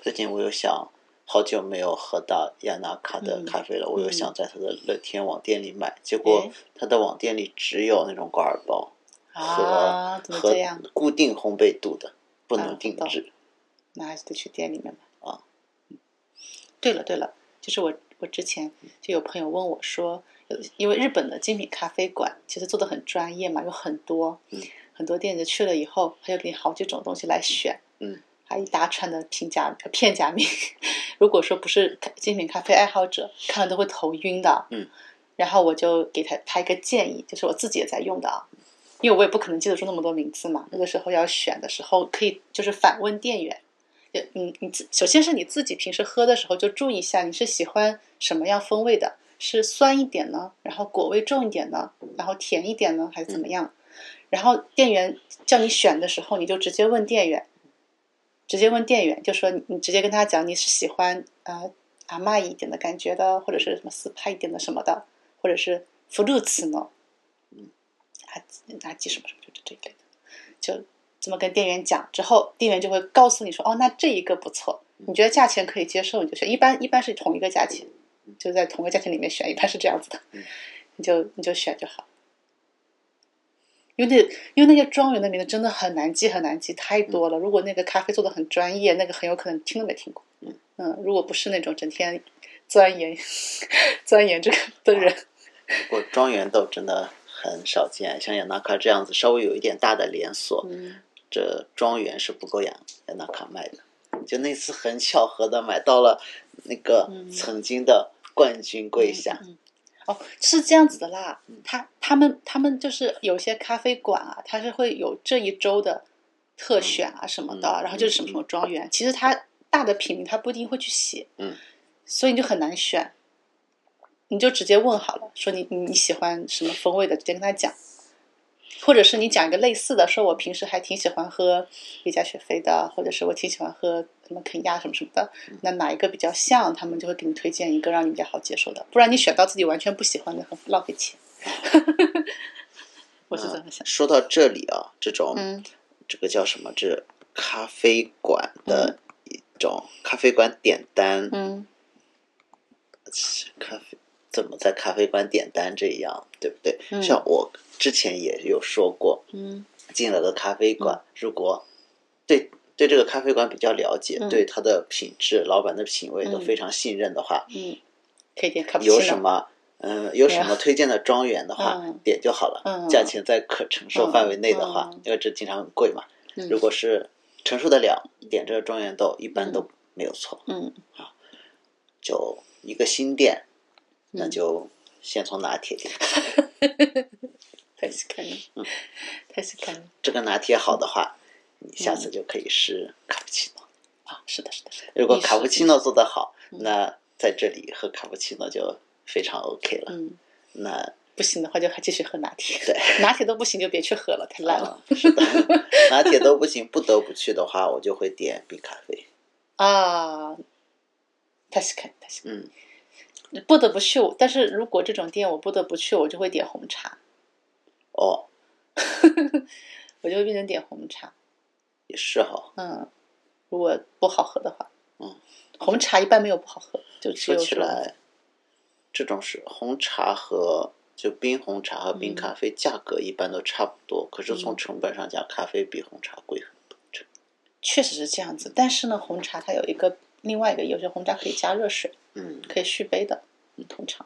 Speaker 1: 最近我又想，好久没有喝到亚纳卡的
Speaker 2: 嗯
Speaker 1: 咖啡了，我又
Speaker 2: 嗯
Speaker 1: 想在他的乐天网店里买，结果
Speaker 2: 哎
Speaker 1: 他的网店里只有那种挂耳包和、
Speaker 2: 啊，怎么
Speaker 1: 和
Speaker 2: 这样？
Speaker 1: 固定烘焙度的，不
Speaker 2: 啊
Speaker 1: 能
Speaker 2: 不
Speaker 1: 定
Speaker 2: 懂
Speaker 1: 制。
Speaker 2: 那还是得去店里面买嗯
Speaker 1: 啊。
Speaker 2: 对了对了，就是我我之前就有朋友问我说，有因为日本的精品咖啡馆其实做的很专业嘛，有很多，
Speaker 1: 嗯
Speaker 2: 很多店就去了以后，他就给你好几种东西来选，
Speaker 1: 嗯，
Speaker 2: 还一大串的平价呃片假名， 如果说不是咖精品咖啡爱好者，看了都会头晕的，
Speaker 1: 嗯。
Speaker 2: 然后我就给他他一个建议，就是我自己也在用的啊，因为我也不可能记得住那么多名字嘛。那个时候要选的时候，可以就是反问店员，就你嗯你自首先是你自己平时喝的时候就注意一下，你是喜欢什么样风味的？是酸一点呢，然后果味重一点呢，然后甜一点呢，还是怎么样？然后店员叫你选的时候，你就直接问店员，直接问店员，就说你你直接跟他讲你是喜欢啊阿玛一点的感觉的，或者是什么丝帕一点的什么的，或者是 fruits 呢，啊啊几什么什么就这这一类的，就这么跟店员讲之后，店员就会告诉你说，哦，那这一个不错，你觉得价钱可以接受，你就选。一般一般是同一个价钱，就在同一个价钱里面选，一般是这样子的，你就你就选就好。因为那因为那些庄园的名字真的很难记，很难记，太多了。如果那个咖啡做的很专业，那个很有可能听都没听过。嗯，如果不是那种整天钻研 钻研这个的人，
Speaker 1: 不过庄园豆真的很少见，像雅纳卡这样子稍微有一点大的连锁，
Speaker 2: 嗯，
Speaker 1: 这庄园是不够雅雅纳卡卖的。就那次很巧合的买到了那个
Speaker 2: 嗯
Speaker 1: 曾经的冠军跪下，
Speaker 2: 嗯嗯哦，是这样子的啦，
Speaker 1: 嗯
Speaker 2: 他他们他们就是有些咖啡馆啊，它是会有这一周的特选啊什么的，
Speaker 1: 嗯
Speaker 2: 然后就是什么什么庄园，其实它大的品名它不一定会去写，
Speaker 1: 嗯，
Speaker 2: 所以你就很难选，你就直接问好了，说你你你喜欢什么风味的，直接跟他讲，或者是你讲一个类似的，说我平时还挺喜欢喝叶加雪菲的，或者是我挺喜欢喝什么肯亚什么什么的，
Speaker 1: 嗯
Speaker 2: 那哪一个比较像，他们就会给你推荐一个让你比较好接受的，不然你选到自己完全不喜欢的，很浪费钱。 嗯我是这么想的，
Speaker 1: 说到这里啊，这种、
Speaker 2: 嗯
Speaker 1: 这个叫什么？这咖啡馆的一种咖啡馆点单，
Speaker 2: 嗯，
Speaker 1: 咖啡怎么在咖啡馆点单这样，对不对？
Speaker 2: 嗯
Speaker 1: 像我之前也有说过，
Speaker 2: 嗯
Speaker 1: 进了个咖啡馆，如果对对这个咖啡馆比较了解，
Speaker 2: 嗯
Speaker 1: 对它的品质、老板的品味都
Speaker 2: 嗯
Speaker 1: 非常信任的话，
Speaker 2: 嗯，可以点卡布奇
Speaker 1: 有什
Speaker 2: 诺，
Speaker 1: 么嗯有什
Speaker 2: 对啊
Speaker 1: 么推荐的庄园的话
Speaker 2: 嗯，
Speaker 1: 点就好了。
Speaker 2: 嗯
Speaker 1: 价钱在可承受范围内的话
Speaker 2: 嗯嗯，
Speaker 1: 因为这经常很贵嘛。
Speaker 2: 嗯
Speaker 1: 如果是承受得了，点这个庄园豆一般都没有错。
Speaker 2: 嗯
Speaker 1: 就一个新店，
Speaker 2: 嗯
Speaker 1: 那就先从拿铁店。
Speaker 2: 太喜欢
Speaker 1: 嗯
Speaker 2: 了，太喜欢了
Speaker 1: 这个拿铁好的话，你下次就可以试卡布奇诺。
Speaker 2: 嗯啊！是的，是的，是的
Speaker 1: 如果
Speaker 2: 意识
Speaker 1: 卡布奇诺做得好，
Speaker 2: 嗯
Speaker 1: 那在这里喝卡布奇诺就非常 OK 了。
Speaker 2: 嗯，
Speaker 1: 那
Speaker 2: 不行的话就还继续喝拿铁，
Speaker 1: 对，
Speaker 2: 拿铁都不行就别去喝了，太烂了
Speaker 1: 啊是的， 拿铁都不行，不得不去的话，我就会点冰咖啡。
Speaker 2: 啊。確かに確か
Speaker 1: 嗯，
Speaker 2: に，不得不去。但是如果这种店我不得不去，我就会点红茶，
Speaker 1: 哦，
Speaker 2: 我就会变成点红茶。
Speaker 1: 也是哈，
Speaker 2: 嗯，如果不好喝的话，
Speaker 1: 嗯，
Speaker 2: 红茶一般没有不好喝，就只
Speaker 1: 说
Speaker 2: 有
Speaker 1: 起
Speaker 2: 说
Speaker 1: 来，这种是红茶和就冰红茶和冰咖啡价格一般都差不多，可是从
Speaker 2: 嗯
Speaker 1: 成本上讲，咖啡比红茶贵很多。这
Speaker 2: 确实是这样子。但是呢，红茶它有一个另外一个优势，红茶可以加热水，
Speaker 1: 嗯，
Speaker 2: 可以续杯的，通常，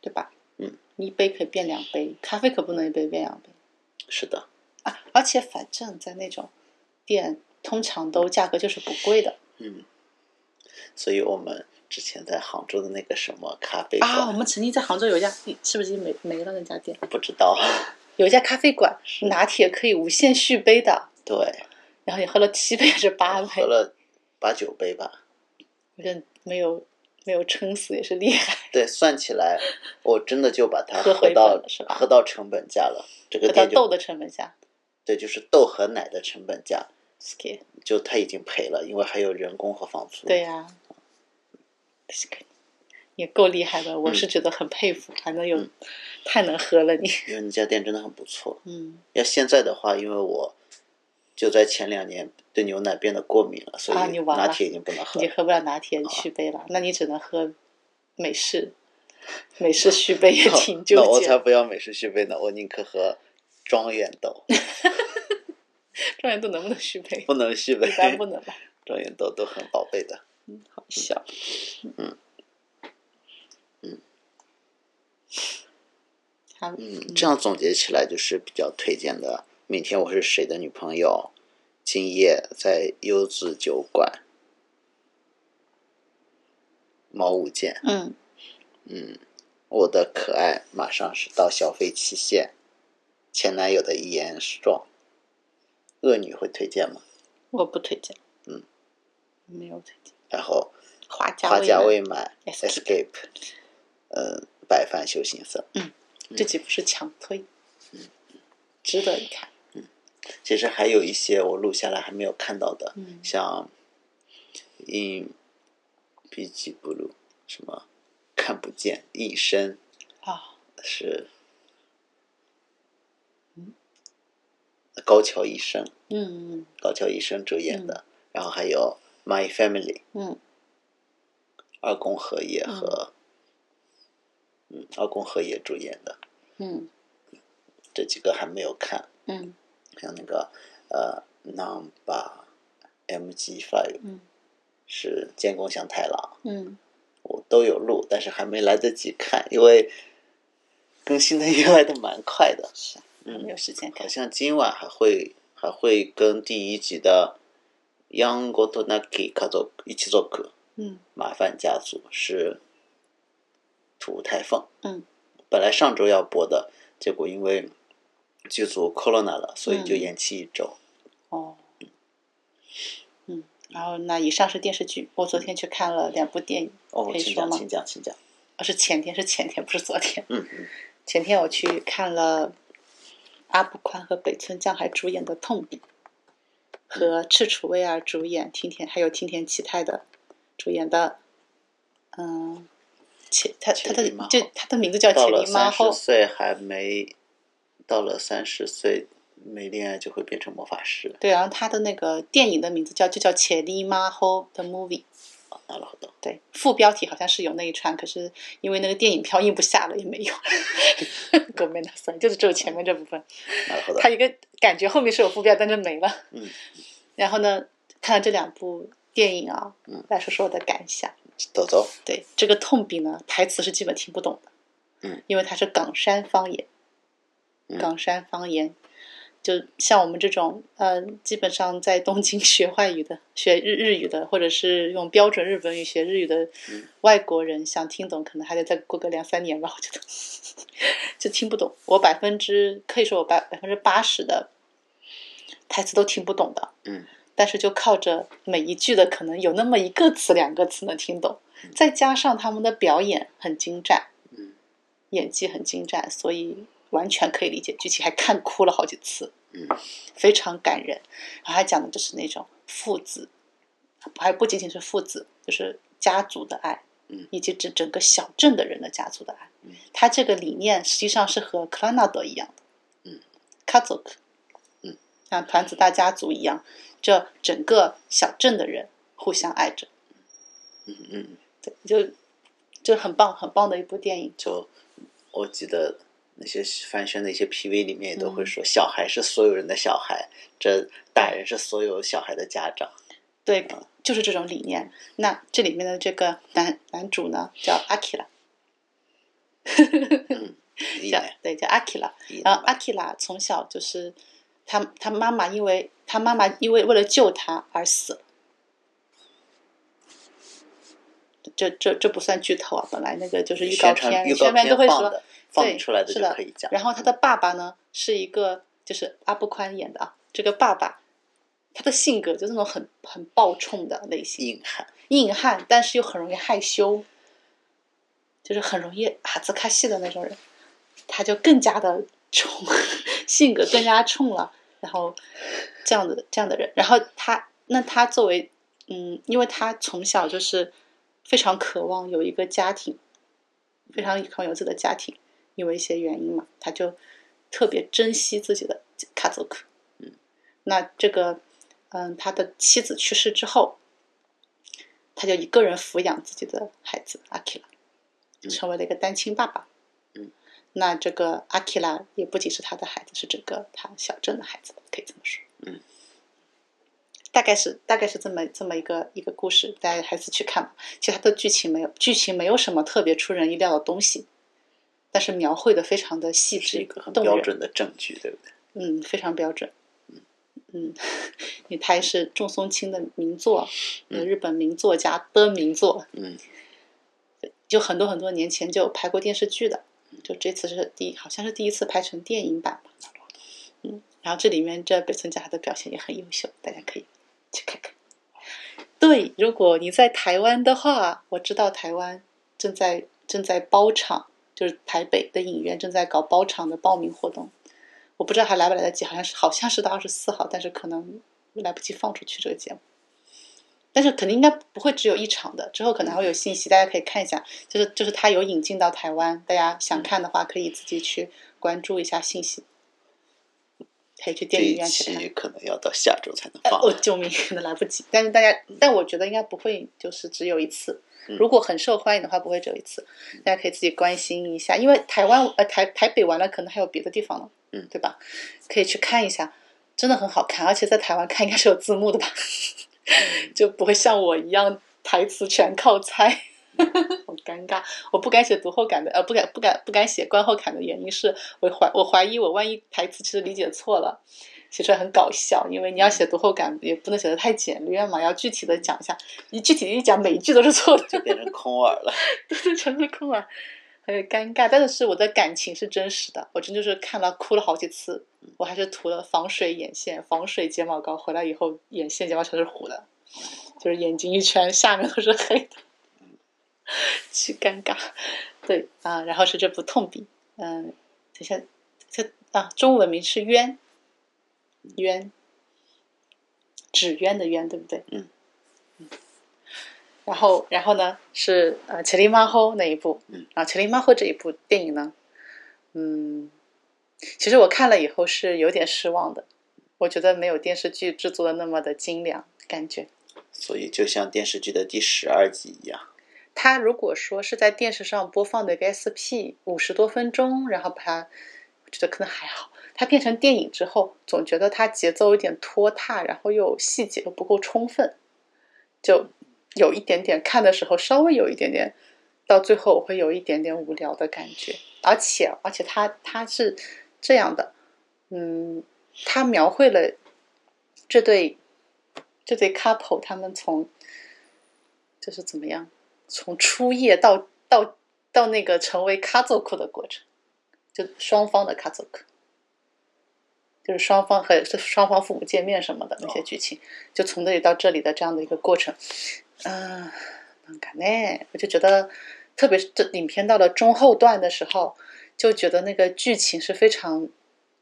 Speaker 2: 对吧？
Speaker 1: 嗯，
Speaker 2: 一杯可以变两杯，咖啡可不能一杯变两杯
Speaker 1: 是的，
Speaker 2: 啊！而且反正在那种店，通常都价格就是不贵的
Speaker 1: 嗯，所以我们之前在杭州的那个什么咖啡
Speaker 2: 啊。我
Speaker 1: 馆，
Speaker 2: 们曾经在杭州有一家，是不是已经没没了那家店？
Speaker 1: 不知道，
Speaker 2: 有一家咖啡馆，拿铁可以无限续杯的，
Speaker 1: 对，
Speaker 2: 然后你喝了七杯还是八杯，
Speaker 1: 喝了八九杯吧。
Speaker 2: 我觉得没有没有撑死也是厉害。
Speaker 1: 对，算起 来，我真的就把它
Speaker 2: 喝回
Speaker 1: 喝到
Speaker 2: 本了是吧
Speaker 1: 喝到成本价了。这个
Speaker 2: 喝到
Speaker 1: 店
Speaker 2: 豆
Speaker 1: 就
Speaker 2: 的成本下
Speaker 1: 对，就是豆和奶的成本价，
Speaker 2: ，skip，
Speaker 1: 就他已经赔了，因为还有人工和房租。
Speaker 2: 对，呀、啊，这个也够厉害的，我是觉得很佩服，还能有、
Speaker 1: 嗯
Speaker 2: 太能喝了你，
Speaker 1: 因为那家店真的很不错。
Speaker 2: 嗯
Speaker 1: 要现在的话，因为我就在前两年对牛奶变得过敏了，所
Speaker 2: 啊
Speaker 1: 以
Speaker 2: 你完
Speaker 1: 拿
Speaker 2: 了
Speaker 1: 铁已经不能喝
Speaker 2: 你
Speaker 1: 了。
Speaker 2: 喝不了拿
Speaker 1: 哦
Speaker 2: 铁续杯了，那你只能喝美式，美式续杯也挺纠
Speaker 1: 哦 那我
Speaker 2: 结
Speaker 1: 才。不要美式续杯呢，我宁可喝庄园豆，
Speaker 2: 状元豆能不能续 杯？
Speaker 1: 不能续杯
Speaker 2: 一。般不能吧，
Speaker 1: 庄园豆都很宝贝的。
Speaker 2: 好笑。
Speaker 1: 嗯
Speaker 2: 好，
Speaker 1: 嗯，这样总结起来就是比较推荐的。明天我是谁的女朋友？今夜在优质酒馆。毛五剑，
Speaker 2: 嗯。
Speaker 1: 嗯，我的可爱马上是到消费期限。前男友的一言爽，恶女会推荐吗？
Speaker 2: 我不推荐。
Speaker 1: 嗯，
Speaker 2: 没有推荐。
Speaker 1: 然后
Speaker 2: 花家
Speaker 1: 花甲未
Speaker 2: 味
Speaker 1: 满
Speaker 2: Escape
Speaker 1: Escape，嗯，白饭修行僧。嗯
Speaker 2: 呢这几部是强推，值得一看。
Speaker 1: 其实还有一些我录下来还没有看到的，
Speaker 2: 嗯
Speaker 1: 像 in b g blue 什么看不见一生
Speaker 2: 啊，
Speaker 1: 是高桥医生，
Speaker 2: 嗯
Speaker 1: 高桥医生主演的，然后还有 My Family
Speaker 2: 嗯
Speaker 1: 二宫和也和嗯二宫和也主演的
Speaker 2: 嗯
Speaker 1: 这几个还没有看，
Speaker 2: 嗯
Speaker 1: 还有那个呃 Number MG Five
Speaker 2: 嗯
Speaker 1: 是监工祥太郎。
Speaker 2: 嗯
Speaker 1: 我都有录，但是还没来得及看，因为更新的越来的蛮快的。
Speaker 2: 是啊，
Speaker 1: 嗯
Speaker 2: 没有时间
Speaker 1: 好
Speaker 2: 看。
Speaker 1: 像今晚还会还会跟第一集的《央国となき家族一族
Speaker 2: 嗯
Speaker 1: 麻烦家族》是土台凤。
Speaker 2: 嗯，
Speaker 1: 本来上周要播的，结果因为剧组 corona 了，所以
Speaker 2: 嗯
Speaker 1: 就延期一周。
Speaker 2: 哦，嗯，然后那以上是电视剧，我昨天去看了两部电影，
Speaker 1: 哦
Speaker 2: 可，以
Speaker 1: 请
Speaker 2: 说
Speaker 1: 讲，
Speaker 2: 吗
Speaker 1: 请？讲，请讲。
Speaker 2: 哦，是前天，是前天，不是昨天。
Speaker 1: 嗯嗯，
Speaker 2: 前天我去看了阿部宽和北村匠海主演的《痛笔》，和
Speaker 1: 嗯
Speaker 2: 赤楚卫二主演听田，还有听田启太的主演的，嗯，前他他
Speaker 1: 铁
Speaker 2: 的
Speaker 1: 梨妈后
Speaker 2: 就他的名字叫
Speaker 1: 到
Speaker 2: 铁
Speaker 1: 了
Speaker 2: 梨妈
Speaker 1: 三
Speaker 2: 后
Speaker 1: 十，岁还没，到了三十岁没恋爱就会变成魔法师。
Speaker 2: 对，然后他的那个电影的名字叫就叫《铁梨妈后的 movie》。
Speaker 1: なるほど。
Speaker 2: 对，副标题好像是有那一串，可是因为那个电影票印不下了，也没 有。狗没拿算，就是只有前面这部分。
Speaker 1: なるほど
Speaker 2: 它。一个感觉后面是有副标，但是没了。
Speaker 1: 嗯。
Speaker 2: 然后呢，看了这两部电影啊，
Speaker 1: 嗯
Speaker 2: 来说说我的感想。
Speaker 1: どうぞ。
Speaker 2: 对这个痛笔呢，台词是基本听不懂的。
Speaker 1: 嗯。
Speaker 2: 因为它是冈山方言，
Speaker 1: 嗯
Speaker 2: 冈山方言，就像我们这种呃，基本上在东京 学外语的、学日日语的，或者是用标准日本语学日语的
Speaker 1: 嗯
Speaker 2: 外国人，想听懂可能还得再过个两三年吧，我觉得 就听不懂。我百分之可以说我百百分之八十的台词都听不懂的。
Speaker 1: 嗯
Speaker 2: 但是就靠着每一句的可能有那么一个词、两个词能听懂，再加上他们的表演很精湛，
Speaker 1: 嗯，
Speaker 2: 演技很精湛，所以完全可以理解剧情，还看哭了好几次，
Speaker 1: 嗯，
Speaker 2: 非常感人。然后还讲的就是那种父子，还不仅仅是父子，就是家族的爱，
Speaker 1: 嗯，
Speaker 2: 以及整整个小镇的人的家族的爱。
Speaker 1: 嗯，
Speaker 2: 他这个理念实际上是和克拉纳德一样的，
Speaker 1: 嗯，
Speaker 2: 家族，
Speaker 1: 嗯，
Speaker 2: 像团子大家族一样，这整个小镇的人互相爱着。
Speaker 1: 嗯嗯。
Speaker 2: 对，就就很棒很棒的一部电影。
Speaker 1: 就我记得那些翻宣的一些 PV 里面也都会
Speaker 2: 嗯
Speaker 1: 说，小孩是所有人的小孩，这大人是所有小孩的家长。
Speaker 2: 对，就是这种理念。那这里面的这个男男主呢，叫阿基拉，
Speaker 1: 一
Speaker 2: 叫
Speaker 1: 男
Speaker 2: 对叫阿基拉。
Speaker 1: 一
Speaker 2: 然后
Speaker 1: 男
Speaker 2: 阿基拉从小就是他他妈妈，因为他妈妈因为为了救他而死了。这这这不算剧透啊！本来那个就是预告
Speaker 1: 宣传
Speaker 2: 片，
Speaker 1: 预告
Speaker 2: 片都会
Speaker 1: 放
Speaker 2: 说
Speaker 1: 的，放
Speaker 2: 对
Speaker 1: 出来的
Speaker 2: 是
Speaker 1: 就
Speaker 2: 的
Speaker 1: 可以讲。
Speaker 2: 然后他的爸爸呢，是一个就是阿布宽演的啊，这个爸爸，他的性格就是那种很很暴冲的类型，
Speaker 1: 硬汉，
Speaker 2: 硬汉，但是又很容易害羞，就是很容易哈兹卡西的那种人，他就更加的冲，性格更加冲了。然后这样的这样的人，然后他那他作为嗯，因为他从小就是非常渴望有一个家庭，非常渴望有自己的家庭，因为一些原因嘛，他就特别珍惜自己的卡族克。
Speaker 1: 嗯，
Speaker 2: 那这个嗯，他的妻子去世之后，他就一个人抚养自己的孩子阿基拉，
Speaker 1: 嗯
Speaker 2: 成为了一个单亲爸爸。
Speaker 1: 嗯，
Speaker 2: 那这个阿基拉也不仅是他的孩子，是整个他小镇的孩子，可以这么说。
Speaker 1: 嗯，
Speaker 2: 大概是大概是这么这么一个一个故事，大家还是去看吧。其实它的剧情没有剧情没有什么特别出人意料的东西，但是描绘的非常的细
Speaker 1: 是一
Speaker 2: 致
Speaker 1: 个很，
Speaker 2: 动
Speaker 1: 标
Speaker 2: 人。
Speaker 1: 准的证据，对不对？
Speaker 2: 嗯，非常标准。嗯， 因为他也是仲松青的名作，呃
Speaker 1: 嗯
Speaker 2: 日本名作家的名作，
Speaker 1: 嗯
Speaker 2: 就很多很多年前就有拍过电视剧的，就这次是第好像是第一次拍成电影版吧。嗯，然后这里面这北村家的表现也很优秀，大家可以去看看。对，如果你在台湾的话，我知道台湾正在正在包场，就是台北的影院正在搞包场的报名活动，我不知道还来不来得及，好像是好像是到二十四号，但是可能来不及放出去这个节目。但是肯定应该不会只有一场的，之后可能还会有信息，大家可以看一下。就是就是它有引进到台湾，大家想看的话可以自己去关注一下信息，可以
Speaker 1: 这
Speaker 2: 去电影
Speaker 1: 一
Speaker 2: 院去看。
Speaker 1: 期可能要到下周才能
Speaker 2: 哎
Speaker 1: 放。
Speaker 2: 哦，救命，可能来不及。但是大家，但我觉得应该不会，就是只有一次。
Speaker 1: 嗯
Speaker 2: 如果很受欢迎的话，不会只有一次。大家可以自己关心一下，因为台湾呃台台北完了，可能还有别的地方了，
Speaker 1: 嗯
Speaker 2: 对吧？可以去看一下，真的很好看，而且在台湾看应该是有字幕的吧，就不会像我一样台词全靠猜，嗯 好尴尬。我不敢写读后感的，呃，不敢不敢不敢写观后感的原因是我怀我怀疑我万一台词其实理解错了。写出来很搞笑，因为你要写读后感，也不能写的太简略嘛，要具体的讲一下。你具体一讲，每一句都是错的，
Speaker 1: 就变成空耳了，
Speaker 2: 就是 全是空啊，很尴尬。但是我的感情是真实的，我真就是看了哭了好几次。我还是涂了防水眼线、防水睫毛膏，回来以后眼线、睫毛全是糊的，就是眼睛一圈下面都是黑的， 巨尴尬。对啊，然后是这部痛笔，嗯，等一下，这啊，中文名是冤，冤，纸鸢的鸢，对不对？
Speaker 1: 嗯
Speaker 2: 嗯。然后，然后呢是呃《千里马后》那一部，啊
Speaker 1: 嗯，
Speaker 2: 然后《千里马后》这一部电影呢，嗯，其实我看了以后是有点失望的，我觉得没有电视剧制作的那么的精良，感觉。
Speaker 1: 所以就像电视剧的第十二集一样，
Speaker 2: 它如果说是在电视上播放的一个 SP 五十多分钟，然后把它，我觉得可能还好。它变成电影之后，总觉得它节奏有点拖沓，然后又细节又不够充分，就有一点点看的时候稍微有一点点，到最后我会有一点点无聊的感觉。而且而且它它是这样的，嗯，它描绘了这对这对 couple 他们从就是怎么样。从初夜到到到那个成为家族的过程，就双方的家族，就是双方和双方父母见面什么的那些剧情，就从这里到这里的这样的一个过程。嗯、なんかね，我就觉得，特别是这影片到了中后段的时候，就觉得那个剧情是非常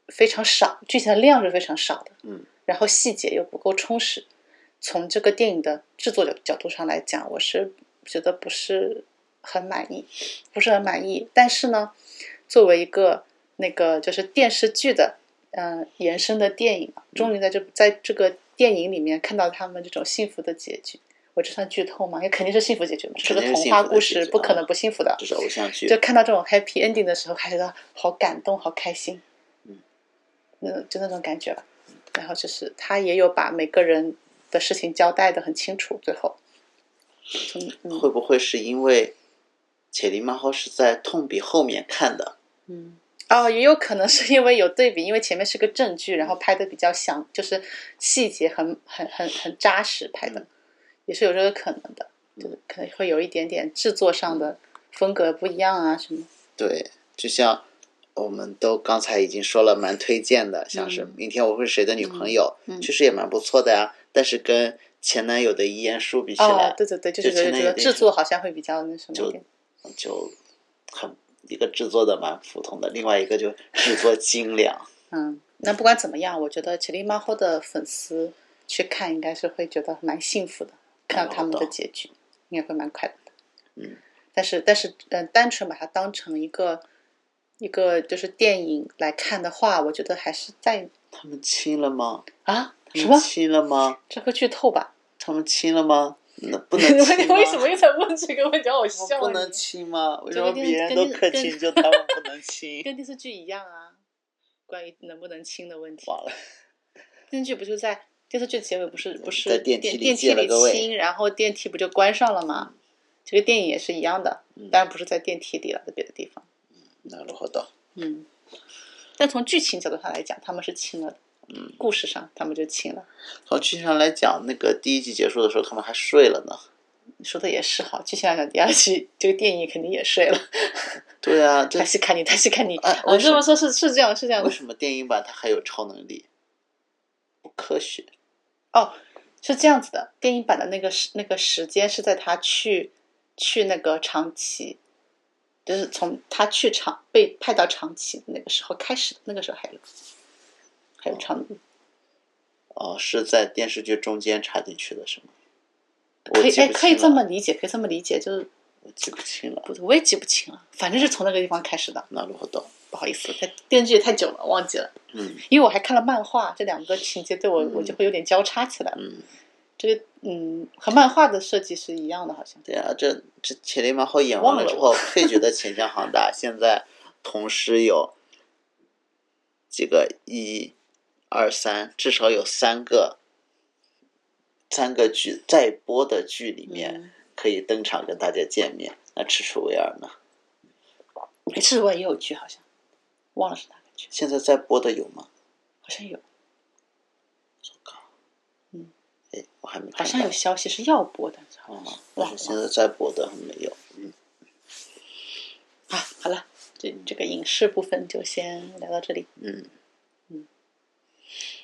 Speaker 2: 非常少，剧情的量是非常少的，
Speaker 1: 嗯，
Speaker 2: 然后细节又不够充实。从这个电影的制作角角度上来讲，我是觉得不是很满意，不是很满意。但是呢，作为一个那个就是电视剧的呃延伸的电影啊，终于在这在这个电影里面看到他们这种幸福的结局。我这算剧透吗？也肯定是幸福结局嘛，这
Speaker 1: 肯
Speaker 2: 个
Speaker 1: 定是
Speaker 2: 童
Speaker 1: 幸
Speaker 2: 话
Speaker 1: 福的
Speaker 2: 故
Speaker 1: 结
Speaker 2: 事
Speaker 1: 局
Speaker 2: 不可
Speaker 1: 啊
Speaker 2: 能不幸福的。
Speaker 1: 这是偶像剧，
Speaker 2: 就看到这种 happy ending 的时候，还觉得好感动，好开心，
Speaker 1: 嗯，
Speaker 2: 嗯，就那种感觉吧。然后就是他也有把每个人的事情交代的很清楚，最后，嗯嗯
Speaker 1: 会不会是因为铁梨漫后是在痛笔后面看的？
Speaker 2: 嗯，哦，也有可能是因为有对比，因为前面是个正剧，然后拍的比较详，就是细节很很很很扎实拍
Speaker 1: 嗯
Speaker 2: 的，也是有这个可能的，就是可能会有一点点制作
Speaker 1: 嗯
Speaker 2: 上的风格不一样啊什么，
Speaker 1: 对，就像我们都刚才已经说了，蛮推荐的，像是《
Speaker 2: 嗯
Speaker 1: 明天我会是谁的女朋友》
Speaker 2: 嗯嗯
Speaker 1: 确实也蛮不错的呀、但是跟前男友的遗言书比起来，
Speaker 2: 哦，对对对，就是
Speaker 1: 就
Speaker 2: 觉
Speaker 1: 前
Speaker 2: 得
Speaker 1: 面
Speaker 2: 觉得
Speaker 1: 有点
Speaker 2: 制作好像会比较那什么一
Speaker 1: 就
Speaker 2: 点。
Speaker 1: 就很一个制作的蛮普通的，另外一个就制作精良。
Speaker 2: 嗯，那不管怎么样，我觉得《麒麟猫后》的粉丝去看，应该是会觉得蛮幸福的，看到他们的结局，应该会蛮快乐的。
Speaker 1: 嗯，
Speaker 2: 但是但是，嗯、单纯把它当成一个一个就是电影来看的话，我觉得还是在
Speaker 1: 他们亲了吗？
Speaker 2: 啊
Speaker 1: 他
Speaker 2: 什
Speaker 1: 们
Speaker 2: 么
Speaker 1: 亲了吗？
Speaker 2: 这会剧透吧？
Speaker 1: 他们亲了吗？那不
Speaker 2: 你
Speaker 1: 能亲吗？
Speaker 2: 为什么又在问这个问题？好笑、啊
Speaker 1: 不能
Speaker 2: 你
Speaker 1: 亲吗？为什
Speaker 2: 就
Speaker 1: 么
Speaker 2: 跟电
Speaker 1: 别人
Speaker 2: 跟
Speaker 1: 都
Speaker 2: 电
Speaker 1: 可
Speaker 2: 跟
Speaker 1: 亲，就他们不能亲？
Speaker 2: 跟电视剧一样啊，关于能不能亲的问题。
Speaker 1: 忘了，
Speaker 2: 电视剧不就在电视剧结尾不是不是
Speaker 1: 在电梯
Speaker 2: 电
Speaker 1: 里
Speaker 2: 电
Speaker 1: 借
Speaker 2: 梯
Speaker 1: 了
Speaker 2: 里
Speaker 1: 个位
Speaker 2: 亲，然后电梯不就关上了吗？这个电影也是一样的，
Speaker 1: 嗯
Speaker 2: 当然不是在电梯里了，在别的地方。
Speaker 1: なるほど。
Speaker 2: 嗯，但从剧情角度上来讲，他们是亲了的。嗯，故事上他们就亲了。
Speaker 1: 从剧情上来讲，那个第一集结束的时候，他们还睡了呢。
Speaker 2: 你说的也是哈，剧情来讲，第二集这个电影肯定也睡了。
Speaker 1: 对啊， 这
Speaker 2: 他是看你，他是看你。
Speaker 1: 哎
Speaker 2: 我
Speaker 1: 为什
Speaker 2: 这
Speaker 1: 么
Speaker 2: 么说是是这样是这样
Speaker 1: 为
Speaker 2: 的
Speaker 1: 什么电影版它还有超能力？不科学。
Speaker 2: 哦，是这样子的，电影版的那个时那个时间是在他去去那个长崎，就是从他去长被派到长崎的那个时候开始的，那个时候还有还有长，
Speaker 1: 哦，是在电视剧中间插进去的，是吗？
Speaker 2: 可
Speaker 1: 我
Speaker 2: 以
Speaker 1: 记
Speaker 2: 哎，
Speaker 1: 不
Speaker 2: 可以
Speaker 1: 清
Speaker 2: 这
Speaker 1: 了，
Speaker 2: 么理解，可以这么理解，就是
Speaker 1: 我记不清了。
Speaker 2: 不我也记不清了，反正是从那个地方开始的，
Speaker 1: なるほど。
Speaker 2: 不好意思，太电视剧也太久了，忘记了，
Speaker 1: 嗯
Speaker 2: 因为我还看了漫画，这两个情节对我、
Speaker 1: 嗯
Speaker 2: 我就会有点交叉起来了，
Speaker 1: 嗯，
Speaker 2: 这个嗯和漫画的设计是一样的，好像。
Speaker 1: 对啊，这这铁梨麻后演完了之 后，配角的浅香航大现在同时有这个一、二、三，至少有三个三个剧在播的剧里面。
Speaker 2: 嗯
Speaker 1: 可以登场跟大家见面。那赤楚卫二呢？
Speaker 2: 赤我也有剧，好像忘了是哪个剧，
Speaker 1: 现在在播的有吗？
Speaker 2: 好像有，
Speaker 1: 哎，我还没看
Speaker 2: 好
Speaker 1: 到。
Speaker 2: 像有消息是要播的，好
Speaker 1: 啊
Speaker 2: 像是，
Speaker 1: 但
Speaker 2: 忘
Speaker 1: 是
Speaker 2: 了
Speaker 1: 现在在播的还没有。嗯，
Speaker 2: 啊。好了，这这个影视部分就先聊到这里，
Speaker 1: 嗯，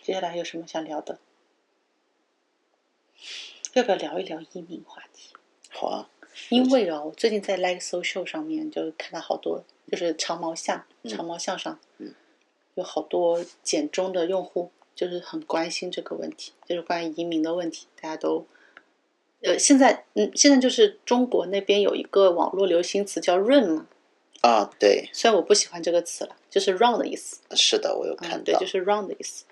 Speaker 2: 接下来还有什么想聊的？要不要聊一聊移民话题？
Speaker 1: 好啊。
Speaker 2: 因为哦，我最近在 Like Social 上面就看到好多，就是长毛象，长毛象上，
Speaker 1: 嗯
Speaker 2: 有好多简中的用户，就是很关心这个问题，就是关于移民的问题，大家都，呃，现在，嗯，现在就是中国那边有一个网络流行词叫润嘛，
Speaker 1: 啊，对，
Speaker 2: 虽然我不喜欢这个词了，就是 run 的意思，
Speaker 1: 是的，我有
Speaker 2: 嗯，
Speaker 1: 看
Speaker 2: 对，
Speaker 1: 到。哦
Speaker 2: 就是 run 的意思，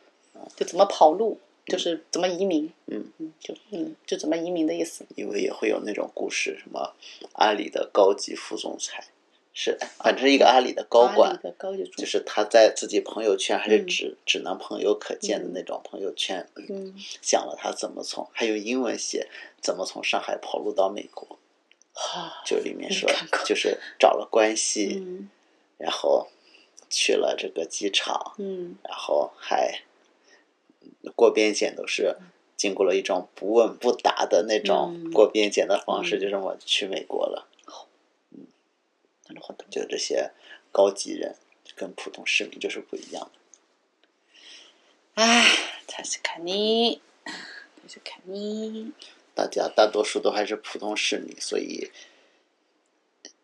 Speaker 2: 就怎么跑路，就是怎么移民，
Speaker 1: 嗯
Speaker 2: 嗯，就嗯就怎么移民的意思，
Speaker 1: 因为也会有那种故事，什么阿里的高级副总裁，是反正一个阿里的高
Speaker 2: 阿里
Speaker 1: 管，
Speaker 2: 的高级主
Speaker 1: 就是他在自己朋友圈还是
Speaker 2: 嗯
Speaker 1: 只只能朋友可见的那种朋友圈，
Speaker 2: 嗯。
Speaker 1: 讲了他怎么从，还有英文写怎么从上海跑路到美国，
Speaker 2: 哈
Speaker 1: 就里面
Speaker 2: 没
Speaker 1: 说
Speaker 2: 看过
Speaker 1: 就是找了关系，
Speaker 2: 嗯
Speaker 1: 然后去了这个机场，
Speaker 2: 嗯
Speaker 1: 然后还过边检都是经过了一种不问不答的那种
Speaker 2: 嗯
Speaker 1: 过边检的方式，
Speaker 2: 嗯
Speaker 1: 就这么去美国了。嗯
Speaker 2: なるほど。
Speaker 1: 就这些高级人跟普通市民就是不一样的。
Speaker 2: 唉，確かに、確かに。
Speaker 1: 大家大多数都还是普通市民，所以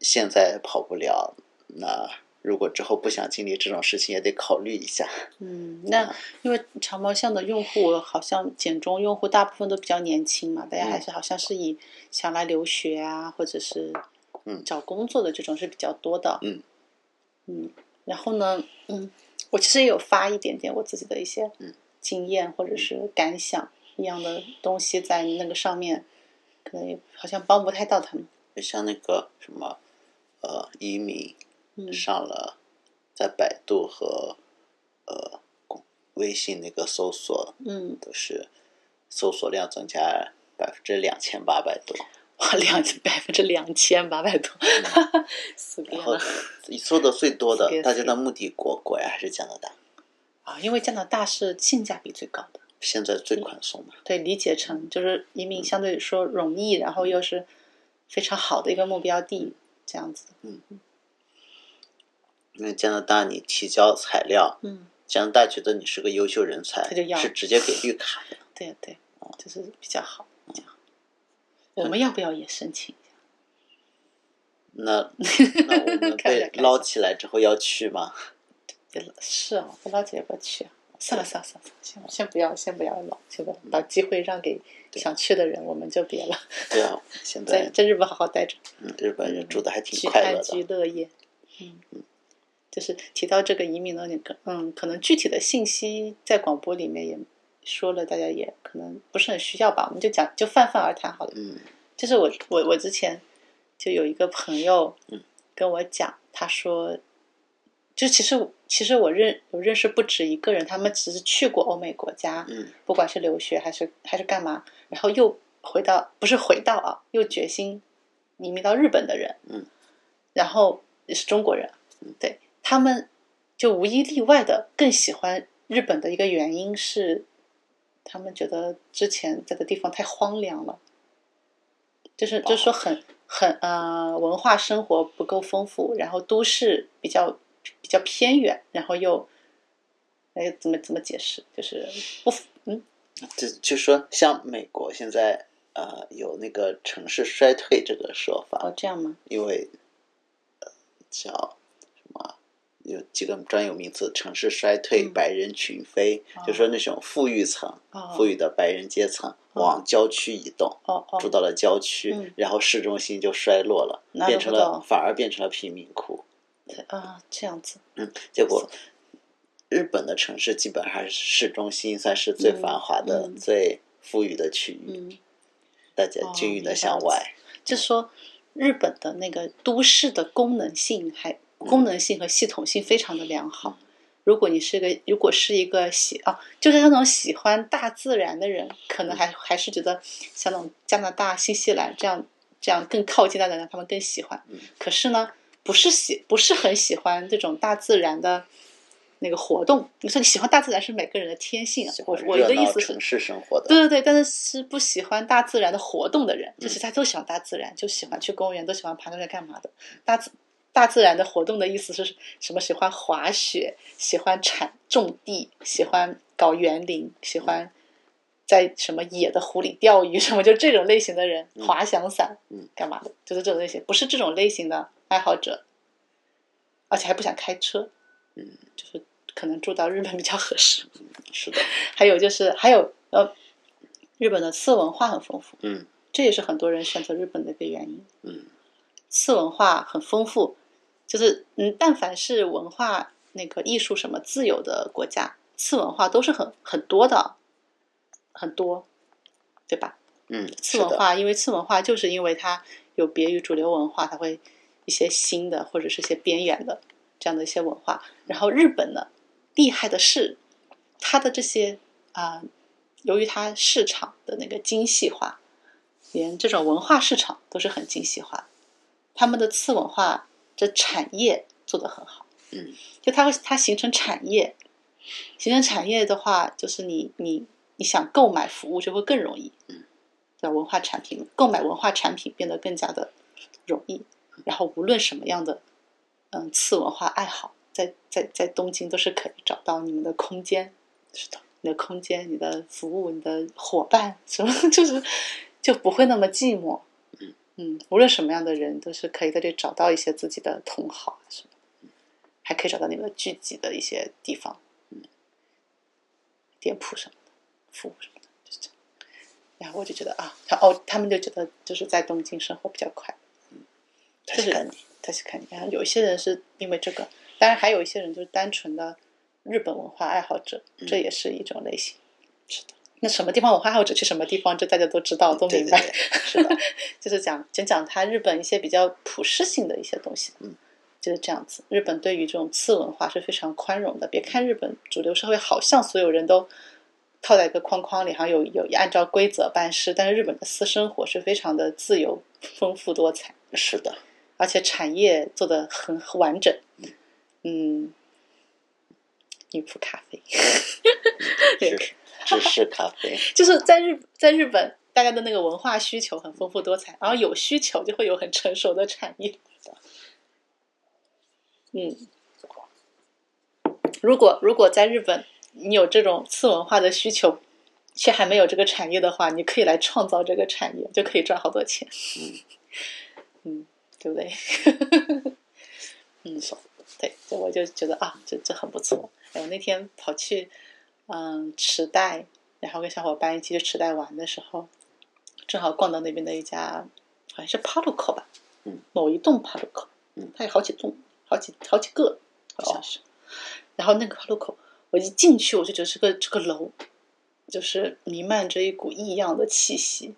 Speaker 1: 现在跑不了。那如果之后不想经历这种事情，也得考虑一下。
Speaker 2: 嗯，那因为长毛象的用户好像简中用户大部分都比较年轻嘛，大家还是好像是以想来留学啊，或者是
Speaker 1: 嗯
Speaker 2: 找工作的这种是比较多的。
Speaker 1: 嗯
Speaker 2: 嗯，然后呢，嗯，我其实也有发一点点我自己的一些
Speaker 1: 嗯
Speaker 2: 经验或者是感想一样的东西在那个上面，可能也好像帮不太到他们。
Speaker 1: 就像那个什么，呃，移民
Speaker 2: 嗯
Speaker 1: 上了，在百度和呃公微信那个搜索
Speaker 2: 嗯，
Speaker 1: 都是搜索量增加百分之两千八百多，
Speaker 2: 哇， 两百分之两千八百多，嗯 死
Speaker 1: 然
Speaker 2: 变
Speaker 1: 后
Speaker 2: 了
Speaker 1: 搜的最多的
Speaker 2: Yes，
Speaker 1: 大家的目的国果然还是加拿大，
Speaker 2: 啊！因为加拿大是性价比最高的。
Speaker 1: 现在
Speaker 2: 嗯
Speaker 1: 最宽松嘛。
Speaker 2: 对，理解成就是移民相对说容易，然后又是非常好的一个目标地，这样子。
Speaker 1: 因为加拿大你提交材料，
Speaker 2: 嗯，
Speaker 1: 加拿大觉得你是个优秀人才
Speaker 2: 他就，要
Speaker 1: 是直接给绿卡的。
Speaker 2: 对呀对，嗯就是比较好，比较好。我们要不要也申请一下？
Speaker 1: 那那我们
Speaker 2: 开玩笑
Speaker 1: 被捞起来之后要去吗？
Speaker 2: 也是哦，不捞姐要不要去啊？算了算了算了，先先不要，先不要捞，先不要把机会让给
Speaker 1: 对
Speaker 2: 想去的人，我们就别了，
Speaker 1: 对啊，现
Speaker 2: 在
Speaker 1: 在
Speaker 2: 在日本好好待着。
Speaker 1: 嗯日本人住的还
Speaker 2: 居
Speaker 1: 挺快
Speaker 2: 安
Speaker 1: 乐
Speaker 2: 居
Speaker 1: 的。
Speaker 2: 乐业。嗯，就是提到这个移民的那个，嗯，可能具体的信息在广播里面也说了，大家也可能不是很需要吧，我们就讲就泛泛而谈好了。
Speaker 1: 嗯
Speaker 2: 就是我我我之前就有一个朋友
Speaker 1: 嗯
Speaker 2: 跟我讲，他说，就其实其实我认我认识不止一个人，他们只是去过欧美国家，
Speaker 1: 嗯
Speaker 2: 不管是留学还是还是干嘛，然后又回到不是回到啊，又决心移民到日本的人，
Speaker 1: 嗯，
Speaker 2: 然后也是中国人，
Speaker 1: 嗯
Speaker 2: 对他们就无一例外的更喜欢日本的一个原因是，他们觉得之前这个地方太荒凉了，就是就是说很很呃文化生活不够丰富，然后都市比较比较偏远，然后又。哎，怎么怎么解释？就是不符，嗯，
Speaker 1: 就就说像美国现在呃有那个城市衰退这个说法，
Speaker 2: 哦，这样吗？
Speaker 1: 因为呃叫什么啊有几个专有名词，城市衰退、
Speaker 2: 嗯
Speaker 1: 白人群飞，就说那种富裕层、
Speaker 2: 哦，
Speaker 1: 富裕的白人阶层往郊区移动。
Speaker 2: 哦
Speaker 1: 住
Speaker 2: 哦，
Speaker 1: 到了郊区，
Speaker 2: 嗯
Speaker 1: 然后市中心就衰落了，
Speaker 2: なるほど
Speaker 1: 变成了反而变成了贫民窟。
Speaker 2: 啊，这样子，
Speaker 1: 嗯，结果日本的城市基本还是市中心算是最繁华的、
Speaker 2: 嗯嗯
Speaker 1: 最富裕的区域，
Speaker 2: 嗯，
Speaker 1: 大家
Speaker 2: 哦
Speaker 1: 均匀的
Speaker 2: 明白
Speaker 1: 向
Speaker 2: 了
Speaker 1: 外。
Speaker 2: 就说日本的那个都市的功能性
Speaker 1: 嗯
Speaker 2: 还功能性和系统性非常的良好。如果你是个，如果是一个喜啊，就是那种喜欢大自然的人，可能还
Speaker 1: 嗯
Speaker 2: 还是觉得像那种加拿大、新西兰这样这样更靠近大自然，他们更喜欢
Speaker 1: 嗯。
Speaker 2: 可是呢，不是喜不是很喜欢这种大自然的那个活动。你说你喜欢大自然是每个人的天性啊
Speaker 1: 喜，欢
Speaker 2: 我我的
Speaker 1: 热
Speaker 2: 意
Speaker 1: 闹
Speaker 2: 思是
Speaker 1: 城，市生活的，
Speaker 2: 对对对，但是是不喜欢大自然的活动的人，
Speaker 1: 嗯
Speaker 2: 就是他都喜欢大自然，就喜欢去公园，都喜欢爬山干嘛的。大自大自然的活动的意思是什么？喜欢滑雪，喜欢铲种地，喜欢搞园林，喜欢在什么野的湖里钓鱼，什么就这种类型的人，
Speaker 1: 嗯
Speaker 2: 滑翔伞，
Speaker 1: 嗯，
Speaker 2: 干嘛的？就是这种类型，不是这种类型的爱好者，而且还不想开车，
Speaker 1: 嗯，
Speaker 2: 就是可能住到日本比较合适。
Speaker 1: 是的，
Speaker 2: 还有就是还有呃，日本的次文化很丰富，
Speaker 1: 嗯
Speaker 2: 这也是很多人选择日本的一个原因。
Speaker 1: 嗯
Speaker 2: 次文化很丰富，就是嗯，但凡是文化那个艺术什么自由的国家，次文化都是很很多的，很多，对吧？
Speaker 1: 嗯，是
Speaker 2: 次文
Speaker 1: 的，
Speaker 2: 化，因为次文化就是因为它有别于主流文化，它会一些新的或者是一些边缘的这样的一些文化。然后日本呢，厉害的是它的这些啊、由于它市场的那个精细化，连这种文化市场都是很精细化的。他们的次文化的产业做得很好，
Speaker 1: 嗯，
Speaker 2: 就它会它形成产业，形成产业的话，就是你你你想购买服务就会更容易，的文化产品，购买文化产品变得更加的容易。然后无论什么样的嗯次文化爱好，在在在东京都是可以找到你们的空间，
Speaker 1: 是的，
Speaker 2: 你的空间、你的服务、你的伙伴，什么 就是就不会那么寂寞。嗯，无论什么样的人，都是可以在这找到一些自己的同好什么的，还可以找到你们聚集的一些地方，嗯，店铺什么的，服务什么的，就是这样。然后我就觉得啊，他哦，他们就觉得就是在东京生活比较快，
Speaker 1: 他
Speaker 2: 就是是
Speaker 1: 看你，
Speaker 2: 他是看你。然后有一些人是因为这个，当然还有一些人就是单纯的日本文化爱好者，这也是一种类型。
Speaker 1: 是的，
Speaker 2: 那什么地方文化爱好者去什么地方，这大家都知道，都
Speaker 1: 对
Speaker 2: 明
Speaker 1: 对
Speaker 2: 白。
Speaker 1: 对，是的，
Speaker 2: 就是讲讲讲他日本一些比较普适性的一些东西，
Speaker 1: 嗯，
Speaker 2: 就是这样子。日本对于这种次文化是非常宽容的。别看日本主流社会好像所有人都套在一个框框里，好像有有按照规则办事，但是日本的私生活是非常的自由、丰富多彩，
Speaker 1: 是 的，
Speaker 2: 而且产业做的很很完整。嗯，女仆咖啡也可以
Speaker 1: 是芝士咖 啡，
Speaker 2: 就是在日在日本，大家的那个文化需求很丰富多彩，然后有需求就会有很成熟的产业。嗯，如果如果在日本你有这种次文化的需求，却还没有这个产业的话，你可以来创造这个产业，就可以赚好多钱。嗯，对不 对？嗯，对，所以我就觉得啊，这这很不错。哎，我那天跑去嗯池袋，然后跟小伙伴一起去池袋玩的时候，正好逛到那边的一家，好像是 Paluco 吧，
Speaker 1: 嗯，
Speaker 2: 某一栋 Paluco，
Speaker 1: 嗯
Speaker 2: 它有好几栋，好几好几个，好像是。然后那个 Paluco，我一进去我就觉得这个这个楼就是弥漫着一股异样的气息，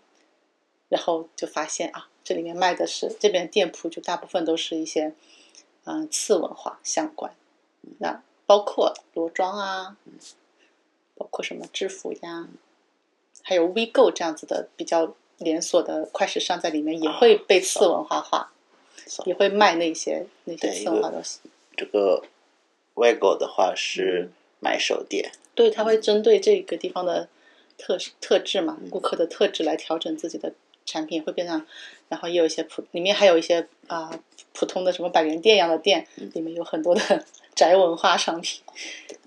Speaker 2: 然后就发现啊，这里面卖的是这边店铺就大部分都是一些嗯、呃次文化相关，那包括裸妆啊，包括什么制服呀，还有 WeGo 这样子的比较连锁的快时尚在里面也会被次文化化，
Speaker 1: 扫
Speaker 2: 也会卖那些那些
Speaker 1: 对一
Speaker 2: 次
Speaker 1: 个
Speaker 2: 文化东西。
Speaker 1: 这个外国的话是
Speaker 2: 嗯
Speaker 1: 买手店，
Speaker 2: 对，他会针对这个地方的特特质嘛，
Speaker 1: 嗯
Speaker 2: 顾客的特质来调整自己的产品，会变成，然后也有一些普，里面还有一些啊、普通的什么百元店一样的店，
Speaker 1: 嗯
Speaker 2: 里面有很多的 宅文化商品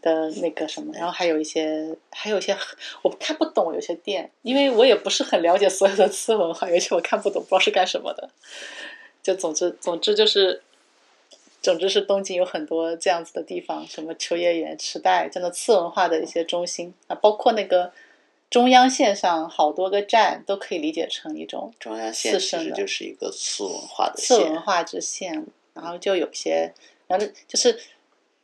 Speaker 2: 的那个什么，然后还有一些，还有一些我看不懂有些店，因为我也不是很了解所有的次文化，有些我看不懂，不知道是干什么的。就总之，总之就是，总之是东京有很多这样子的地方，什么秋叶原、池袋，真的次文化的一些中心啊，包括那个中央线上好多个站都可以理解成一种
Speaker 1: 中央线
Speaker 2: 刺
Speaker 1: 其
Speaker 2: 身
Speaker 1: 实
Speaker 2: 的
Speaker 1: 就是一个次文化的
Speaker 2: 次文
Speaker 1: 线，
Speaker 2: 化之线，然后就有些，然后就是，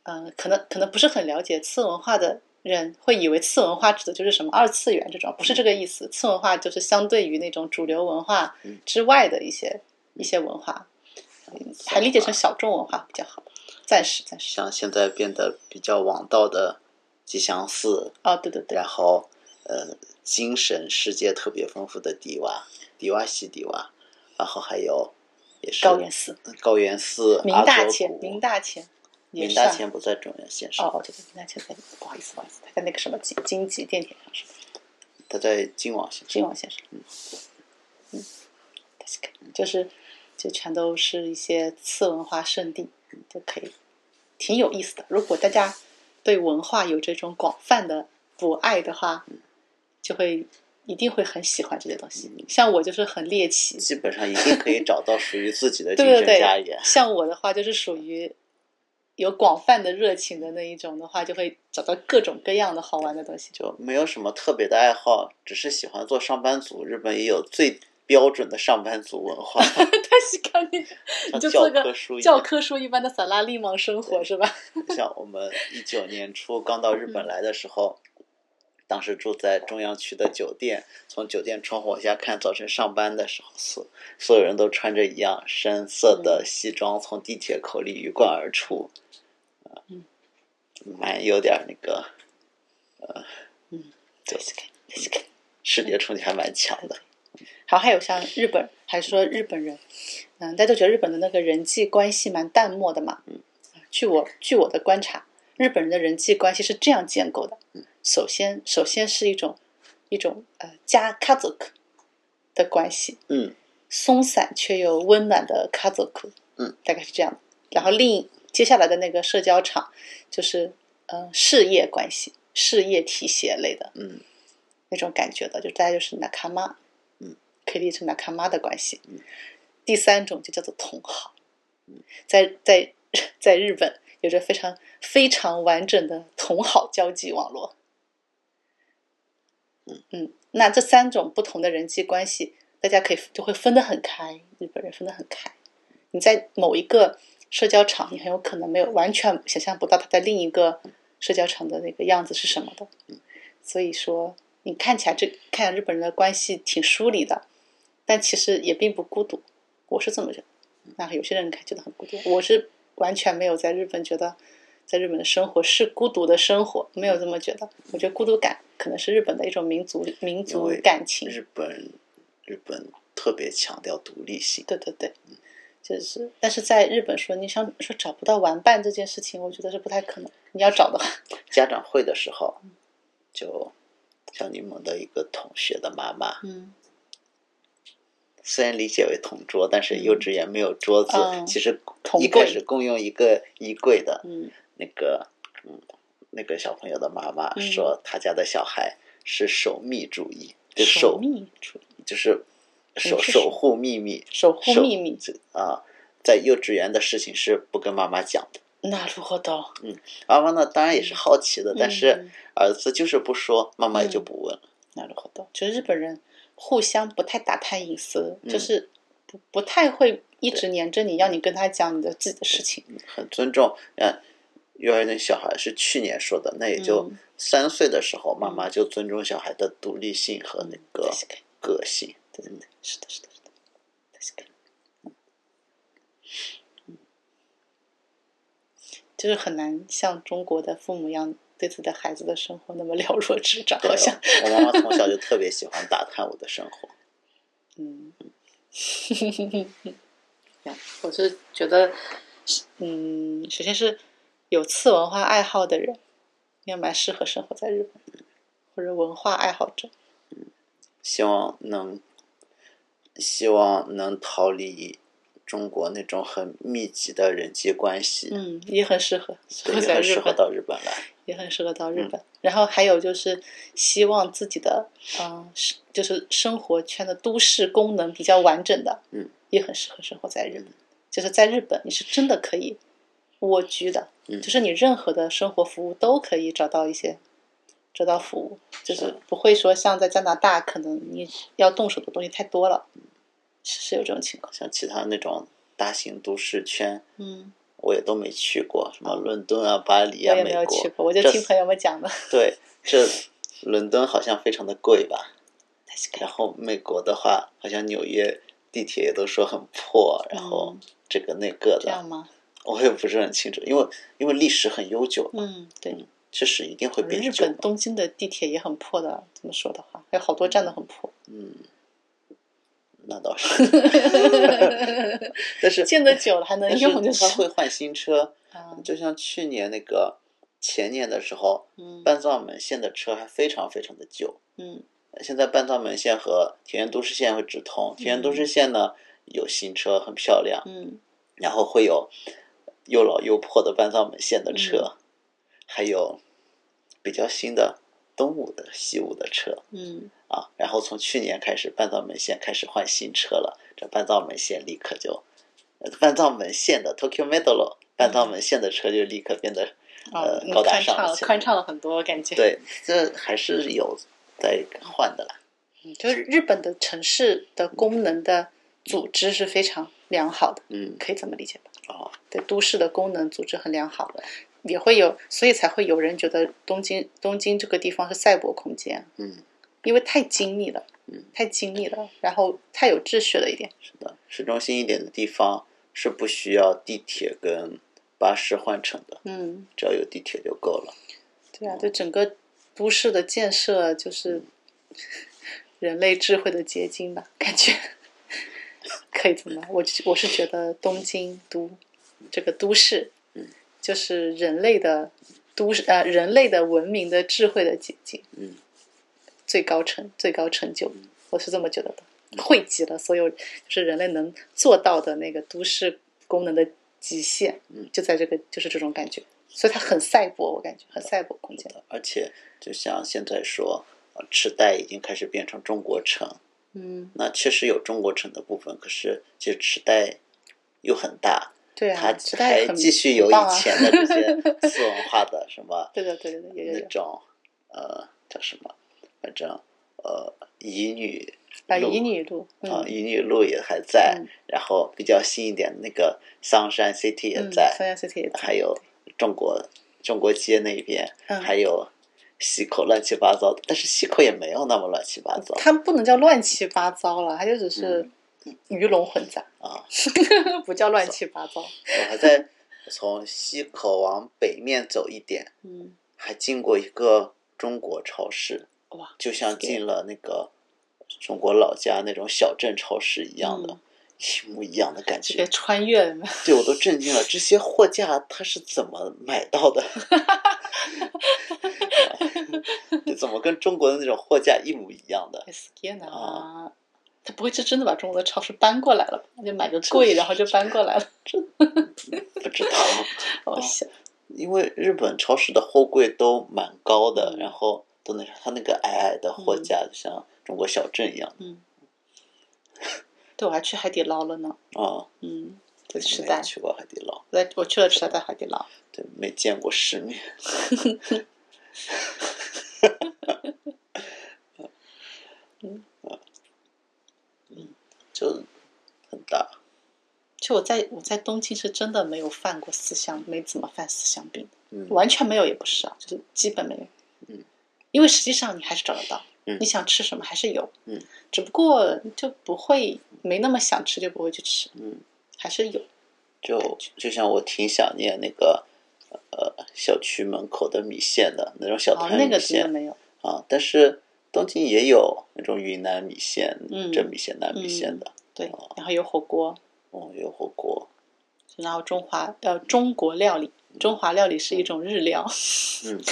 Speaker 2: 嗯、可能可能不是很了解次文化的人会以为次文化指的就是什么二次元这种，不是这个意思。次文化就是相对于那种主流文化
Speaker 1: 嗯
Speaker 2: 之外的一些、一些文化，还理解成嗯小众文化比较好。暂时暂时，
Speaker 1: 像现在变得比较王道的吉祥寺，
Speaker 2: 哦，对对对
Speaker 1: 然，后呃，精神世界特别丰富的迪瓦、迪瓦西迪瓦，然后还有也是
Speaker 2: 高原寺、
Speaker 1: 高原寺、
Speaker 2: 明
Speaker 1: 阿
Speaker 2: 大
Speaker 1: 佐
Speaker 2: 前
Speaker 1: 谷、
Speaker 2: 明大前也
Speaker 1: 明
Speaker 2: 算
Speaker 1: 大前不在中原线
Speaker 2: 哦
Speaker 1: 上，
Speaker 2: 哦，对对，明大前在，不好意思不好意思，他在那个什么京京急电铁上是吧？
Speaker 1: 他在京王线上。
Speaker 2: 君王先生，嗯，確かに就是就全都是一些次文化圣地，就可以挺有意思的。如果大家对文化有这种广泛的博爱的话，
Speaker 1: 嗯
Speaker 2: 就会一定会很喜欢这些东西。
Speaker 1: 嗯
Speaker 2: 像我就是很猎奇，
Speaker 1: 基本上一定可以找到属于自己的精
Speaker 2: 对对
Speaker 1: 神
Speaker 2: 对
Speaker 1: 家园，
Speaker 2: 像我的话就是属于有广泛的热情的那一种的话，就会找到各种各样的好玩的东 西。
Speaker 1: 就没有什么特别的爱好，只是喜欢做上班族。日本也有最标准的上班族文化，
Speaker 2: 但是看你，你
Speaker 1: 像
Speaker 2: 就
Speaker 1: 教
Speaker 2: 做个
Speaker 1: 科书一
Speaker 2: 教
Speaker 1: 样。
Speaker 2: 科书一般的萨拉利芒生活是吧？
Speaker 1: 像我们一九年初刚到日本来的时候，当时住在中央区的酒店，从酒店窗户往下看，早晨上班的时候，所所有人都穿着一样深色的西装，从地铁口里鱼贯而出，
Speaker 2: 嗯
Speaker 1: 呃，蛮有点那个
Speaker 2: 对，是看，是看。
Speaker 1: 视觉冲击还蛮强的。
Speaker 2: 好，还有像日本，还说日本人，嗯，大家都觉得日本的那个人际关系蛮淡漠的嘛。嗯，据我据我的观察，日本人的人际关系是这样建构的：
Speaker 1: 嗯
Speaker 2: 首先，首先是一种一种呃家 k a z 的关系，
Speaker 1: 嗯，
Speaker 2: 松散却又温暖的 k a z
Speaker 1: 嗯，
Speaker 2: 大概是这样的。然后另接下来的那个社交场就是嗯、呃事业关系、事业提携类的，
Speaker 1: 嗯，
Speaker 2: 那种感觉的，就大家就是 n a k a m
Speaker 1: 嗯，
Speaker 2: 可可以理解成 nakama 的关系。第三种就叫做同好，
Speaker 1: 嗯
Speaker 2: 在在 在日本有着非常非常完整的同好交际网络。嗯，那这三种不同的人际关系，大家可以就会分得很开。日本人分得很开，你在某一个社交场，你很有可能没有完全想象不到他在另一个社交场的那个样子是什么的。所以说，你看起来这看起来日本人的关系挺疏离的，但其实也并不孤独。我是这么认为。那有些人看觉得很孤独，我是完全没有在日本觉得，在日本的生活是孤独的生活，没有这么觉得。我觉得孤独感可能是日本的一种民族民
Speaker 1: 因
Speaker 2: 族
Speaker 1: 为
Speaker 2: 感情。
Speaker 1: 日本日本特别强调独立性，
Speaker 2: 对对对，就是，但是在日本说你想说找不到玩伴这件事情，我觉得是不太可能。你要找的话，
Speaker 1: 家长会的时候，就像你们的一个同学的妈妈，
Speaker 2: 嗯，
Speaker 1: 虽然理解为同桌，但是幼稚园没有桌子，
Speaker 2: 嗯
Speaker 1: 其实
Speaker 2: 同
Speaker 1: 一开
Speaker 2: 柜
Speaker 1: 始共用一个衣柜的，
Speaker 2: 嗯
Speaker 1: 那个嗯那个小朋友的妈妈
Speaker 2: 嗯
Speaker 1: 说，他家的小孩是守密主义，就
Speaker 2: 守
Speaker 1: 守
Speaker 2: 密主义
Speaker 1: 就是守
Speaker 2: 是什么
Speaker 1: 守护秘密，
Speaker 2: 守护秘密。
Speaker 1: 这啊、在幼稚园的事情是不跟妈妈讲的。
Speaker 2: 那如何的？
Speaker 1: 妈妈呢，当然也是好奇的，但是
Speaker 2: 嗯
Speaker 1: 儿子就是不说，妈妈也就
Speaker 2: 嗯
Speaker 1: 不问了。
Speaker 2: なるほど，就是日本人互相不太打探隐私，
Speaker 1: 嗯
Speaker 2: 就是不不太会一直黏着你，要你跟他讲你的自己的事情。
Speaker 1: 很尊重。嗯，幼儿园的小孩是去年说的，那也就
Speaker 2: 嗯
Speaker 1: 三岁的时候，妈妈就尊重小孩的独立性和那个
Speaker 2: 確かに
Speaker 1: 个性。
Speaker 2: 对对对，是的，是的，是的，確かに。就是很难像中国的父母一样对自己的孩子的生活那么了若指掌，
Speaker 1: 对哦
Speaker 2: 好像，
Speaker 1: 我妈妈从小就特别喜欢打探我的生活。
Speaker 2: 嗯， 我是觉得，嗯，首先是有次文化爱好的人，应该蛮适合生活在日本的，或者文化爱好者，
Speaker 1: 希望能，希望能逃离中国那种很密集的人际关系，
Speaker 2: 嗯，也很适合生
Speaker 1: 对，
Speaker 2: 活
Speaker 1: 也
Speaker 2: 在
Speaker 1: 很
Speaker 2: 日
Speaker 1: 适合
Speaker 2: 本，
Speaker 1: 到日本来。
Speaker 2: 也很适合到
Speaker 1: 嗯
Speaker 2: 日本。然后还有就是希望自己的，嗯、是就是生活圈的都市功能比较完整的，
Speaker 1: 嗯，
Speaker 2: 也很适合生活在日本。就是在日本，你是真的可以蜗居的，
Speaker 1: 嗯
Speaker 2: 就是你任何的生活服务都可以找到一些。找到服务，就是不会说像在加拿大，可能你要动手的东西太多了，
Speaker 1: 嗯
Speaker 2: 是是有这种情况。
Speaker 1: 像其他那种大型都市圈，
Speaker 2: 嗯，
Speaker 1: 我也都没去过，什么伦敦啊、巴黎啊、
Speaker 2: 我也
Speaker 1: 美
Speaker 2: 没
Speaker 1: 国，
Speaker 2: 有去过，我就
Speaker 1: 这
Speaker 2: 听朋友们讲的。
Speaker 1: 对，这伦敦好像非常的贵吧？
Speaker 2: 確かに
Speaker 1: 然后美国的话，好像纽约地铁也都说很破，然后
Speaker 2: 嗯
Speaker 1: 这个那个
Speaker 2: 这样
Speaker 1: 的，
Speaker 2: 吗？
Speaker 1: 我也不是很清楚，因为因为历史很悠久，
Speaker 2: 嗯，对。
Speaker 1: 确实一定会变
Speaker 2: 日
Speaker 1: 旧
Speaker 2: 本。东京的地铁也很破的，这么说的话，还有好多站都很破，
Speaker 1: 嗯，那倒 是，但是
Speaker 2: 建的久了还能
Speaker 1: 但是
Speaker 2: 用，就
Speaker 1: 他
Speaker 2: 是
Speaker 1: 会换新车，
Speaker 2: 啊，
Speaker 1: 就像去年那个前年的时候，
Speaker 2: 嗯
Speaker 1: 半藏门线的车还非常非常的旧。
Speaker 2: 嗯
Speaker 1: 现在半藏门线和田园都市线会直通，田园都市线呢有新车很漂亮，
Speaker 2: 嗯，
Speaker 1: 然后会有又老又破的半藏门线的车，还有比较新的东武的西武的车
Speaker 2: 嗯，
Speaker 1: 啊。然后从去年开始，半藏门线开始换新车了，这半藏门线立刻就呃半藏门线的 Tokyo Metro 半藏门线的车就立刻变得、
Speaker 2: 啊
Speaker 1: 呃，高大
Speaker 2: 宽
Speaker 1: 上
Speaker 2: 敞
Speaker 1: 了
Speaker 2: 了，
Speaker 1: 起来
Speaker 2: 宽敞了很多，感觉。，
Speaker 1: 对，这还是有在换的啦。
Speaker 2: 就是日本的城市的功能的组织是非常良好的，
Speaker 1: 嗯，
Speaker 2: 可以这么理解吧？
Speaker 1: 哦，
Speaker 2: 对，都市的功能组织很良好，也会有，所以才会有人觉得东京东京这个地方是赛博空间，
Speaker 1: 嗯。
Speaker 2: 因为太精密了
Speaker 1: 嗯，
Speaker 2: 太精密了，然后太有秩序了一点。
Speaker 1: 是的，市中心一点的地方是不需要地铁跟巴士换乘的，
Speaker 2: 嗯，
Speaker 1: 只要有地铁就够了。
Speaker 2: 对啊，对整个都市的建设就是 人类智慧的结晶吧，感觉可以这么，我我是觉得东京都这个都市，
Speaker 1: 嗯
Speaker 2: 就是人类的都市呃人类的文明的智慧的结晶，
Speaker 1: 嗯，
Speaker 2: 最高成最高成就，我是这么觉得的，汇集了所有就是人类能做到的那个都市功能的极限，
Speaker 1: 嗯，
Speaker 2: 就在这个就是这种感觉。所以它很赛博，我感觉很赛博空间。
Speaker 1: 而且，就像现在说，呃，池袋已经开始变成中国城，
Speaker 2: 嗯，
Speaker 1: 那确实有中国城的部分，可是其实池袋又很大，
Speaker 2: 对啊，
Speaker 1: 它
Speaker 2: 时代也
Speaker 1: 还
Speaker 2: 很
Speaker 1: 继续有
Speaker 2: 很棒啊
Speaker 1: 以前的这 些次文化的什么
Speaker 2: 对的对的对的，有
Speaker 1: 那
Speaker 2: 有有
Speaker 1: 种呃叫什么，反正呃乙女
Speaker 2: 啊，
Speaker 1: 路
Speaker 2: 乙女路，
Speaker 1: 啊
Speaker 2: 嗯，
Speaker 1: 乙女路也还在
Speaker 2: 嗯，
Speaker 1: 然后比较新一点的那个桑山 City 也
Speaker 2: 嗯
Speaker 1: 在，
Speaker 2: 三亚 City 也在
Speaker 1: 还有中国中国街那边，
Speaker 2: 嗯
Speaker 1: 还有西口乱七八糟的，但是西口也没有那么乱七八糟
Speaker 2: 它不能叫乱七八糟了，它就只是鱼龙混杂，
Speaker 1: 嗯啊。
Speaker 2: 不叫乱七八糟。
Speaker 1: 我还 在从西口往北面走一点，
Speaker 2: 嗯，
Speaker 1: 还进过一个中国超市，
Speaker 2: 哇，
Speaker 1: 就像进了那个中国老家那种小镇超市一样
Speaker 2: 嗯
Speaker 1: 的，一模一样的感
Speaker 2: 这个
Speaker 1: 觉。
Speaker 2: 穿越了嘛，
Speaker 1: 对，我都震惊了，这些货架它是怎么买到的？ 这怎么跟中国的那种货架一模一样的？
Speaker 2: s k i
Speaker 1: 啊
Speaker 2: 呢？他不会就真的把中国的超市搬过来了吧？就买个柜，然后就搬过来了。
Speaker 1: 不知道，啊
Speaker 2: 好笑，
Speaker 1: 因为日本超市的货柜都蛮高的，
Speaker 2: 嗯
Speaker 1: 然后都那它那个矮矮的货架，就像中国小镇一样
Speaker 2: 嗯，对，我还去海底捞了呢。
Speaker 1: 啊。
Speaker 2: 嗯，
Speaker 1: 对，
Speaker 2: 是
Speaker 1: 没
Speaker 2: 的
Speaker 1: 有去过海底捞，
Speaker 2: 我在我去了吃了在海底捞。
Speaker 1: 对，没见过世面。
Speaker 2: 嗯
Speaker 1: 啊嗯就很大，
Speaker 2: 就我在我在东京是真的没有犯过思想，没怎么犯思想病，
Speaker 1: 嗯，
Speaker 2: 完全没有也不是啊，就是基本没有。
Speaker 1: 嗯，
Speaker 2: 因为实际上你还是找得到，
Speaker 1: 嗯
Speaker 2: 你想吃什么还是有，
Speaker 1: 嗯，
Speaker 2: 只不过就不会没那么想吃就不会去吃，
Speaker 1: 嗯，
Speaker 2: 还是有。
Speaker 1: 就就像我挺想念那个呃小区门口的米线的那种小
Speaker 2: 哦，
Speaker 1: 摊
Speaker 2: 那
Speaker 1: 米
Speaker 2: 个真的
Speaker 1: 线
Speaker 2: 没有，
Speaker 1: 啊，但是东京也有那种云南米线、
Speaker 2: 嗯
Speaker 1: 蒸米线、南米线的，
Speaker 2: 对
Speaker 1: 哦，
Speaker 2: 然后有火锅，
Speaker 1: 哦，有火锅，
Speaker 2: 然后中华呃中国料理，中华料理是一种日料，
Speaker 1: 嗯，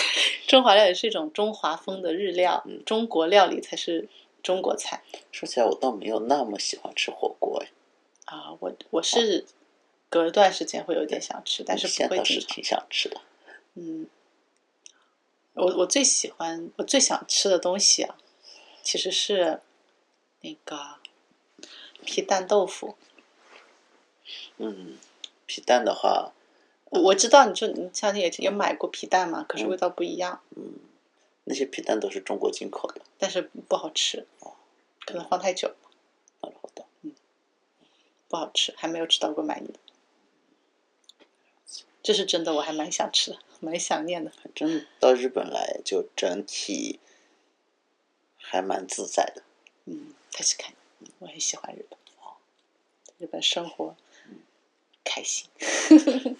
Speaker 2: 中华料理是一种中华风的日料，
Speaker 1: 嗯
Speaker 2: 中国料理才是中国菜。
Speaker 1: 说起来我倒没有那么喜欢吃火锅哎，
Speaker 2: 啊，我我是隔一段时间会有点想吃，但是
Speaker 1: 现
Speaker 2: 不
Speaker 1: 在倒
Speaker 2: 会经
Speaker 1: 是
Speaker 2: 常。
Speaker 1: 挺想吃的，
Speaker 2: 嗯，我我最喜欢我最想吃的东西啊，其实是那个皮蛋豆腐。
Speaker 1: 嗯，皮蛋的话，
Speaker 2: 我我知道你就你像你也也买过皮蛋嘛，可是
Speaker 1: 嗯
Speaker 2: 味道不一样，
Speaker 1: 嗯，那些皮蛋都是中国进口的，
Speaker 2: 但是不好吃，可能放太久
Speaker 1: 然后的，
Speaker 2: 不好吃，还没有吃到过满意的。这是真的，我还蛮想吃的，蛮想念的。
Speaker 1: 反正到日本来就整体还蛮自在 的，
Speaker 2: 嗯，他是看，我很喜欢日本哦，日本生活开心。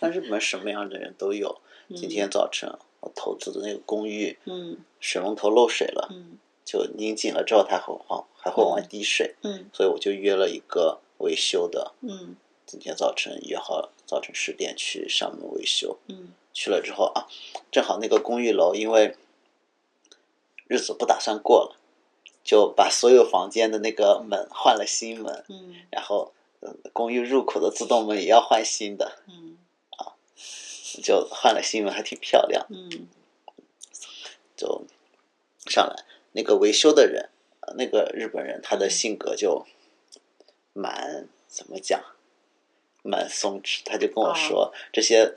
Speaker 1: 但日本什么样的人都有。今天早晨我投资的那个公寓
Speaker 2: 嗯
Speaker 1: 水龙头漏水了，
Speaker 2: 嗯
Speaker 1: 就拧紧了之后它还往还会往外滴水，
Speaker 2: 嗯
Speaker 1: 所以我就约了一个维修的，
Speaker 2: 嗯
Speaker 1: 今天早晨约好早晨十点去上门维修。
Speaker 2: 嗯
Speaker 1: 去了之后啊，正好那个公寓楼因为日子不打算过了，就把所有房间的那个门换了新门，
Speaker 2: 嗯
Speaker 1: 然后、嗯、公寓入口的自动门也要换新的，
Speaker 2: 嗯
Speaker 1: 就换了新门，还挺漂亮。
Speaker 2: 嗯
Speaker 1: 就上来那个维修的人，呃那个日本人，他的性格就蛮怎么讲，蛮松弛。他就跟我说，这些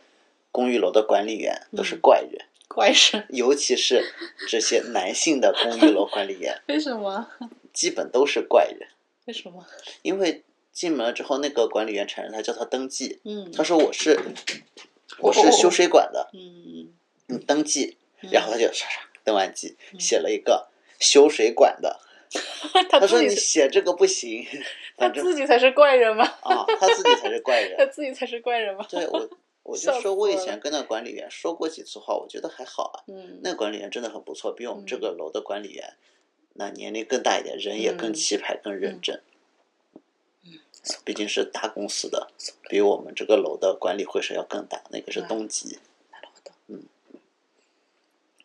Speaker 1: 公寓楼的管理员都是
Speaker 2: 嗯
Speaker 1: 怪人。
Speaker 2: 怪事？
Speaker 1: 尤其是这些男性的公寓楼管理员，
Speaker 2: 为什么？
Speaker 1: 基本都是怪人。
Speaker 2: 为什么？
Speaker 1: 因为进门了之后，那个管理员承认他叫他登记，
Speaker 2: 嗯
Speaker 1: 他说我是我是修水管的，
Speaker 2: 嗯，
Speaker 1: 你登记，然后他就刷刷登完记，
Speaker 2: 嗯
Speaker 1: 写了一个修水管的。他
Speaker 2: 他
Speaker 1: 说
Speaker 2: 自己
Speaker 1: 你
Speaker 2: 是
Speaker 1: 写这个不 行，
Speaker 2: 他
Speaker 1: 反正
Speaker 2: 自己才是怪人吗？
Speaker 1: 啊，他自己才是怪
Speaker 2: 他
Speaker 1: 人。
Speaker 2: 自己才是怪人吗？
Speaker 1: 对我，我
Speaker 2: 笑
Speaker 1: 就
Speaker 2: 死
Speaker 1: 说我以
Speaker 2: 我了
Speaker 1: 前跟那管理员说过几次话，我觉得还好啊。
Speaker 2: 嗯
Speaker 1: 那管理员真的很不错，比我们这
Speaker 2: 嗯
Speaker 1: 个楼的管理员，那年龄更大一点，人也更
Speaker 2: 嗯
Speaker 1: 气派、更认真。毕竟是大公司的，比我们这个楼的管理会社要更大。那个是
Speaker 2: 嗯
Speaker 1: 东级，
Speaker 2: なるほど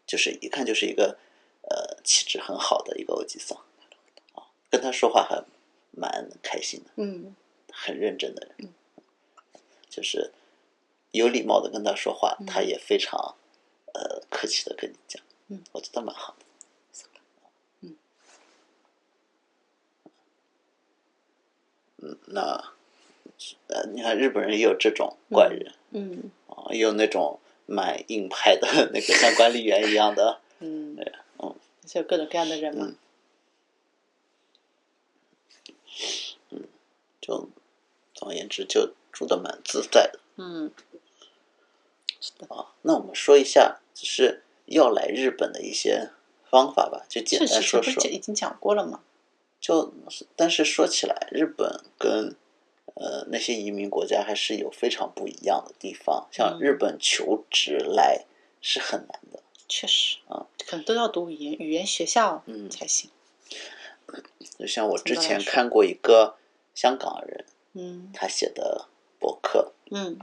Speaker 1: 就是一看就是一个呃气质很好的一个欧吉桑，啊，跟他说话还蛮开心的，
Speaker 2: 嗯
Speaker 1: 很认真的人，就是有礼貌的跟他说话，
Speaker 2: 嗯
Speaker 1: 他也非常呃客气的跟你讲，
Speaker 2: 嗯，
Speaker 1: 我觉得蛮好的。嗯，那呃，你看日本人也有这种怪人
Speaker 2: 嗯
Speaker 1: 啊、也有那种蛮硬派的 那个像管理员一样的，
Speaker 2: 嗯
Speaker 1: 对，嗯，
Speaker 2: 就有各种各样的人嘛。
Speaker 1: 嗯就总而言之就住的蛮自在的。
Speaker 2: 嗯，是的，
Speaker 1: 啊，那我们说一下，就是要来日本的一些方法吧，就简
Speaker 2: 确
Speaker 1: 单
Speaker 2: 实
Speaker 1: 说
Speaker 2: 不是
Speaker 1: 说
Speaker 2: 讲。已经讲过了嘛？
Speaker 1: 就但是说起来，日本跟呃那些移民国家还是有非常不一样的地方。像
Speaker 2: 嗯
Speaker 1: 日本求职来是很难的，
Speaker 2: 确实
Speaker 1: 啊，
Speaker 2: 嗯可能都要读语言语言学校
Speaker 1: 嗯
Speaker 2: 才行。
Speaker 1: 就像我之
Speaker 2: 怎么
Speaker 1: 前
Speaker 2: 来说
Speaker 1: 看过一个香港人
Speaker 2: 嗯
Speaker 1: 他写的博客，
Speaker 2: 嗯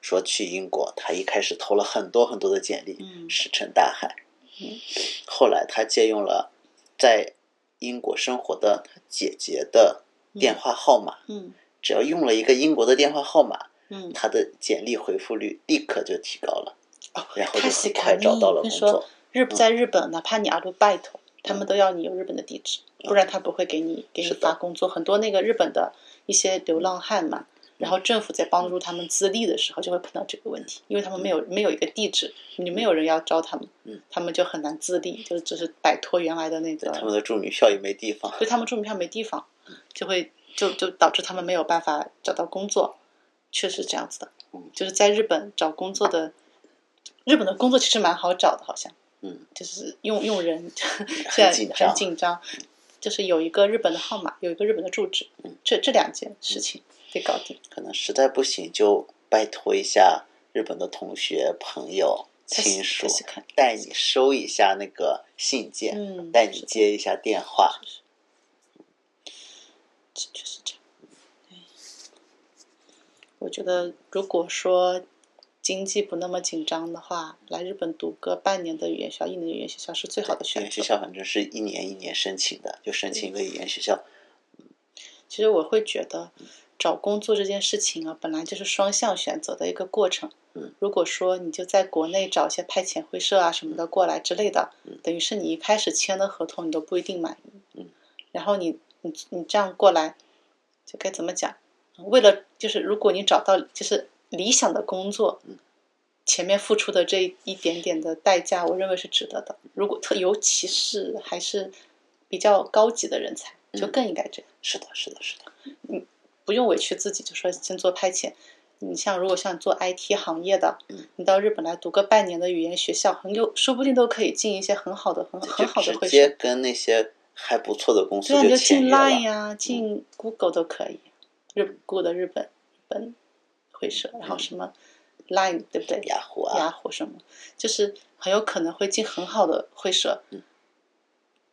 Speaker 1: 说去英国，他一开始投了很多很多的简历，
Speaker 2: 嗯
Speaker 1: 石沉大海
Speaker 2: 嗯。
Speaker 1: 后来他借用了在英国生活的他姐姐的电话号码，
Speaker 2: 嗯
Speaker 1: 只要用了一个英国的电话号码，
Speaker 2: 嗯，
Speaker 1: 他的简历回复率立刻就提高了，
Speaker 2: 哦
Speaker 1: 然后就
Speaker 2: 他是
Speaker 1: 很
Speaker 2: 卡
Speaker 1: 快找到了
Speaker 2: 密
Speaker 1: 工
Speaker 2: 我跟你
Speaker 1: 作。嗯
Speaker 2: 日在日本，哪怕你阿鲁拜托，他们都要你有日本的地址，不然他不会给你给
Speaker 1: 嗯
Speaker 2: 你
Speaker 1: 是的
Speaker 2: 发工作。很多那个日本的一些流浪汉嘛，然后政府在帮助他们自立的时候，就会碰到这个问题，因为他们没有没有一个地址，你没有人要招他们
Speaker 1: 嗯，
Speaker 2: 他们就很难自立，就只是摆脱原来的那
Speaker 1: 对
Speaker 2: 个
Speaker 1: 他们的住民票也没地方，
Speaker 2: 对他们住门票没地方，就会就就导致他们没有办法找到工作，确实这样子的
Speaker 1: 嗯。
Speaker 2: 就是在日本找工作的，日本的工作其实蛮好找的，好像，
Speaker 1: 嗯，
Speaker 2: 就是用用人 现在
Speaker 1: 紧张嗯
Speaker 2: 很紧张，就是有一个日本的号码，有一个日本的住址，这这两件
Speaker 1: 嗯
Speaker 2: 事情得搞定。
Speaker 1: 可能实在不行就拜托一下日本的同学、朋友、亲属
Speaker 2: 再去看，
Speaker 1: 带你收一下那个信件，
Speaker 2: 嗯，
Speaker 1: 带你
Speaker 2: 是的
Speaker 1: 接一下电话。
Speaker 2: 是是这就是这样。哎我觉得如果说经济不那么紧张的话，来日本读个半年的语言学校、一年的语言学校是最好的
Speaker 1: 语
Speaker 2: 选
Speaker 1: 言
Speaker 2: 择
Speaker 1: 学。校反正是一年一年申请的，就申请一个语言学校。
Speaker 2: 其实我会觉得，找工作这件事情啊，本来就是双向选择的一个过程
Speaker 1: 嗯。
Speaker 2: 如果说你就在国内找一些派遣会社啊什么的过来之类的
Speaker 1: 嗯，
Speaker 2: 等于是你一开始签的合同你都不一定满意。
Speaker 1: 嗯
Speaker 2: 然后你你你这样过来，就该怎么讲？为了就是如果你找到就是理想的工作
Speaker 1: 嗯，
Speaker 2: 前面付出的这一点点的代价，我认为是值得的。如果特尤其是还是比较高级的人才，就
Speaker 1: 嗯
Speaker 2: 更应该这样。
Speaker 1: 是的，是的，是的。
Speaker 2: 不用委屈自己，就说先做派遣。你像如果像做 IT 行业的
Speaker 1: 嗯，
Speaker 2: 你到日本来读个半年的语言学校，很有说不定都可以进一些很好的、很很好
Speaker 1: 就
Speaker 2: 的
Speaker 1: 直
Speaker 2: 会
Speaker 1: 接
Speaker 2: 社。
Speaker 1: 跟那些还不错的公司
Speaker 2: 对啊，你就
Speaker 1: 签
Speaker 2: 进
Speaker 1: 约了。嗯
Speaker 2: Line 呀、进 Google 都可以，日 Google 的日本日本会社，然
Speaker 1: 嗯
Speaker 2: 后什么 Line 对不对？
Speaker 1: 雅虎啊，
Speaker 2: 雅虎什么，就是很有可能会进很好的会社。
Speaker 1: 嗯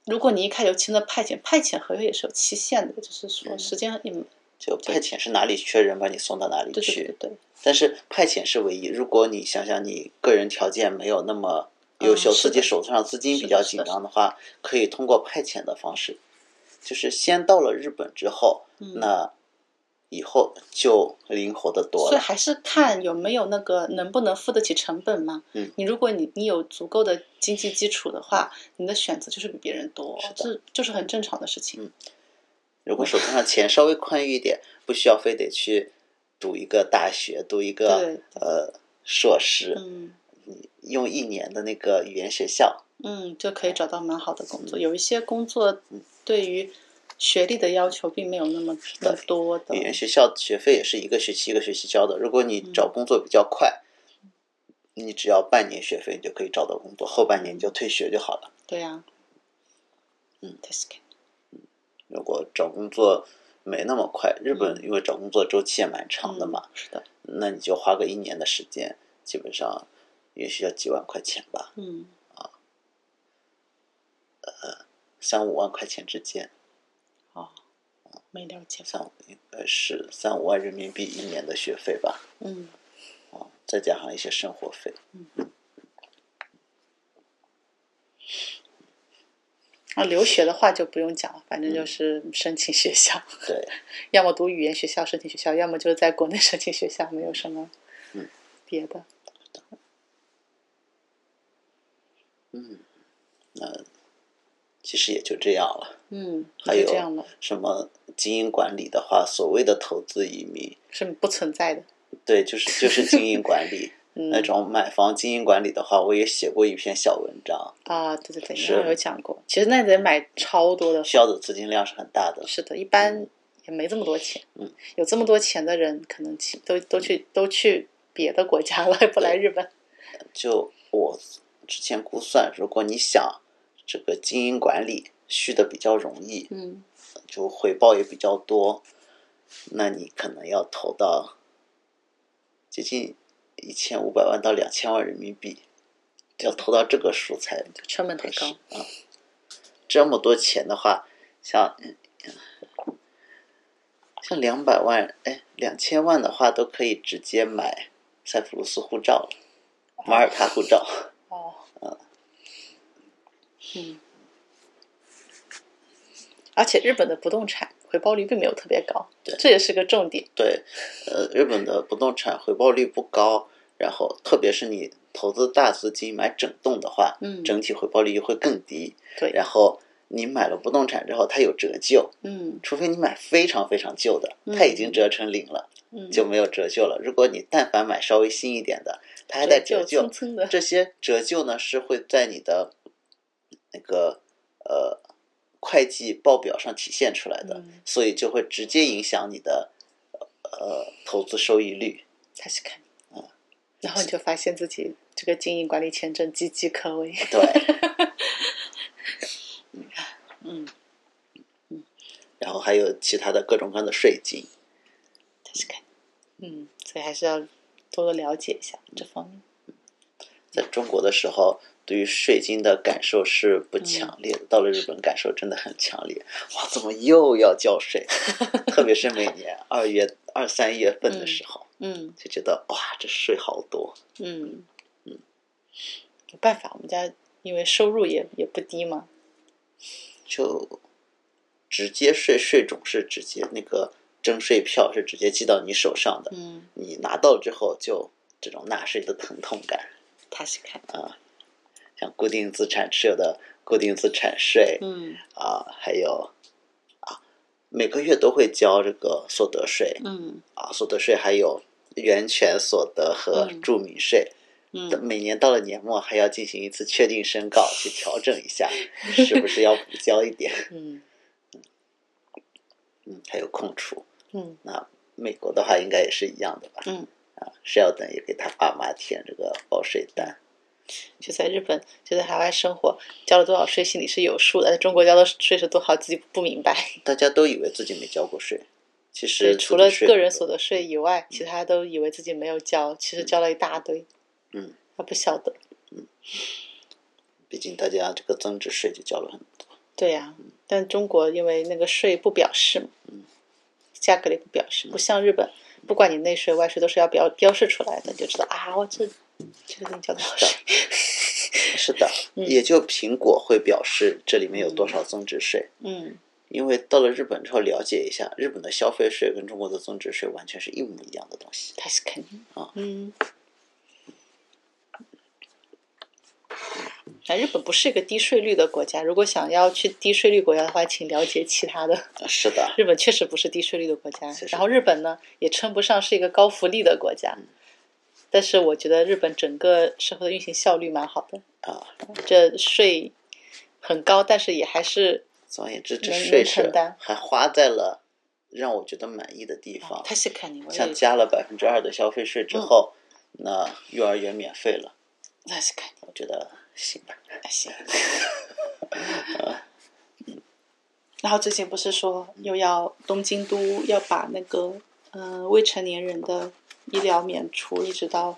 Speaker 2: 如果你一开始就签了派遣，派遣合约也是有期限的，就是说
Speaker 1: 嗯
Speaker 2: 时间也
Speaker 1: 就派遣是哪里缺人，把你送到哪里
Speaker 2: 对对对
Speaker 1: 去。
Speaker 2: 对。
Speaker 1: 但是派遣是唯一。如果你想想你个人条件没有那么优秀，
Speaker 2: 嗯是
Speaker 1: 自
Speaker 2: 的
Speaker 1: 己手头上资金
Speaker 2: 是
Speaker 1: 比
Speaker 2: 的
Speaker 1: 较
Speaker 2: 是
Speaker 1: 紧
Speaker 2: 的
Speaker 1: 张的话，可以通过派遣的方式，就是先到了日本之后，
Speaker 2: 嗯
Speaker 1: 那以后就灵活的多
Speaker 2: 所以
Speaker 1: 了。
Speaker 2: 还是看有没有那个能不能付得起成本嘛。
Speaker 1: 嗯
Speaker 2: 你如果你你有足够的经济基础的话，你的选择就是比别人多，
Speaker 1: 是的
Speaker 2: 这就是很正常的事情。
Speaker 1: 嗯如果手头上钱稍微宽裕一点，不需要非得去读一个大学，读一
Speaker 2: 对
Speaker 1: 个
Speaker 2: 对
Speaker 1: 呃硕士，
Speaker 2: 嗯
Speaker 1: 你用一年的那个语言学校，
Speaker 2: 嗯，就可以找到蛮好的工作。
Speaker 1: 嗯
Speaker 2: 有一些工作对于学历的要求并没有那么
Speaker 1: 的
Speaker 2: 的多的
Speaker 1: 语。言学校学费也是一个学期一个学期交的。如果你找工作比较快，你只要半年学费你就可以找到工作，后半年你就退学就好了。
Speaker 2: 对呀、
Speaker 1: 嗯
Speaker 2: 確かに，
Speaker 1: 如果找工作没那么快，日本
Speaker 2: 嗯
Speaker 1: 因为找工作周期也蛮长的嘛，
Speaker 2: 嗯是的，
Speaker 1: 那你就花个一年的时间，基本上也需要几万块钱吧，
Speaker 2: 嗯，
Speaker 1: 三五万块钱之间，
Speaker 2: 哦，没了解
Speaker 1: 三五应该呃是三五万人民币一年的学费吧，
Speaker 2: 嗯。
Speaker 1: 啊，再加上一些生活费。
Speaker 2: 啊，留学的话就不用讲了，反正就是申请学校。
Speaker 1: 对，
Speaker 2: 要么读语言学校申请学校，要么就是在国内 申请学校，没有什么
Speaker 1: 嗯
Speaker 2: 别的。
Speaker 1: 那其实也就这样了。
Speaker 2: 嗯，
Speaker 1: 还
Speaker 2: 就
Speaker 1: 有
Speaker 2: 这样了，
Speaker 1: 什么经营管理的话，所谓的投资移民，
Speaker 2: 是不存在的。
Speaker 1: 对，就是就是经营管理
Speaker 2: 嗯
Speaker 1: 那种买房经营管理的话，我也写过一篇小文章，
Speaker 2: 啊，对对对，你
Speaker 1: 是
Speaker 2: 好像有讲过。其实那得买超多的
Speaker 1: 需要的资金量是很大的。
Speaker 2: 是的，一般也没这么多钱。
Speaker 1: 嗯，
Speaker 2: 有这么多钱的人，可能去都都去都去别的国家了， 不来日本。
Speaker 1: 就我之前估算，如果你想这个经营管理续的比较容易，
Speaker 2: 嗯，
Speaker 1: 就回报也比较多，那你可能要投到接近一千五百万到两千万人民币，要投到这个数才
Speaker 2: 就成本太
Speaker 1: 合适
Speaker 2: 高。
Speaker 1: 啊。这么多钱的话，像像两百万，哎，两千万的话都可以直接买塞浦路斯护照了，马耳他护照。
Speaker 2: 哦，嗯，而且日本的不动产回报率并没有特别高，
Speaker 1: 对
Speaker 2: 这也是个重点。
Speaker 1: 对，呃，日本的不动产回报率不高，然后特别是你投资大资金买整栋的话，
Speaker 2: 嗯
Speaker 1: 整体回报率会更低。
Speaker 2: 对
Speaker 1: 然后你买了不动产之后，它有折旧，
Speaker 2: 嗯
Speaker 1: 除非你买非常非常旧的，
Speaker 2: 嗯
Speaker 1: 它已经折成零了，
Speaker 2: 嗯，
Speaker 1: 就没有折旧了。如果你但凡买稍微新一点的，它还在折
Speaker 2: 就蹭
Speaker 1: 旧，
Speaker 2: 蹭的。
Speaker 1: 这些折旧呢是会在你的那个呃会计报表上体现出来的，
Speaker 2: 嗯
Speaker 1: 所以就会直接影响你的呃投资收益率。
Speaker 2: 他是看，
Speaker 1: 嗯
Speaker 2: 然后你就发现自己这个经营管理签证岌岌可危。
Speaker 1: 对，
Speaker 2: 嗯，
Speaker 1: 嗯然后还有其他的各种各样的税金。
Speaker 2: 他是看，嗯，所以还是要多多了解一下这方面。
Speaker 1: 在中国的时候，对于税金的感受是不
Speaker 2: 嗯
Speaker 1: 强烈的，到了日本感受真的很强烈。哇，怎么又要交税？特别是每年二月、二三月份的时候，
Speaker 2: 嗯
Speaker 1: 就觉得哇，这税好多。
Speaker 2: 嗯嗯，没办法，我们家因为收入也也不低嘛。
Speaker 1: 就直接税税种是直接那个征税票是直接寄到你手上的，
Speaker 2: 嗯，
Speaker 1: 你拿到之后就这种纳税的疼痛感，
Speaker 2: 他是看，
Speaker 1: 像固定资产持有的固定资产税
Speaker 2: 嗯
Speaker 1: 啊、还有啊每个月都会交这个所得税
Speaker 2: 嗯
Speaker 1: 啊，所得税还有源泉所得和
Speaker 2: 嗯
Speaker 1: 住民税，
Speaker 2: 嗯，
Speaker 1: 每年到了年末还要进行一次确定申告去调整一 下，是不是要补交一点？
Speaker 2: 嗯
Speaker 1: 嗯，还有空储。
Speaker 2: 嗯
Speaker 1: 那美国的话应该也是一样的吧？
Speaker 2: 嗯，
Speaker 1: 啊，Sheldon 也给他爸妈填这个报税单，
Speaker 2: 就在日本，就在海外生活，交了多少税心里是有数的，在中国交的税是多少自己不明白。
Speaker 1: 大家都以为自己没交过税，其
Speaker 2: 对，
Speaker 1: 实
Speaker 2: 除了
Speaker 1: 自己税
Speaker 2: 个人所得税以外，其他都以为自己没有交，其实交了一大堆。
Speaker 1: 嗯，
Speaker 2: 他不晓得。
Speaker 1: 毕竟大家这个增值税就交了很多。
Speaker 2: 对呀、
Speaker 1: 嗯
Speaker 2: 但中国因为那个税不表示嘛，价格里不表
Speaker 1: 嗯
Speaker 2: 示，不像日本，不管你内税外税都是要标标示出来的，你就知道啊，我这这个你交多少税。
Speaker 1: 是的，
Speaker 2: 嗯
Speaker 1: 也就苹果会表示这里面有多少增值税。
Speaker 2: 嗯
Speaker 1: 因为到了日本之后，了解一下日本的消费税跟中国的增值税完全是一模一样的东西。
Speaker 2: 確かに。
Speaker 1: 啊
Speaker 2: 嗯。啊，日本不是一个低税率的国家。如果想要去低税率国家的话，请了解其他的。
Speaker 1: 啊是的，
Speaker 2: 日本确实不是低税率的国家
Speaker 1: 确，实
Speaker 2: 然后日本呢也称不上是一个高福利的国家，但是我觉得日本整个社会的运行效率蛮好的，
Speaker 1: 啊，
Speaker 2: 这税很高，但是也还是
Speaker 1: 总而言之，这
Speaker 2: 能
Speaker 1: 税
Speaker 2: 能
Speaker 1: 是
Speaker 2: 承担
Speaker 1: 还花在了让我觉得满意的地方。
Speaker 2: 哦他是看你，我嗯
Speaker 1: 像加了百分之二的消费税之后，那幼儿园免费了，
Speaker 2: 他是看
Speaker 1: 我觉得行吧。
Speaker 2: 你， 行。然后最近不是说又要东京都要把那个嗯、呃未成年人的医疗免除，一直到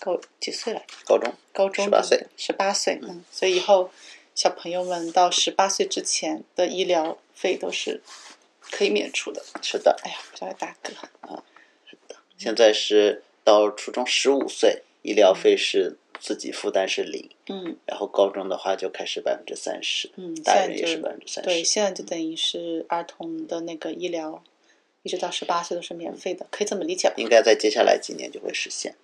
Speaker 2: 高几岁来着？
Speaker 1: 高中
Speaker 2: 高中
Speaker 1: 18岁，
Speaker 2: 十八岁，嗯，所以以后小朋友们到十八岁之前的医疗费都是可以免除的。
Speaker 1: 是的，
Speaker 2: 哎呀，不小心打嗝。嗯
Speaker 1: 现在是到初中十五岁，医疗费是自己负担是零，
Speaker 2: 嗯
Speaker 1: 然后高中的话就开始百分之三十，
Speaker 2: 嗯，现
Speaker 1: 大
Speaker 2: 在
Speaker 1: 人也是百
Speaker 2: 就
Speaker 1: 分之三
Speaker 2: 对，
Speaker 1: 十，嗯
Speaker 2: 现在就等于是儿童的那个医疗，一直到十八岁都是免费的，可以这么理解吧？
Speaker 1: 应该在接下来几年就会实现。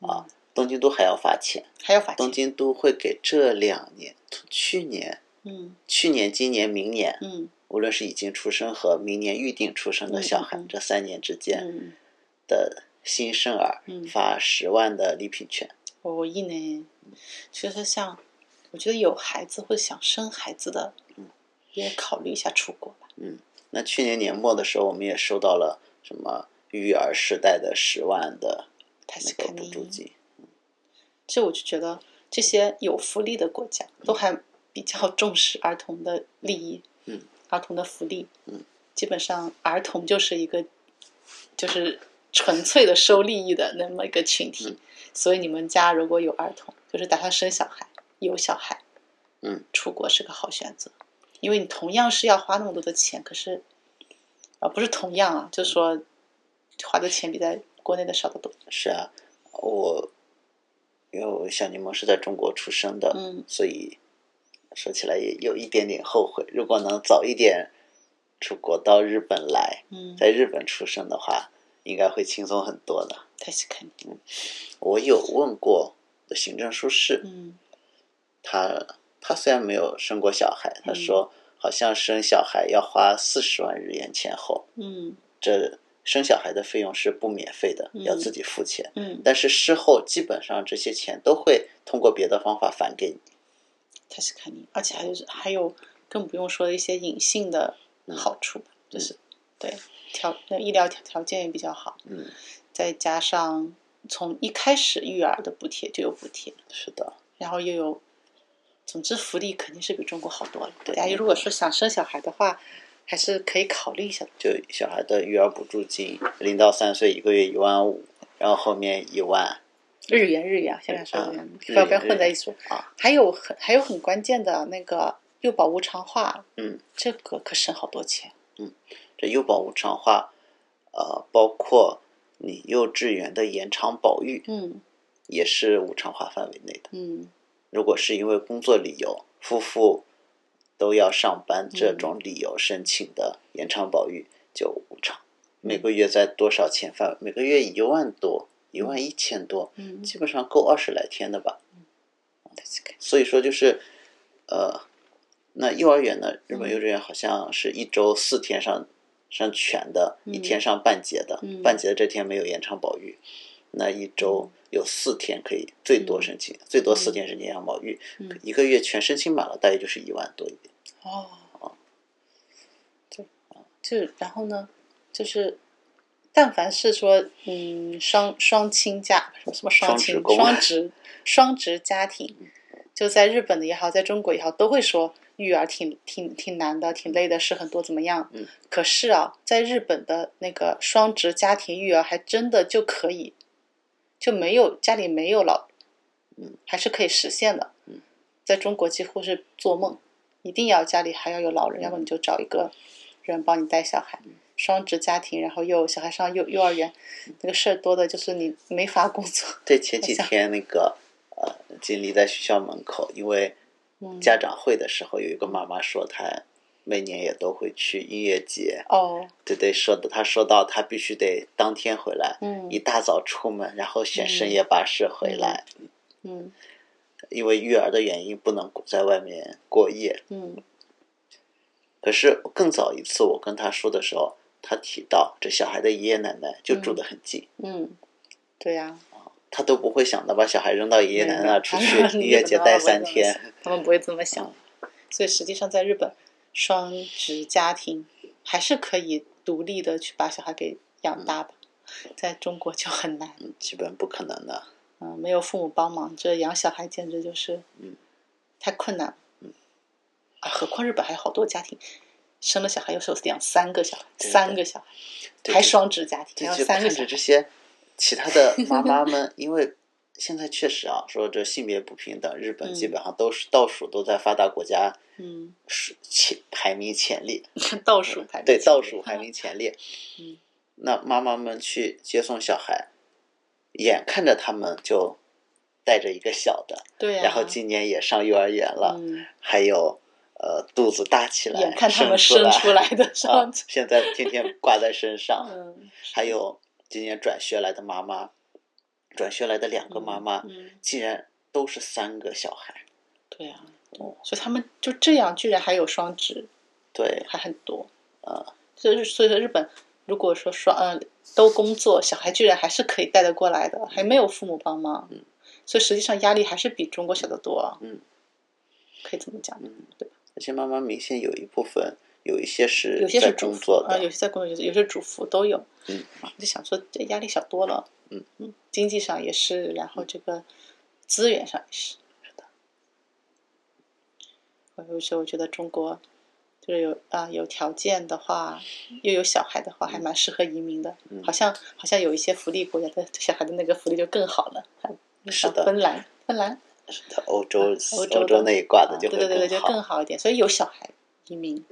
Speaker 2: 啊，
Speaker 1: 东京都还要发钱，
Speaker 2: 还要罚
Speaker 1: 东
Speaker 2: 钱。
Speaker 1: 京都会给这两年，从去年
Speaker 2: 嗯
Speaker 1: 去年、今年、明年，
Speaker 2: 嗯
Speaker 1: 无论是已经出生和明年预定出生的小孩，
Speaker 2: 嗯嗯嗯
Speaker 1: 这三年之间
Speaker 2: 嗯，
Speaker 1: 的新生儿
Speaker 2: 嗯
Speaker 1: 发十万的礼品券，
Speaker 2: 哦，一年，所以说像，我觉得有孩子或者想生孩子的，
Speaker 1: 嗯，
Speaker 2: 也考虑一下出国吧。
Speaker 1: 那去年年末的时候，我们也收到了什么育儿时代的十万的
Speaker 2: 塔
Speaker 1: 那
Speaker 2: 斯
Speaker 1: 个
Speaker 2: 卡
Speaker 1: 补
Speaker 2: 尼
Speaker 1: 助，金，
Speaker 2: 这我就觉得这些有福利的国家都还比较重视儿童的利益，
Speaker 1: 嗯，
Speaker 2: 儿童的福利，
Speaker 1: 嗯，
Speaker 2: 基本上儿童就是一个就是纯粹的收利益的那么一个群体，
Speaker 1: 嗯
Speaker 2: 所以你们家如果有儿童，就是打算生小孩，有小孩，
Speaker 1: 嗯，
Speaker 2: 出国是个好选择，因为你同样是要花那么多的钱，可是啊，不是同样啊，就是说花的钱比在国内的少得多，
Speaker 1: 是啊，我因为我小柠檬是在中国出生的，
Speaker 2: 嗯
Speaker 1: 所以说起来也有一点点后悔。如果能早一点出国到日本来，
Speaker 2: 嗯，
Speaker 1: 在日本出生的话，应该会轻松很多的。
Speaker 2: 太喜看你，
Speaker 1: 我有问过我的行政书室，
Speaker 2: 嗯。
Speaker 1: 他他虽然没有生过小孩，他
Speaker 2: 嗯
Speaker 1: 说好像生小孩要花四十万日元前后，
Speaker 2: 嗯
Speaker 1: 这生小孩的费用是不免费的，
Speaker 2: 嗯
Speaker 1: 要自己付钱。
Speaker 2: 嗯，
Speaker 1: 但是事后基本上这些钱都会通过别的方法返给你。
Speaker 2: 他是肯定，而且还有还有更不用说一些隐性的好处吧，就是对条那医疗条条件也比较好，
Speaker 1: 嗯，
Speaker 2: 再加上从一开始育儿的补贴就有补贴，
Speaker 1: 是的，
Speaker 2: 然后又有，总之福利肯定是比中国好多了。
Speaker 1: 对
Speaker 2: 大家如果说想生小孩的话，还是可以考虑一下的。
Speaker 1: 就小孩的育儿补助金，零到三岁一个月一万五，然后后面一万
Speaker 2: 日元日元啊，现在说
Speaker 1: 嗯
Speaker 2: 日元，
Speaker 1: 日
Speaker 2: 不要不要
Speaker 1: 元
Speaker 2: 混在一起说。
Speaker 1: 啊，
Speaker 2: 还有很还有很关键的那个幼保无偿化，
Speaker 1: 嗯，
Speaker 2: 这个可省好多钱。
Speaker 1: 这幼保无偿化，呃，包括你幼稚园的延长保育
Speaker 2: 嗯
Speaker 1: 也是无偿化范围内的。
Speaker 2: 嗯。
Speaker 1: 如果是因为工作理由，夫妇都要上班这种理由申请的延长保育就无偿，每个月在多少钱范围？每个月一万多，一万一千多，
Speaker 2: 嗯，
Speaker 1: 基本上够二十来天的吧。
Speaker 2: 確かに
Speaker 1: 所以说就是，呃，那幼儿园呢，日
Speaker 2: 嗯
Speaker 1: 本幼稚园好像是一周四天上上全的，
Speaker 2: 嗯
Speaker 1: 一天上半节的，
Speaker 2: 嗯
Speaker 1: 半节的这天没有延长保育，那一周有四天可以最多申请，最多四天申请延长保育，
Speaker 2: 嗯
Speaker 1: 一个月全申请满了，大约就是一万多一点。
Speaker 2: 哦，对，就然后呢，就是但凡是说，嗯，双双亲家什么什么双
Speaker 1: 双职
Speaker 2: 亲
Speaker 1: 工
Speaker 2: 双职双职家庭，就在日本的也好，在中国也好，都会说育儿挺挺挺难的，挺累的，事很多，怎么样？
Speaker 1: 嗯。
Speaker 2: 可是啊，在日本的那个双职家庭育儿，还真的就可以，就没有家里没有老，
Speaker 1: 嗯，
Speaker 2: 还是可以实现的。
Speaker 1: 嗯。
Speaker 2: 在中国几乎是做梦，一定要家里还要有老人，要么你就找一个人帮你带小孩。双职家庭，然后又小孩上幼幼儿园，那个事儿多的就是你没法工作。
Speaker 1: 对，前几天那个呃，锦鲤在学校门口，因为
Speaker 2: 嗯
Speaker 1: 家长会的时候，有一个妈妈说她每年也都会去音乐节，
Speaker 2: 哦，
Speaker 1: 对对，说的他说到他必须得当天回来，
Speaker 2: 嗯
Speaker 1: 一大早出门，然后选
Speaker 2: 嗯
Speaker 1: 深夜巴士回来，
Speaker 2: 嗯
Speaker 1: 因为育儿的原因不能在外面过夜。
Speaker 2: 嗯
Speaker 1: 可是更早一次我跟他说的时候，他提到这小孩的爷爷奶奶就住得很近，
Speaker 2: 嗯，对呀、
Speaker 1: 他都不会想到把小孩扔到爷爷奶奶那出去
Speaker 2: 没有他们
Speaker 1: 音乐节待三
Speaker 2: 他
Speaker 1: 天。
Speaker 2: 他们不会这么想。所以实际上，在日本，双职家庭还是可以独立的去把小孩给养大吧。在中国就很难，
Speaker 1: 嗯基本不可能的。
Speaker 2: 嗯、没有父母帮忙，这养小孩简直就是
Speaker 1: 嗯
Speaker 2: 太困难了。啊，何况日本还有好多家庭生了小孩，有时候养三个小孩，
Speaker 1: 对
Speaker 2: 三个小孩，
Speaker 1: 对
Speaker 2: 还
Speaker 1: 对
Speaker 2: 双职家庭，
Speaker 1: 对，
Speaker 2: 还
Speaker 1: 就
Speaker 2: 有三
Speaker 1: 看
Speaker 2: 个小
Speaker 1: 着
Speaker 2: 孩
Speaker 1: 这。些其他 的妈妈们，因为现在确实啊，说这性别不平等，日本基
Speaker 2: 嗯
Speaker 1: 本上都是倒数，都在发达国家
Speaker 2: 嗯，
Speaker 1: 是前排名前列，
Speaker 2: 倒数排名
Speaker 1: 对，
Speaker 2: 前
Speaker 1: 倒
Speaker 2: 列
Speaker 1: 数排名前列。
Speaker 2: 啊嗯，
Speaker 1: 那妈妈们去接送小孩，眼看着他们就带着一个小的，
Speaker 2: 对呀、
Speaker 1: 然后今年也上幼儿园了，
Speaker 2: 嗯
Speaker 1: 还有呃肚子大起来，
Speaker 2: 眼看他们
Speaker 1: 生
Speaker 2: 生出
Speaker 1: 来
Speaker 2: 来的
Speaker 1: 啊
Speaker 2: 双，子，
Speaker 1: 现在天天挂在身上，
Speaker 2: 嗯，
Speaker 1: 还有今年转学来的妈妈，转学来的两个妈妈，
Speaker 2: 嗯，
Speaker 1: 竟然都是三个小孩，
Speaker 2: 对啊，
Speaker 1: 嗯
Speaker 2: 所以他们就这样，居然还有双职，
Speaker 1: 对，
Speaker 2: 还很多。呃
Speaker 1: 啊，
Speaker 2: 所以所以说日本如果说双呃都工作，小孩居然还是可以带得过来的，还没有父母帮忙，
Speaker 1: 嗯
Speaker 2: 所以实际上压力还是比中国小得多啊。
Speaker 1: 嗯，
Speaker 2: 可以这么讲，
Speaker 1: 嗯
Speaker 2: 对，
Speaker 1: 而且妈妈明显有一部分有一些是
Speaker 2: 有些
Speaker 1: 在
Speaker 2: 是主
Speaker 1: 工
Speaker 2: 妇
Speaker 1: 作
Speaker 2: 啊、
Speaker 1: 的，
Speaker 2: 有些在工作，有些有些主妇都有。啊
Speaker 1: 嗯，
Speaker 2: 就想说这压力小多了。
Speaker 1: 嗯
Speaker 2: 嗯，经济上也是，然后这个资源上也是。是的。我有时候觉得中国就是有啊、有条件的话，又有小孩的话，还蛮适合移民的。
Speaker 1: 嗯
Speaker 2: 好像好像有一些福利国家的对小孩的那个福利就更好了。
Speaker 1: 是的
Speaker 2: 芬兰，芬兰
Speaker 1: 在欧洲
Speaker 2: 啊欧洲
Speaker 1: 欧洲
Speaker 2: 的
Speaker 1: 那一挂的
Speaker 2: 啊
Speaker 1: 就
Speaker 2: 对
Speaker 1: 会
Speaker 2: 对对对，就
Speaker 1: 好
Speaker 2: 更。好一点。所以有小孩移民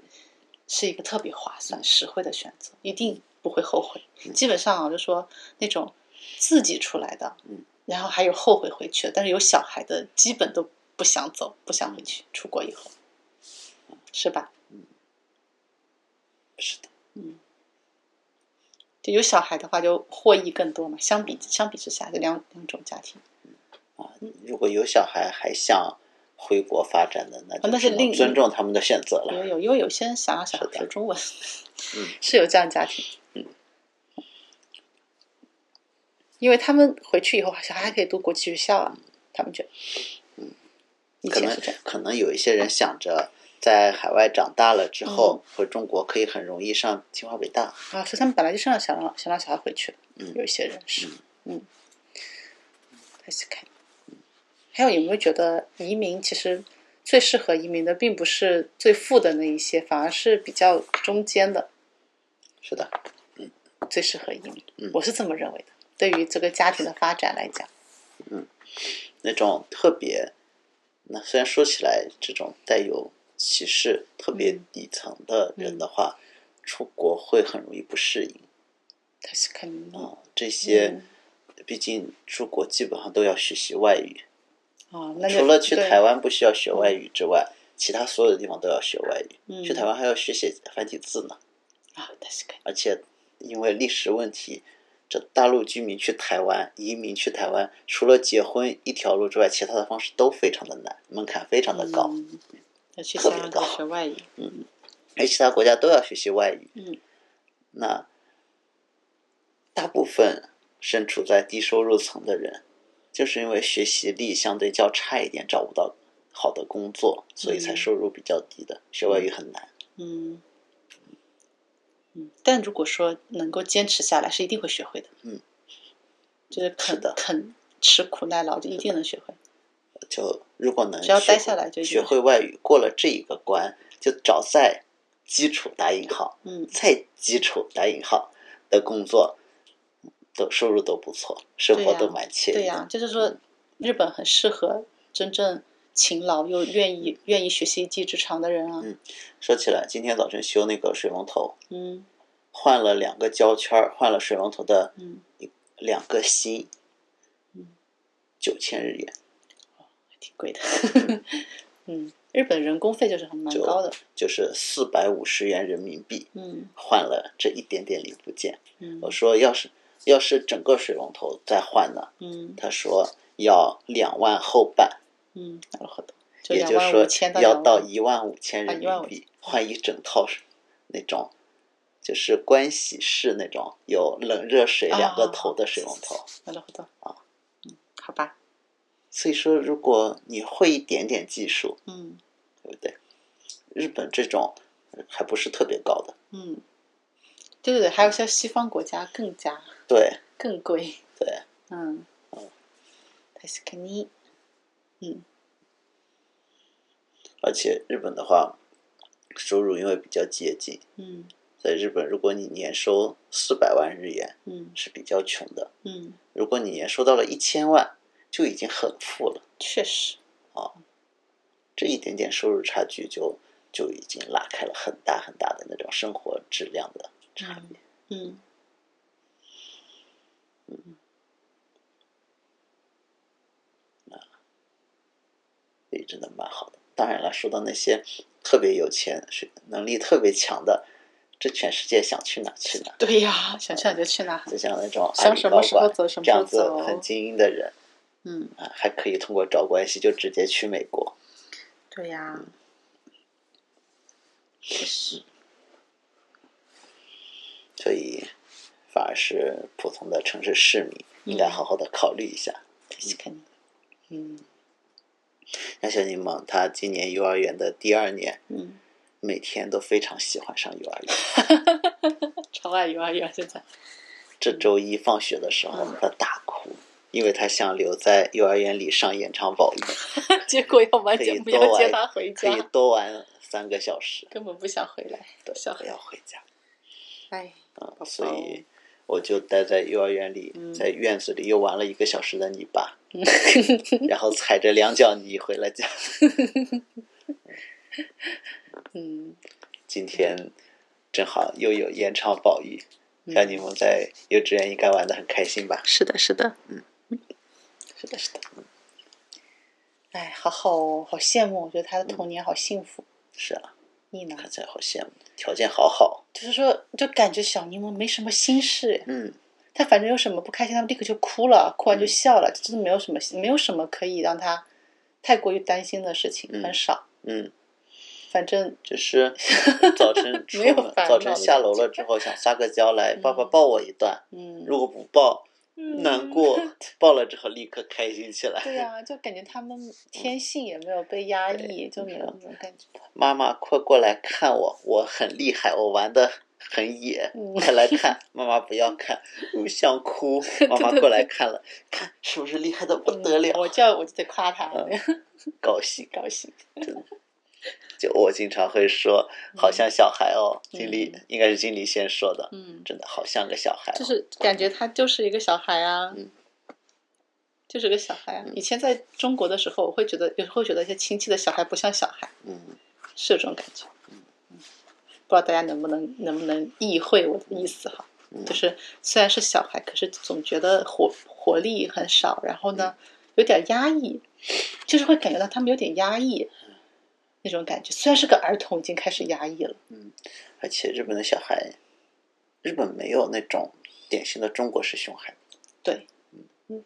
Speaker 2: 是一个特别划
Speaker 1: 嗯
Speaker 2: 算、实惠的选择，一定不会后悔。基本上啊，就说那种自己出来的，
Speaker 1: 嗯，
Speaker 2: 然后还有后悔回去的，但是有小孩的，基本都不想走，不想回去。出国以后，是吧？
Speaker 1: 嗯是的，
Speaker 2: 嗯，就有小孩的话，就获益更多嘛。相比相比之下，就两两种家庭，
Speaker 1: 如果有小孩还想回国发展的，那
Speaker 2: 啊那
Speaker 1: 就是
Speaker 2: 另
Speaker 1: 能
Speaker 2: 一
Speaker 1: 尊重他们的选择
Speaker 2: 因
Speaker 1: 了。
Speaker 2: 为有因为有些人想要小孩
Speaker 1: 是的
Speaker 2: 说中文，
Speaker 1: 嗯
Speaker 2: 是有这样的家庭，嗯因为他们回去以后，小孩还可以读国际学校啊，他们觉得，以
Speaker 1: 嗯可
Speaker 2: 前
Speaker 1: 能
Speaker 2: 是这样，
Speaker 1: 可能有一些人想着在海外长大了之后、
Speaker 2: 嗯
Speaker 1: 回中国可以很容易上清华北大，
Speaker 2: 啊，所以他们本来就是想让想让小孩回去的，
Speaker 1: 嗯
Speaker 2: 有一些人是，嗯，还是看，还有有没有觉得移民其实最适合移民的，并不是最富的那一些，反而是比较中间的，
Speaker 1: 是的，
Speaker 2: 最适合移民。
Speaker 1: 嗯
Speaker 2: 我是这么认为的。对于这个家庭的发展来讲，
Speaker 1: 那种特别，那虽然说起来这种带有歧视、特别
Speaker 2: 嗯
Speaker 1: 底层的人的话，出国会很容易不适应
Speaker 2: 他是肯定
Speaker 1: 啊、这
Speaker 2: 嗯
Speaker 1: 些毕竟出国基本上都要学习外语，
Speaker 2: 啊，那
Speaker 1: 嗯
Speaker 2: 就
Speaker 1: 除了去
Speaker 2: 对
Speaker 1: 台湾不需要学外语之外，其他所有的地方都要学外语。
Speaker 2: 嗯
Speaker 1: 去台湾还要学写繁体字呢，
Speaker 2: 啊，他是肯
Speaker 1: 而且因为历史问题，这大陆居民去台湾、移民去台湾，除了结婚一条路之外，其他的方式都非常的难，门槛非常的高。
Speaker 2: 嗯要去
Speaker 1: 特
Speaker 2: 香
Speaker 1: 别
Speaker 2: 港
Speaker 1: 高
Speaker 2: 学外语，
Speaker 1: 因为其他国家都要学习外语。
Speaker 2: 嗯，
Speaker 1: 那大部分身处在低收入层的人，就是因为学习力相对较差一点，找不到好的工作，所以才
Speaker 2: 嗯
Speaker 1: 收入比较低的。学外语很难，
Speaker 2: 嗯嗯，但如果说能够坚持下来，是一定会学会的。
Speaker 1: 嗯，
Speaker 2: 就是
Speaker 1: 是
Speaker 2: 肯
Speaker 1: 的
Speaker 2: 肯吃苦耐劳，就一定能学会。
Speaker 1: 就如果能
Speaker 2: 只要
Speaker 1: 学
Speaker 2: 待
Speaker 1: 会
Speaker 2: 下来就一定
Speaker 1: 学会外语，过了这一个关，就找在基础打引号，
Speaker 2: 嗯，
Speaker 1: 再基础打引号的工作，都收入都不错，生活
Speaker 2: 对呀
Speaker 1: 都蛮惬意的。
Speaker 2: 对呀、就是说日本很适合真正勤劳又愿意愿意学习一技之长的人啊。
Speaker 1: 嗯说起来，今天早晨修那个水龙头，
Speaker 2: 嗯
Speaker 1: 换了两个胶圈儿，换了水龙头的
Speaker 2: 嗯，
Speaker 1: 两个芯
Speaker 2: 嗯，
Speaker 1: 九千日元，
Speaker 2: 还挺贵的。嗯，日本人工费就是很蛮
Speaker 1: 就
Speaker 2: 高的。
Speaker 1: 就是四百五十元人民币
Speaker 2: 嗯
Speaker 1: 换了这一点点零部件。
Speaker 2: 嗯
Speaker 1: 我说要是要是整个水龙头再换呢，
Speaker 2: 嗯
Speaker 1: 他说要两万后半，
Speaker 2: 嗯，なるほど。就
Speaker 1: 也
Speaker 2: 两
Speaker 1: 就是
Speaker 2: 万五千
Speaker 1: 说要到
Speaker 2: 到
Speaker 1: 一万五千人
Speaker 2: 啊
Speaker 1: 民
Speaker 2: 15,000
Speaker 1: 币换一整套水那种。就是关系式那种有冷热水两个
Speaker 2: 啊
Speaker 1: 头的水龙头，
Speaker 2: 两万。なるほど。啊，嗯，好吧，
Speaker 1: 所以说，如果你会一点点技术，
Speaker 2: 嗯
Speaker 1: 对不对？日本这种呃还不是特别高的，
Speaker 2: 嗯，对对对，还有像西方国家更加
Speaker 1: 对
Speaker 2: 更贵。
Speaker 1: 对，
Speaker 2: 嗯，
Speaker 1: 哦
Speaker 2: 確かに。嗯
Speaker 1: 而且日本的话，收入因为比较接近，
Speaker 2: 嗯
Speaker 1: 在日本，如果你年收四百万日元
Speaker 2: 嗯
Speaker 1: 是比较穷的，
Speaker 2: 嗯，
Speaker 1: 如果你年收到了一千万，就已经很富了，
Speaker 2: 确实。
Speaker 1: 这一点点收入差距就就已经拉开了很大很大的那种生活质量的差别。
Speaker 2: 嗯。
Speaker 1: 所以真的蛮好的。当然了，说到那些特别有钱、是能力特别强的，这全世界想去哪去哪。
Speaker 2: 对呀，想去哪就去哪。
Speaker 1: 就像那种阿
Speaker 2: 想
Speaker 1: 里
Speaker 2: 什
Speaker 1: 高
Speaker 2: 么时候
Speaker 1: 管
Speaker 2: 走什么
Speaker 1: 这
Speaker 2: 时候
Speaker 1: 样子
Speaker 2: 走。
Speaker 1: 很精英的人
Speaker 2: 嗯，
Speaker 1: 啊，还可以通过找关系就直接去美国。
Speaker 3: 对呀、确实，
Speaker 1: 所以反而是普通的城市市民应
Speaker 2: 嗯
Speaker 1: 该好好的考虑一下。
Speaker 2: 確かに。嗯
Speaker 1: 像小金芒，他今年幼儿园的第二年，
Speaker 2: 嗯，
Speaker 1: 每天都非常喜欢上幼儿园。
Speaker 2: 超爱幼儿园啊现在。
Speaker 1: 这周一放学的时候，
Speaker 2: 啊
Speaker 1: 他大哭，因为他想留在幼儿园里上延长保育，
Speaker 2: 结果要完
Speaker 1: 可
Speaker 2: 节
Speaker 1: 以
Speaker 2: 目要
Speaker 1: 多
Speaker 2: 接他
Speaker 1: 玩，
Speaker 2: 回
Speaker 1: 可以
Speaker 2: 家，
Speaker 1: 多玩三个小时，
Speaker 2: 根本不想回来。
Speaker 1: 对
Speaker 2: 小，
Speaker 1: 不
Speaker 2: 孩
Speaker 1: 要回家。
Speaker 3: 哎，
Speaker 1: 嗯
Speaker 2: 宝，
Speaker 1: 所以我就待在幼儿园里，
Speaker 2: 嗯
Speaker 1: 在院子里又玩了一个小时的泥巴， 然后踩着两脚泥回了家。
Speaker 2: 嗯，
Speaker 1: 今天正好又有延长保育，
Speaker 2: 嗯
Speaker 1: 像你们在幼稚园应该玩的很开心吧？
Speaker 2: 是的，是的，
Speaker 1: 嗯，
Speaker 2: 是的，是的。哎，好好哦，好羡慕，我觉得他的童年好幸福。
Speaker 1: 是啊，
Speaker 2: 你呢？
Speaker 1: 看起来好羡慕，条件好好。
Speaker 2: 就是说，就感觉小柠檬没什么心事，哎
Speaker 1: 嗯，
Speaker 2: 他反正有什么不开心，他立刻就哭了，哭完就笑了，真的没有什么，没有什么可以让他太过于担心的事情，
Speaker 1: 嗯
Speaker 2: 很少。
Speaker 1: 嗯，
Speaker 2: 反正
Speaker 1: 只 是早晨出
Speaker 2: 没有
Speaker 1: 门，
Speaker 2: 烦恼
Speaker 1: 早晨下楼了之后想撒个娇来，爸爸抱我一段。
Speaker 2: 嗯，
Speaker 1: 如果不抱，
Speaker 2: 嗯
Speaker 1: 难 过；抱了之后立刻开心起来。
Speaker 2: 对呀、就感觉他们天性也没有被压抑，就没有那种感觉。
Speaker 1: 妈妈，快过来看我，我很厉害，我玩的很野，
Speaker 2: 嗯
Speaker 1: 快来看！妈妈不要看，我想 哭。妈妈过来看了，看是不是厉害的不得了？
Speaker 2: 嗯我叫我就得嗯夸他，
Speaker 1: 高兴。
Speaker 2: 高兴。
Speaker 1: 就我经常会说，好像小孩哦，
Speaker 2: 嗯
Speaker 1: 经理应该是经理先说的，
Speaker 2: 嗯，
Speaker 1: 真的好像个小孩哦。
Speaker 2: 就是感觉他就是一个小孩啊，
Speaker 1: 嗯
Speaker 2: 就是个小孩啊。以前在中国的时候，我会觉得有时候觉得一些亲戚的小孩不像小孩，
Speaker 1: 嗯，
Speaker 2: 是有这种感觉。嗯，不知道大家能不能能不能意会我的意思哈？
Speaker 1: 嗯
Speaker 2: 就是虽然是小孩，可是总觉得活活力很少，然后
Speaker 1: 嗯
Speaker 2: 呢有点压抑，就是会感觉到他们有点压抑那种感觉。虽然是个儿童，已经开始压抑了。
Speaker 1: 而且日本的小孩，日本没有那种典型的中国式熊孩子。
Speaker 2: 对，嗯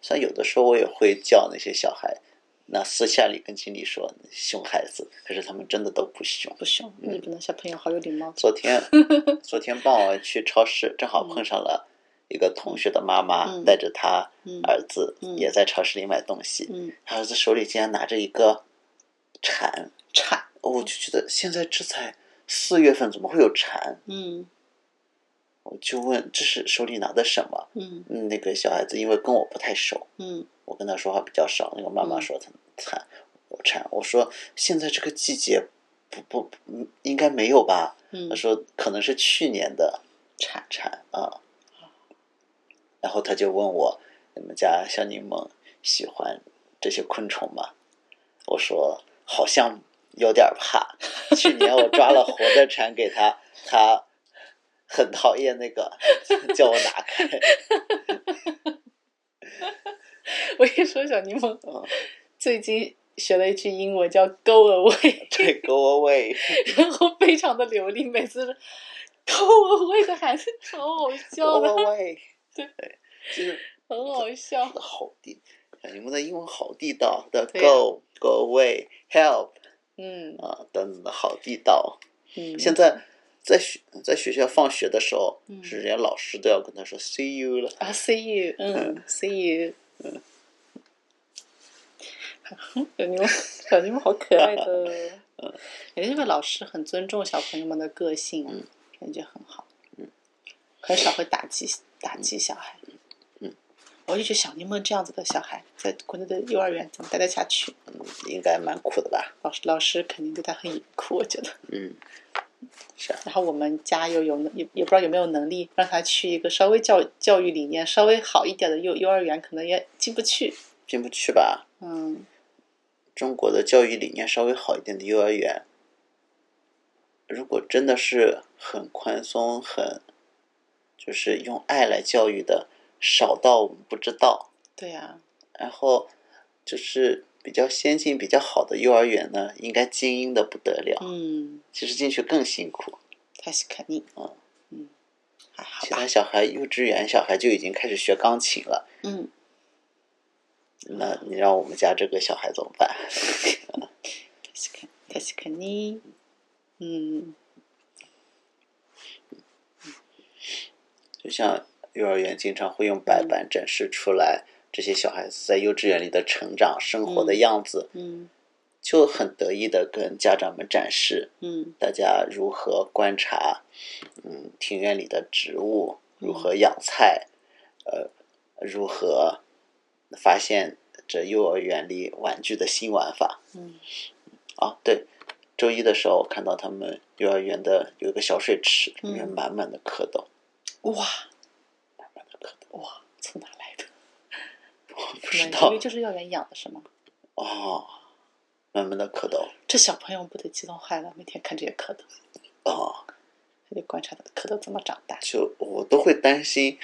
Speaker 1: 虽然有的时候我也会叫那些小孩，那私下里跟经理说熊孩子，可是他们真的都不凶。
Speaker 2: 不凶，
Speaker 1: 嗯
Speaker 2: 日本的小朋友好有礼貌。
Speaker 1: 昨 天昨天傍晚去超市，正好碰上了一个同学的妈妈，
Speaker 2: 嗯
Speaker 1: 带着她
Speaker 2: 嗯
Speaker 1: 儿子、
Speaker 2: 嗯
Speaker 1: 也在超市里买东西，
Speaker 2: 嗯，
Speaker 1: 他儿子手里竟然拿着一个蝉，
Speaker 2: 铲，
Speaker 1: 我就觉得现在这才四月份，怎么会有蝉？
Speaker 2: 嗯
Speaker 1: 我就问这是手里拿的什么？
Speaker 2: 嗯
Speaker 1: 嗯，那个小孩子因为跟我不太熟，
Speaker 2: 嗯
Speaker 1: 我跟他说话比较少，那个妈妈
Speaker 2: 嗯
Speaker 1: 说他惨，我馋。我说现在这个季节不不不嗯应该没有吧？
Speaker 2: 嗯
Speaker 1: 他，说可能是去年的
Speaker 2: 铲，
Speaker 1: 蝉啊。然后他就问我，你们家小柠檬喜欢这些昆虫吗？我说好像有点怕。去年我抓了活的蝉给他，他很讨厌那个，叫我拿开。
Speaker 2: 我一说小柠檬，
Speaker 1: 嗯，
Speaker 2: 最近学了一句英文叫 “go away”，
Speaker 1: 对，go away。
Speaker 2: 然后非常的流利，每次 “go away” 的喊是超好哦笑的，
Speaker 1: away，
Speaker 2: 对
Speaker 1: 对，就是
Speaker 2: 很好笑。
Speaker 1: 好地，小柠檬的英文好地道的
Speaker 2: 对呀
Speaker 1: ，go go away help
Speaker 2: 嗯
Speaker 1: 啊等等的好地道。
Speaker 2: 嗯，
Speaker 1: 现在在学在学校放学的时候，
Speaker 2: 嗯
Speaker 1: 是连老师都要跟他说 see you 了。
Speaker 2: 啊，see you，嗯，see you，嗯， 小柠檬，小柠檬好可爱的，感觉这个老师很尊重小朋友们的个性啊，感觉很好，嗯很少会打击打击小孩，
Speaker 1: 嗯，
Speaker 2: 我就觉得小柠檬这样子的小孩，在国内的幼儿园怎么待得下去？
Speaker 1: 嗯，应该蛮苦的吧？
Speaker 2: 老师老师肯定对他很严酷，我觉得。
Speaker 1: 嗯，是啊，
Speaker 2: 然后我们家又有也也不知道有没有能力让他去一个稍微教教育理念稍微好一点的幼幼儿园，可能也进不去。
Speaker 1: 进不去吧？
Speaker 2: 嗯，
Speaker 1: 中国的教育理念稍微好一点的幼儿园，如果真的是很宽松、很就是用爱来教育的，少到我们不知道。
Speaker 2: 对呀、
Speaker 1: 然后就是比较先进、比较好的幼儿园呢，应该精英的不得了，
Speaker 2: 嗯，
Speaker 1: 其实进去更辛苦。
Speaker 2: 他是肯定，
Speaker 1: 嗯
Speaker 2: 嗯，还好
Speaker 1: 其
Speaker 2: 吧，
Speaker 1: 他小孩幼稚园小孩就已经开始学钢琴了，
Speaker 2: 嗯，
Speaker 1: 那你让我们家这个小孩怎么办？
Speaker 2: 確かに確かに嗯
Speaker 1: 就像幼儿园经常会用白板展示出来这些小孩子在幼稚园里的成长、生活的样子，
Speaker 2: 嗯
Speaker 1: 就很得意的跟家长们展示
Speaker 2: 嗯
Speaker 1: 大家如何观察，嗯，庭院里的植物如何养菜，呃，如何发现这幼儿园里玩具的新玩法。
Speaker 2: 嗯
Speaker 1: 啊，对，周一的时候我看到他们幼儿园的有一个小水池，里面
Speaker 2: 嗯
Speaker 1: 满满的蝌蚪，
Speaker 2: 哇
Speaker 1: 满满的蝌蚪，
Speaker 2: 哇，从哪来的？
Speaker 1: 我不
Speaker 2: 可
Speaker 1: 知
Speaker 2: 能因
Speaker 1: 道
Speaker 2: 为就是幼儿园养的，是吗？
Speaker 1: 哦，满满的蝌蚪
Speaker 2: 这小朋友不得激动坏了，每天看这些蝌蚪，
Speaker 1: 哦，
Speaker 2: 还得观察它的蝌蚪怎么长大。
Speaker 1: 就我都会担心，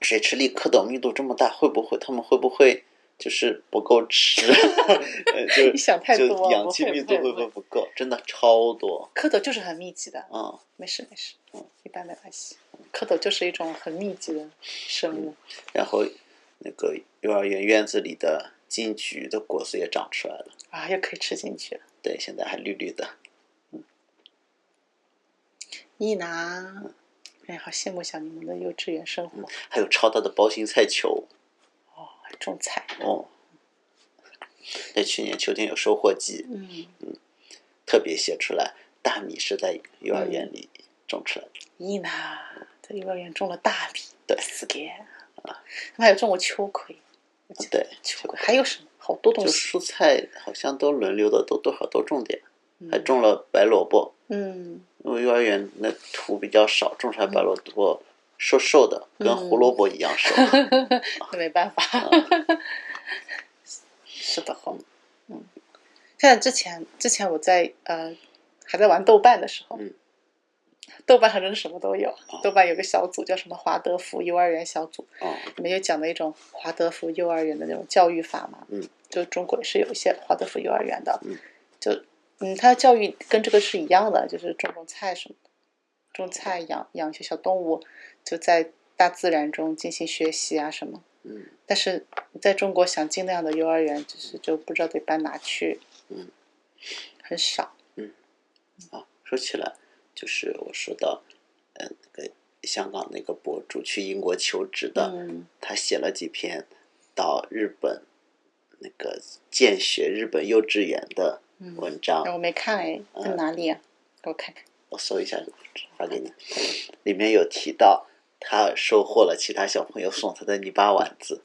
Speaker 1: 水池里蝌蚪密度这么大，会不会他们会不会就是不够吃？ 呃就
Speaker 2: 你想太多
Speaker 1: 就
Speaker 2: 了，
Speaker 1: 氧
Speaker 2: 不
Speaker 1: 气
Speaker 2: 会
Speaker 1: 密
Speaker 2: 不
Speaker 1: 度会
Speaker 2: 会不
Speaker 1: 不会
Speaker 2: 会。
Speaker 1: 不够？真的超多，
Speaker 2: 蝌蚪就是很密集的，
Speaker 1: 嗯，
Speaker 2: 没事没事，嗯一般没关系。蝌蚪就是一种很密集的生物，
Speaker 1: 然后那个幼儿园院子里的金桔的果子也长出来了。
Speaker 2: 啊，又可以吃进去了。
Speaker 1: 对，现在还绿绿的。
Speaker 2: 一拿，哎，好羡慕小柠檬的幼稚园生活，
Speaker 1: 还有超大的包心菜球
Speaker 2: 还种菜。
Speaker 1: 哦。在去年秋天有收获季，
Speaker 2: 嗯，
Speaker 1: 特别写出来，大米是在幼儿园里种出来的。
Speaker 2: 一拿在幼儿园种了大米，
Speaker 1: 对
Speaker 2: 四个，他们啊还有种过秋葵，我记得
Speaker 1: 对，
Speaker 2: 秋葵还有什么？好多东
Speaker 1: 就
Speaker 2: 西，
Speaker 1: 蔬菜好像都轮流的，都多少都种点，
Speaker 2: 嗯
Speaker 1: 还种了白萝卜。
Speaker 2: 嗯
Speaker 1: 因为幼儿园那土比较少，种出来白萝卜瘦瘦的，跟胡萝卜一样瘦。
Speaker 2: 那没办法，
Speaker 1: 嗯
Speaker 2: 是的慌。嗯，像之前之前我在呃还在玩豆瓣的时候，
Speaker 1: 嗯
Speaker 2: 豆瓣上真是什么都有
Speaker 1: 哦。
Speaker 2: 豆瓣有个小组叫什么华德福幼儿园小组，
Speaker 1: 哦，
Speaker 2: 里面就讲了一种华德福幼儿园的那种教育法嘛。
Speaker 1: 嗯，
Speaker 2: 就中国也是有一些华德福幼儿园的。
Speaker 1: 嗯，
Speaker 2: 就嗯，它的教育跟这个是一样的，就是种种菜什么的，种菜养养一些小动物，就在大自然中进行学习啊什么。
Speaker 1: 嗯，
Speaker 2: 但是在中国想进那样的幼儿园，就是就不知道得搬哪去。
Speaker 1: 嗯，
Speaker 2: 很少。
Speaker 1: 啊，说起来，就是我说到，呃，那个香港那个博主去英国求职的，
Speaker 2: 嗯
Speaker 1: 他写了几篇到日本那个见学日本幼稚园的
Speaker 2: 嗯，
Speaker 1: 文章，
Speaker 2: 我没看哎，在哪里啊？给我看看。
Speaker 1: 我搜一下就发给你。里面有提到他收获了其他小朋友送他的泥巴丸子，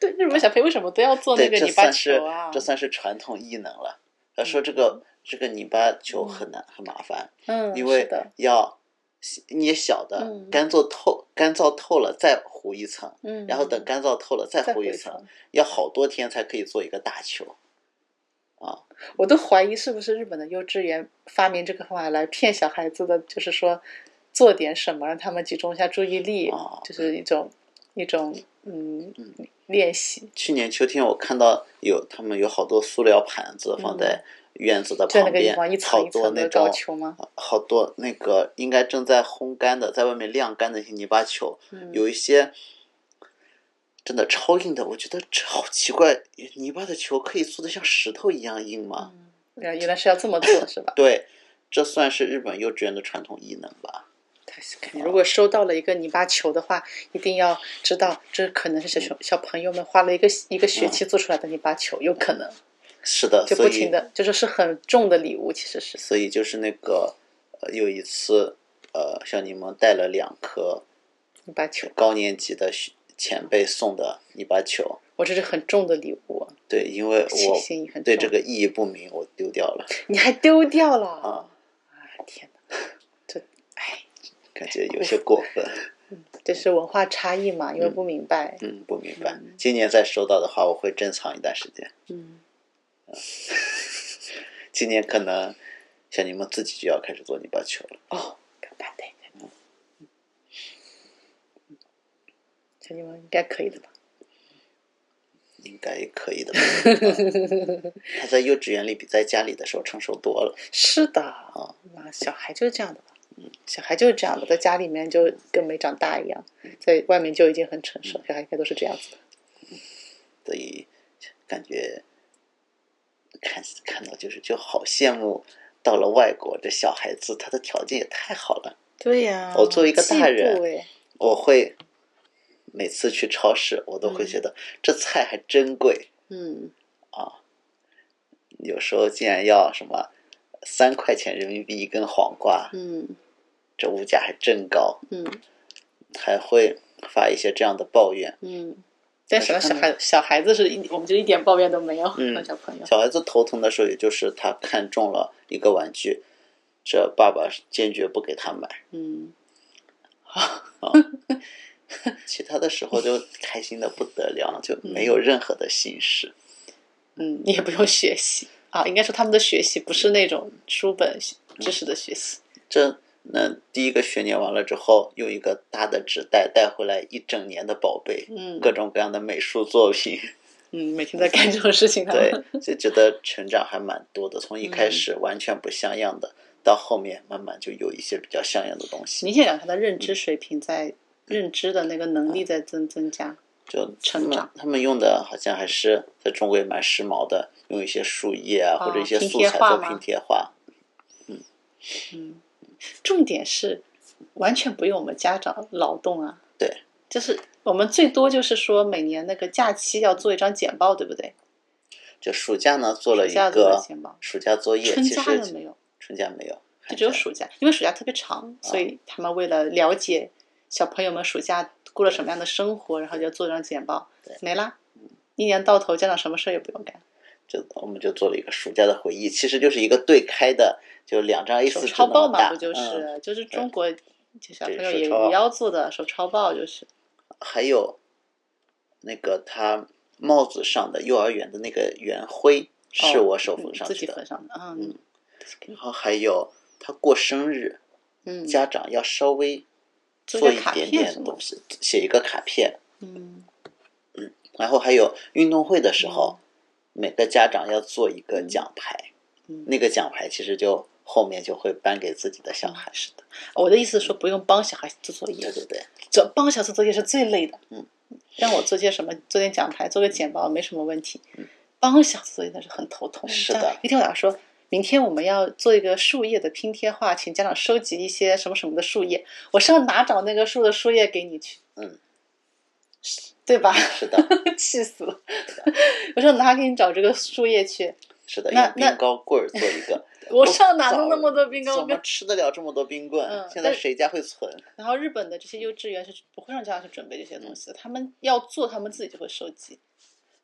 Speaker 2: 对，日本小朋友为什么都要做那
Speaker 1: 对，
Speaker 2: 个
Speaker 1: 这
Speaker 2: 泥巴
Speaker 1: 算是
Speaker 2: 球啊？
Speaker 1: 这算是传统异能了。他说这个、这个泥巴球很难很麻烦，
Speaker 2: 嗯，
Speaker 1: 因
Speaker 2: 是
Speaker 1: 为
Speaker 2: 的，
Speaker 1: 要捏小的，
Speaker 2: 嗯
Speaker 1: 干燥透干燥透了再糊一层，
Speaker 2: 嗯，
Speaker 1: 然后等干燥透了再
Speaker 2: 再
Speaker 1: 糊一
Speaker 2: 回
Speaker 1: 层
Speaker 2: 程，
Speaker 1: 要好多天才可以做一个大球。啊，
Speaker 2: 我都怀疑是不是日本的幼稚园发明这个方法来骗小孩子的，就是说做点什么让他们集中一下注意力，
Speaker 1: 哦
Speaker 2: 就是一种一种嗯
Speaker 1: 嗯
Speaker 2: 练习，
Speaker 1: 去年秋天我看到有他们有好多塑料盘子放在院子的
Speaker 2: 嗯在那
Speaker 1: 旁
Speaker 2: 个地
Speaker 1: 边，
Speaker 2: 方一层
Speaker 1: 好
Speaker 2: 一
Speaker 1: 多
Speaker 2: 层
Speaker 1: 那
Speaker 2: 的高
Speaker 1: 种呃
Speaker 2: 球吗？
Speaker 1: 好多那个应该正在烘干的，在外面晾干的一些泥巴球，
Speaker 2: 嗯，
Speaker 1: 有一些真的超硬的，我觉得这好奇怪，泥巴的球可以做的像石头一样硬吗？
Speaker 2: 嗯原原来是要这么做是吧？
Speaker 1: 对，这算是日本幼稚园的传统异能吧？
Speaker 2: 太是肯定如果收到了一个泥巴球的话，一定要知道这可能是小熊小朋友们花了一个一个学期做出来的泥巴球，有可能
Speaker 1: 是的，
Speaker 2: 就
Speaker 1: 所
Speaker 2: 不
Speaker 1: 以
Speaker 2: 停的，就是是很重的礼物，其实是
Speaker 1: 所以就是那个、呃、有一次，呃，小柠檬带了两颗
Speaker 2: 泥巴球，
Speaker 1: 高年级的学前辈送的泥巴球，
Speaker 2: 我这是很重的礼物，
Speaker 1: 对，因为
Speaker 2: 信
Speaker 1: 我
Speaker 2: 心也很重。
Speaker 1: 对这个意义不明，我丢掉了
Speaker 2: 你还丢掉了
Speaker 1: 啊，
Speaker 2: 啊天哪，这哎，
Speaker 1: 感觉有些过分，
Speaker 2: 这是文化差异嘛，因为不明白。
Speaker 1: 嗯，不明白。今年再收到的话，我会珍藏一段时间。
Speaker 2: 嗯，
Speaker 1: 今年可能小柠檬自己就要开始做泥巴球了。
Speaker 2: 哦，干巴的，嗯小柠檬应该可以的吧？
Speaker 1: 应该也可以的吧。啊他在幼稚园里比在家里的时候成熟多了。
Speaker 2: 是的，啊，小孩就是这样的吧。嗯小孩就是这样的，在家里面就跟没长大一样，在外面就已经很成熟。小孩应该都是这样子的。
Speaker 1: 所以感觉看看到就是就好羡慕，到了外国这小孩子他的条件也太好了。
Speaker 2: 对呀、
Speaker 1: 我作为一个大人
Speaker 2: 嫉妒哎
Speaker 1: 我会每次去超市，我都会觉得这菜还真贵，
Speaker 2: 嗯，
Speaker 1: 有时候竟然要什么三块钱人民币一根黄瓜，
Speaker 2: 嗯
Speaker 1: 这物价还真高，
Speaker 2: 嗯
Speaker 1: 还会发一些这样的抱怨。
Speaker 2: 嗯，但小
Speaker 1: 但是
Speaker 2: 小
Speaker 1: 他
Speaker 2: 孩小孩子是一，我们就一点抱怨都没有。
Speaker 1: 嗯
Speaker 2: 和小朋友，
Speaker 1: 小孩子头疼的时候，也就是他看中了一个玩具，这爸爸坚决不给他买。
Speaker 2: 嗯
Speaker 1: 其他的时候就开心的不得了，就没有任何的心事。
Speaker 2: 嗯，你也不用学习啊，应该说他们的学习不是那种书本知识的学习，
Speaker 1: 这那第一个学年完了之后，用一个大的纸袋带回来一整年的宝贝，
Speaker 2: 嗯
Speaker 1: 各种各样的美术作 品，
Speaker 2: 嗯，每天在干这种事情，他们
Speaker 1: 对，就觉得成长还蛮多的。从一
Speaker 2: 嗯
Speaker 1: 开始完全不像样的，到后面慢慢就有一些比较像样的东西，
Speaker 2: 明显感觉他的认知水平在认知的那个能力在增增加，
Speaker 1: 就
Speaker 2: 成长。
Speaker 1: 他们用的好像还是在中国也蛮时髦的，用一些树叶啊、
Speaker 2: 啊
Speaker 1: 或者一些
Speaker 2: 拼
Speaker 1: 素
Speaker 2: 贴
Speaker 1: 材
Speaker 2: 画
Speaker 1: 做
Speaker 2: 吗
Speaker 1: 拼贴画，
Speaker 2: 嗯，重点是完全不用我们家长劳动啊，
Speaker 1: 对，
Speaker 2: 就是我们最多就是说每年那个假期要做一张简报，对不对？
Speaker 1: 就暑假呢做了一
Speaker 2: 暑假做了
Speaker 1: 个
Speaker 2: 简报
Speaker 1: 暑假作业，
Speaker 2: 春
Speaker 1: 其
Speaker 2: 假了没
Speaker 1: 实
Speaker 2: 有？
Speaker 1: 春假没有，
Speaker 2: 就只有
Speaker 1: 寒假
Speaker 2: 暑假，因为暑假特别长，
Speaker 1: 啊
Speaker 2: 所以他们为了了解小朋友们暑假过了什么样的生活，然后就做一张简报
Speaker 1: 对，
Speaker 2: 没啦。一年到头，家长什么事儿也不用干，
Speaker 1: 就我们就做了一个暑假的回忆，其实就是一个对开的，就两张 A
Speaker 2: 手
Speaker 1: 4纸
Speaker 2: 抄
Speaker 1: 那
Speaker 2: 报
Speaker 1: 么
Speaker 2: 嘛，
Speaker 1: 大。
Speaker 2: 不就是、
Speaker 1: 嗯？
Speaker 2: 就是中国就小朋友
Speaker 1: 对
Speaker 2: 也
Speaker 1: 手抄
Speaker 2: 也要做的手抄报，就是
Speaker 1: 还有那个他帽子上的幼儿园的那个圆徽，是
Speaker 2: 哦
Speaker 1: 我手
Speaker 2: 嗯
Speaker 1: 缝上
Speaker 2: 自
Speaker 1: 去
Speaker 2: 己缝
Speaker 1: 的。
Speaker 2: 上的，嗯
Speaker 1: 然后还有他过生日，
Speaker 2: 嗯，
Speaker 1: 家长要稍微
Speaker 2: 做
Speaker 1: 做
Speaker 2: 一
Speaker 1: 一
Speaker 2: 个卡
Speaker 1: 点
Speaker 2: 片
Speaker 1: 点
Speaker 2: 是吗
Speaker 1: 东西，写一个卡片。
Speaker 2: 嗯
Speaker 1: 然后还有运动会的时候，每个家长要做一个奖牌，
Speaker 2: 嗯，
Speaker 1: 那个奖牌其实就后面就会颁给自己的小
Speaker 2: 嗯
Speaker 1: 孩。
Speaker 2: 是的，我的意思是说不用帮小孩做作业
Speaker 1: 对，对 对，
Speaker 2: 这帮小孩做作业是最累的。
Speaker 1: 嗯，
Speaker 2: 让我做些什么，做点讲台，做个简报没什么问题。帮小孩做作业那是很头痛。
Speaker 1: 嗯是
Speaker 2: 家
Speaker 1: 的
Speaker 2: 长一天晚上说，明天我们要做一个树叶的拼贴画，请家长收集一些什么什么的树叶，我上哪找那个树的树叶给你去？
Speaker 1: 嗯，
Speaker 2: 对吧？
Speaker 1: 是的，
Speaker 2: 气死了！ 我说哪给你找这个树叶去？
Speaker 1: 是的，
Speaker 2: 那
Speaker 1: 用
Speaker 2: 那
Speaker 1: 冰糕棍儿做一个。
Speaker 2: 我上哪弄那么多
Speaker 1: 早
Speaker 2: 冰糕
Speaker 1: 怎么
Speaker 2: 棍？
Speaker 1: 吃得了这么多冰棍？
Speaker 2: 嗯
Speaker 1: 现在
Speaker 2: 但
Speaker 1: 谁家会存？
Speaker 2: 然后日本的这些幼稚园是不会让家长去准备这些东西的，他们要做，他们自己就会收集。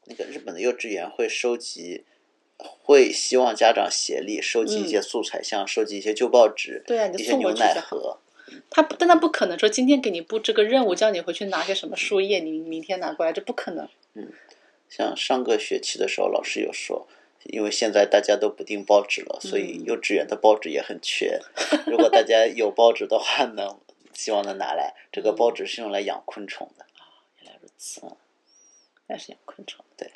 Speaker 1: 那个日本的幼稚园会收集，会希望家长协力收集一些素材，像收集一些旧报纸，
Speaker 2: 嗯对啊你就
Speaker 1: 一些
Speaker 2: 送
Speaker 1: 牛
Speaker 2: 过去
Speaker 1: 奶
Speaker 2: 就好
Speaker 1: 盒，
Speaker 2: 他不，但他不可能说今天给你布置个任务，叫你回去拿些什么树叶，你明天拿过来，这不可能。
Speaker 1: 像上个学期的时候，老师有说。因为现在大家都不订报纸了，所以
Speaker 2: 嗯
Speaker 1: 幼稚园的报纸也很缺。如果大家有报纸的话 呢，希望能拿来。这个
Speaker 2: 嗯
Speaker 1: 报纸是用来养昆虫的。
Speaker 2: 原来如此，啊但是养昆虫，
Speaker 1: 对，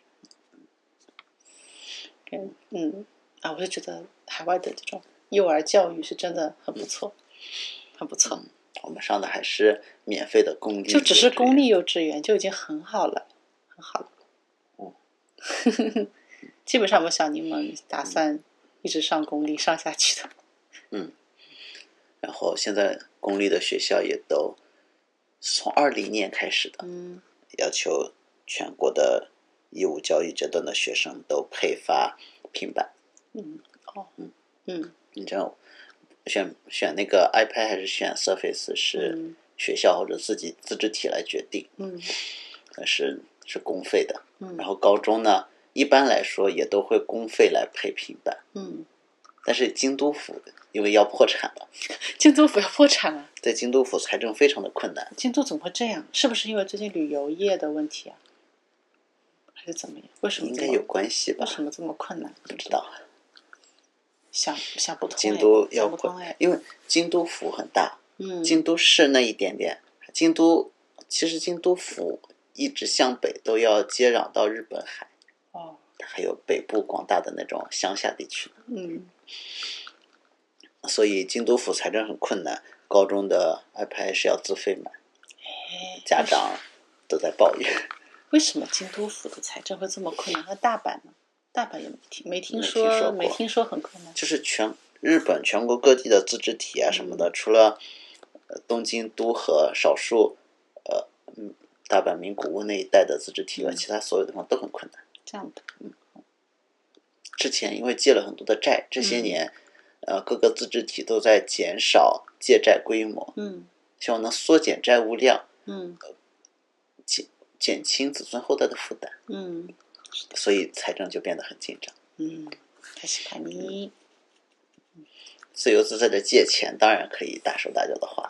Speaker 2: 嗯嗯啊，我就觉得海外的这种幼儿教育是真的很不错，很不错，
Speaker 1: 我们上的还是免费的公立幼稚
Speaker 2: 就
Speaker 1: 园，
Speaker 2: 只是公立幼稚园就已经很好了，很好了。
Speaker 1: 嗯
Speaker 2: 基本上我们小柠檬打算一直上公立上下去的。
Speaker 1: 然后现在公立的学校也都是从二零年开始的，
Speaker 2: 嗯
Speaker 1: 要求全国的义务教育阶段的学生都配发平板。
Speaker 2: 嗯哦嗯
Speaker 1: 你知道选选那个 iPad 还是选 Surface 是
Speaker 2: 嗯
Speaker 1: 学校或者自己自治体来决定，
Speaker 2: 嗯
Speaker 1: 但是是公费的。
Speaker 2: 嗯，
Speaker 1: 然后高中呢，一般来说也都会公费来配平板，
Speaker 2: 嗯。
Speaker 1: 但是京都府因为要破产了，
Speaker 2: 京都不要破产了，
Speaker 1: 在京都府财政非常的困难。
Speaker 2: 京都怎么会这样？是不是因为最近旅游业的问题啊，还是怎么样？为什么
Speaker 1: 应
Speaker 2: 这
Speaker 1: 该
Speaker 2: 么
Speaker 1: 有关系吧
Speaker 2: 为？什么这么困难？不
Speaker 1: 不知道。
Speaker 2: 想想不通哎、
Speaker 1: 京都要
Speaker 2: 想不
Speaker 1: 管
Speaker 2: 通哎，
Speaker 1: 因为京都府很大，
Speaker 2: 嗯，
Speaker 1: 京都市那一点点，京都其实京都府一直向北都要接壤到日本海，
Speaker 2: 哦，
Speaker 1: 还有北部广大的那种乡下地区，
Speaker 2: 嗯
Speaker 1: 所以京都府财政很困难，高中的 iPad 是要自费买，
Speaker 2: 哎，
Speaker 1: 家长都在抱怨，
Speaker 2: 为什么京都府的财政会这么困难？那大阪呢？大阪也没听没听
Speaker 1: 没听
Speaker 2: 说，
Speaker 1: 说过
Speaker 2: 没听说很困难。
Speaker 1: 就是全日本全国各地的自治体啊什么
Speaker 2: 嗯
Speaker 1: 的，除了呃东京都和少数呃嗯大阪名古屋那一带的自治体以外，
Speaker 2: 嗯
Speaker 1: 其他所有地方都很困难。
Speaker 2: 这样的，
Speaker 1: 之前因为借了很多的债，这些年、呃各个自治体都在减少借债规模，
Speaker 2: 嗯
Speaker 1: 希望能缩减债务量，
Speaker 2: 嗯
Speaker 1: 减轻子孙后代的负担，
Speaker 2: 嗯
Speaker 1: 所以财政就变得很紧张。
Speaker 2: 嗯，开始看你
Speaker 1: 自由自在的借钱，当然可以大手大脚的花。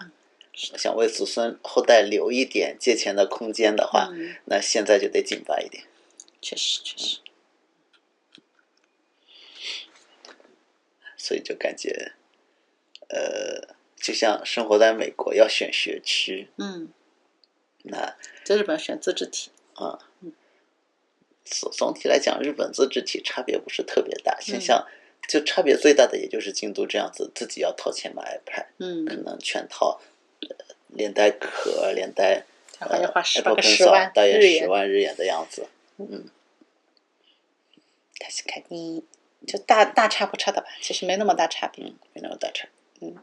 Speaker 1: 想为子孙后代留一点借钱的空间的话，
Speaker 2: 嗯，
Speaker 1: 那现在就得紧巴一点。
Speaker 2: 确实确实，
Speaker 1: 所以就感觉，呃，就像生活在美国要选学区，
Speaker 2: 嗯，
Speaker 1: 那
Speaker 2: 在日本选自治体，
Speaker 1: 总总体来讲，日本自治体差别不是特别大，
Speaker 2: 嗯
Speaker 1: 现象就差别最大的也就是京都这样子，自己要掏钱买 iPad，可
Speaker 2: 嗯，
Speaker 1: 能全套，呃连带壳，连带呃
Speaker 2: 他还要花十万
Speaker 1: Apple
Speaker 2: 个十万
Speaker 1: Pencil，大约
Speaker 2: 日
Speaker 1: 十
Speaker 2: 元，
Speaker 1: 万日元的样子。
Speaker 2: 开始看你就大大差不差的吧，其实没那么大差别。
Speaker 1: 嗯，没那么大差。
Speaker 2: 嗯。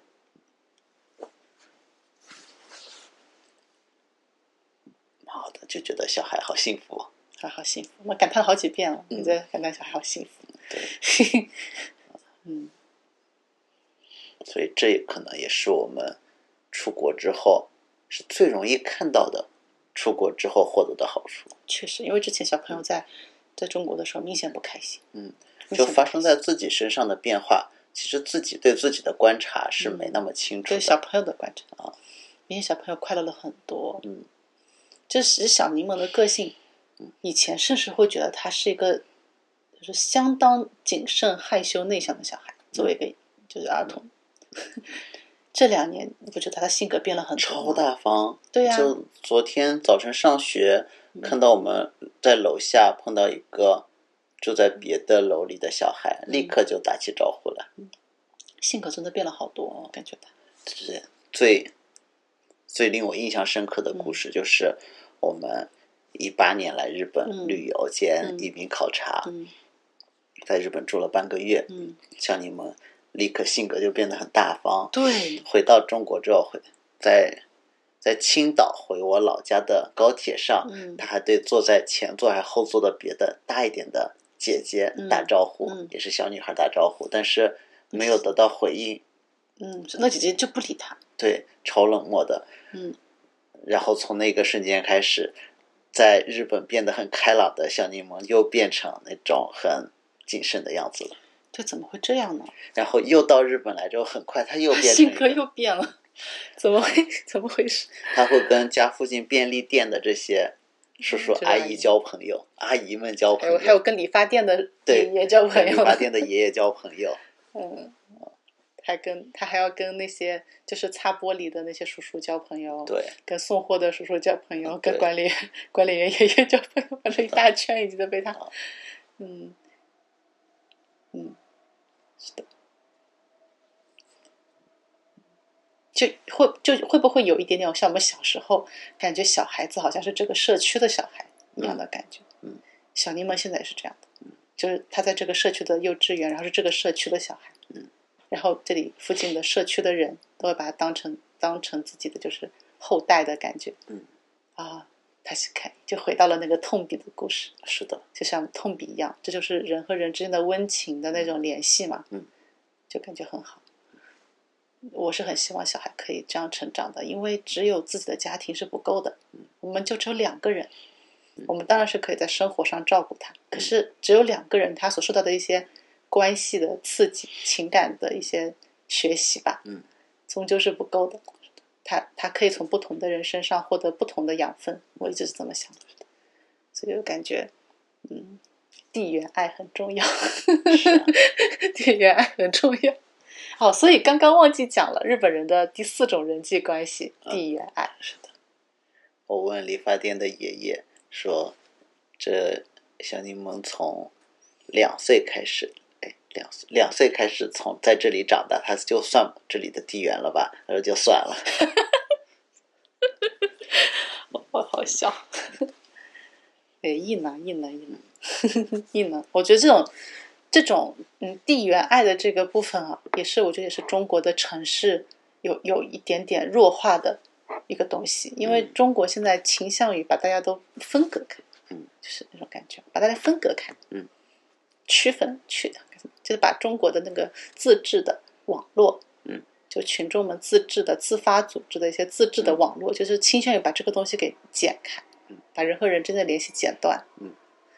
Speaker 1: 蛮好的，就觉得小孩好幸福哦。
Speaker 2: 啊，好幸福！我感叹了好几遍了，
Speaker 1: 嗯
Speaker 2: 我觉得感叹小孩好幸福。
Speaker 1: 对
Speaker 2: 嗯
Speaker 1: 所以这也可能也是我们出国之后是最容易看到的，出国之后获得的好处，
Speaker 2: 确实，因为之前小朋友在在中国的时候明显不开心，
Speaker 1: 嗯
Speaker 2: 明显不开心，
Speaker 1: 就发生在自己身上的变化。其实自己对自己的观察是没那么清楚
Speaker 2: 嗯对小
Speaker 1: 的，
Speaker 2: 朋友的观察
Speaker 1: 啊，
Speaker 2: 明显小朋友快乐了很多。
Speaker 1: 嗯，
Speaker 2: 这其实小柠檬的个性，嗯以前甚至会觉得他是一个就是相当谨慎、害羞、内向的小孩，作为一个就是儿童。 这两年，你不觉得他性格变了很多
Speaker 1: 超
Speaker 2: 吗？
Speaker 1: 大方。
Speaker 2: 对啊嗯呀、
Speaker 1: 就昨天早晨上学，看到我们在楼下碰到一个住在
Speaker 2: 嗯
Speaker 1: 别的楼里的小孩，立刻就打起招呼来。
Speaker 2: 性格真的变了好多，我感觉他。
Speaker 1: 这是最最令我印象深刻的
Speaker 2: 嗯
Speaker 1: 故事，就是我们一八年来日本
Speaker 2: 嗯
Speaker 1: 旅游兼
Speaker 2: 嗯
Speaker 1: 移民考察，
Speaker 2: 嗯
Speaker 1: 在日本住了半个月，
Speaker 2: 嗯，
Speaker 1: 像你们立刻性格就变得很大方。
Speaker 2: 对，
Speaker 1: 回到中国之后，回在在青岛回我老家的高铁上，
Speaker 2: 嗯
Speaker 1: 他还对坐在前座还后座的别的大一点的姐姐
Speaker 2: 嗯
Speaker 1: 打招呼，
Speaker 2: 嗯
Speaker 1: 也是小女孩打招呼，但是没有得到回应，
Speaker 2: 嗯，那姐姐就不理他，
Speaker 1: 对，超冷漠的。
Speaker 2: 嗯，
Speaker 1: 然后从那个瞬间开始，在日本变得很开朗的小柠檬又变成那种很谨慎的样子了。
Speaker 2: 这怎么会这样呢？
Speaker 1: 然后又到日本来之后，很快他又变成
Speaker 2: 性
Speaker 1: 一
Speaker 2: 格
Speaker 1: 个
Speaker 2: 又变了，怎么会怎么回事？
Speaker 1: 他会跟家附近便利店的这些叔叔
Speaker 2: 这个
Speaker 1: 阿
Speaker 2: 阿
Speaker 1: 姨
Speaker 2: 姨
Speaker 1: 交朋友，阿姨们交
Speaker 2: 还
Speaker 1: 朋
Speaker 2: 有
Speaker 1: 友，
Speaker 2: 还有跟理发店的
Speaker 1: 对
Speaker 2: 爷爷交朋
Speaker 1: 理
Speaker 2: 友
Speaker 1: 发
Speaker 2: 了，
Speaker 1: 店的爷爷交朋友，
Speaker 2: 嗯，还跟他还要跟那些就是擦玻璃的那些叔叔交朋友，，
Speaker 1: 对。啊
Speaker 2: 跟送货的叔叔交朋友，
Speaker 1: 对
Speaker 2: 跟管理 员管理员爷爷交朋友，反正一大圈已经都被他，
Speaker 1: 啊
Speaker 2: 嗯嗯，是的。就会就会不会有一点点像我们小时候感觉小孩子好像是这个社区的小孩一样的感觉？
Speaker 1: 嗯，
Speaker 2: 小柠檬现在也是这样的，就是他在这个社区的幼稚园，然后是这个社区的小孩，
Speaker 1: 嗯，
Speaker 2: 然后这里附近的社区的人都会把他当成当成自己的就是后代的感觉，
Speaker 1: 嗯，
Speaker 2: 啊，他是看就回到了那个痛笔的故事，
Speaker 1: 是的，
Speaker 2: 就像痛笔一样，这就是人和人之间的温情的那种联系嘛。
Speaker 1: 嗯，
Speaker 2: 就感觉很好。我是很希望小孩可以这样成长的，因为只有自己的家庭是不够的。嗯我们就只有两个人，我们当然是可以在生活上照顾他，可是只有两个人，他所受到的一些关系的刺激、情感的一些学习吧，
Speaker 1: 嗯，
Speaker 2: 终究是不够的。他他可以从不同的人身上获得不同的养分，我一直是这么想的，所以我感觉，嗯，地缘爱很重要，
Speaker 1: 啊
Speaker 2: 地缘爱很重要。哦，所以刚刚忘记讲了，日本人的第四种人际关系，地缘爱。是的，
Speaker 1: 我问理发店的爷爷说：“这小柠檬从两岁开始，哎，两岁两岁开始从在这里长大，他就算这里的地缘了吧？”他说：“就算了。
Speaker 2: 我好笑。对，硬了，硬了，硬 了，硬了。我觉得这种这种嗯地缘爱的这个部分啊，也是我觉得也是中国的城市有有一点点弱化的一个东西，因为
Speaker 1: 嗯
Speaker 2: 中国现在倾向于把大家都分隔开，
Speaker 1: 嗯，
Speaker 2: 就是那种感觉，把大家分隔开，
Speaker 1: 嗯，
Speaker 2: 区分区，就是把中国的那个自制的网络，
Speaker 1: 嗯。
Speaker 2: 就群众们自制的、自发组织的一些自制的
Speaker 1: 嗯
Speaker 2: 网络，就是倾向于把这个东西给剪开，嗯把人和人之间的联系剪断。
Speaker 1: 嗯，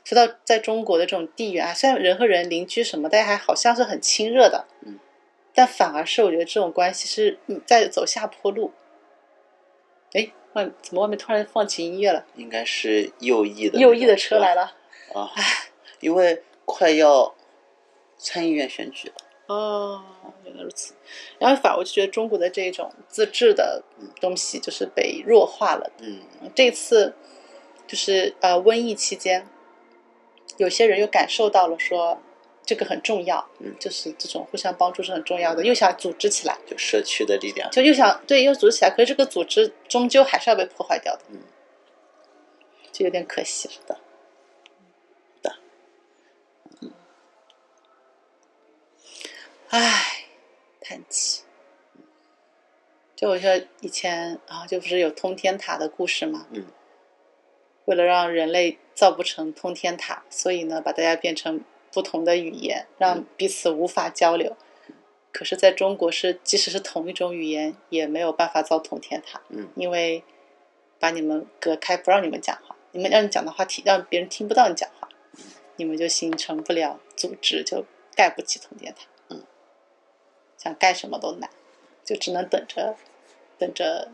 Speaker 2: 说到在中国的这种地缘啊，虽然人和人邻居什么，大家还好像是很亲热的。
Speaker 1: 嗯，
Speaker 2: 但反而是我觉得这种关系是嗯在走下坡路。哎，外怎么外面突然放起音乐了？
Speaker 1: 应该是右翼的
Speaker 2: 右翼的
Speaker 1: 车
Speaker 2: 车来了。
Speaker 1: 啊，因为快要参议院选举了，
Speaker 2: 哦，原来如此。然后反而我就觉得中国的这种自制的东西就是被弱化了。
Speaker 1: 嗯
Speaker 2: 这次就是呃瘟疫期间，有些人又感受到了说这个很重要，
Speaker 1: 嗯
Speaker 2: 就是这种互相帮助是很重要的，又想组织起来，
Speaker 1: 就社区的力量，
Speaker 2: 就又想对又组织起来，可是这个组织终究还是要被破坏掉的，
Speaker 1: 嗯，
Speaker 2: 就有点可惜了。
Speaker 1: 的，的，
Speaker 2: 唉，叹气。就我说以前啊，就不是有通天塔的故事吗？
Speaker 1: 嗯，
Speaker 2: 为了让人类造不成通天塔，所以呢，把大家变成不同的语言，让
Speaker 1: 嗯
Speaker 2: 彼此无法交流。可是，在中国是，即使是同一种语言，也没有办法造通天塔。
Speaker 1: 嗯
Speaker 2: 因为把你们隔开，不让你们讲话，你们让你讲的话题让别人听不到你讲话，你们就形成不了组织，就盖不起通天塔。
Speaker 1: 嗯，
Speaker 2: 想盖什么都难，就只能等着，等着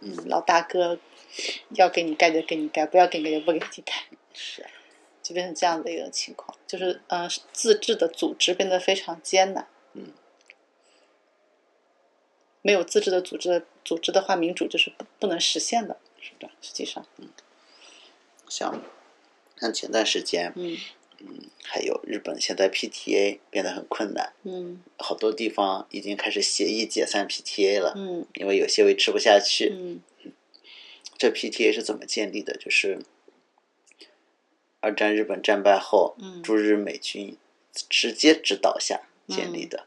Speaker 1: 嗯，
Speaker 2: 老大哥要给你盖就给你盖，不要给你盖就不给你盖，
Speaker 1: 是啊，
Speaker 2: 就变成这样的一个情况，就是嗯、呃自治的组织变得非常艰难。
Speaker 1: 嗯，
Speaker 2: 没有自治的组织的组织的话，民主就是不不能实现的。
Speaker 1: 是的，
Speaker 2: 实际上，
Speaker 1: 像像前段时间，
Speaker 2: 嗯
Speaker 1: 还有日本现在 PTA 变得很困难，
Speaker 2: 嗯
Speaker 1: 好多地方已经开始协议解散 PTA 了，
Speaker 2: 嗯
Speaker 1: 因为有些维持不下去。
Speaker 2: 嗯
Speaker 1: 这 PTA 是怎么建立的？就是二战日本战败后，
Speaker 2: 嗯
Speaker 1: 驻日美军直接指导下建立的。
Speaker 2: 嗯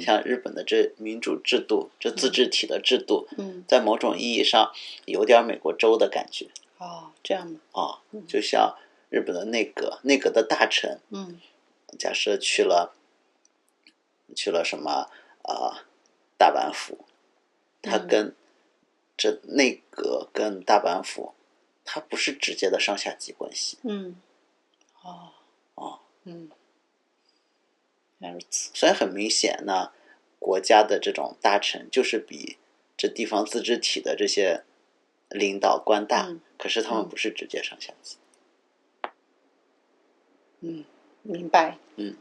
Speaker 1: 像日本的这民主制度，这自治体的制度，
Speaker 2: 嗯，
Speaker 1: 在某种意义上有点美国州的感觉
Speaker 2: 哦，这样的，
Speaker 1: 啊
Speaker 2: 嗯，
Speaker 1: 就像日本的内阁，内阁的大臣
Speaker 2: 嗯
Speaker 1: 假设去了去了什么啊、呃大阪府，他
Speaker 2: 嗯
Speaker 1: 跟、这内阁跟大阪府，它不是直接的上下级关系，
Speaker 2: 嗯，哦
Speaker 1: 哦，
Speaker 2: 嗯，原来如此，
Speaker 1: 虽然很明显呢，国家的这种大臣就是比这地方自治体的这些领导官大，
Speaker 2: 嗯
Speaker 1: 可是他
Speaker 2: 嗯
Speaker 1: 们不是直接上下级，
Speaker 2: 嗯，明白，
Speaker 1: 嗯，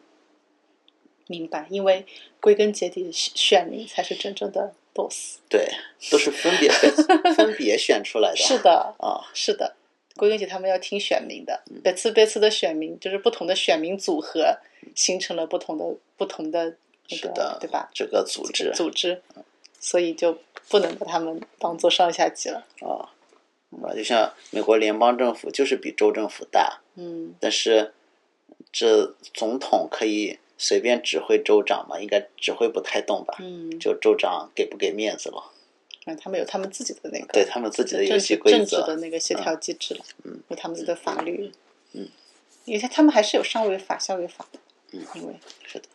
Speaker 2: 明白，因为归根结底，选选民才是真正的 boss。
Speaker 1: 对，都是分 别被分别选出来的，
Speaker 2: 是的，
Speaker 1: 啊，
Speaker 2: 是的，归根结底他们要听选民的，
Speaker 1: 嗯
Speaker 2: 每次每次的选民就是不同的选民组合，形成了不同的不同的那
Speaker 1: 嗯是
Speaker 2: 个
Speaker 1: 的，，
Speaker 2: 对吧？？
Speaker 1: 这个组织嗯
Speaker 2: 组织，所以就不能把他们当做上下级了。
Speaker 1: 啊，啊，就像美国联邦政府就是比州政府大，
Speaker 2: 嗯
Speaker 1: 但是这总统可以随便指挥州长嘛，应该指挥不太动吧？
Speaker 2: 嗯，
Speaker 1: 就州长给不给面子了，
Speaker 2: 嗯他们有他们自己的那个
Speaker 1: 对他们自己的游
Speaker 2: 政
Speaker 1: 戏
Speaker 2: 治
Speaker 1: 规
Speaker 2: 政治的
Speaker 1: 则，
Speaker 2: 那个协调机制了，
Speaker 1: 嗯，
Speaker 2: 有他们自己的法律，
Speaker 1: 嗯，
Speaker 2: 因为他们还是有上位法、下位法的，
Speaker 1: 嗯
Speaker 2: 因为
Speaker 1: 是的，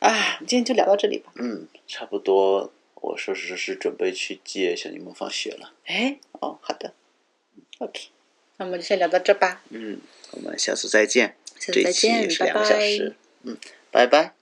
Speaker 2: 啊，我们今天就聊到这里吧。
Speaker 1: 嗯，差不多。我说是是准备去接小柠檬放学了，
Speaker 2: 哎，哦，好的，OK，那我们就先聊到这吧，
Speaker 1: 嗯，我们下次再见，
Speaker 2: 下次
Speaker 1: 这
Speaker 2: 再
Speaker 1: 一
Speaker 2: 见，
Speaker 1: 期是
Speaker 2: 拜
Speaker 1: 两个
Speaker 2: 拜。
Speaker 1: 小时，嗯，拜拜。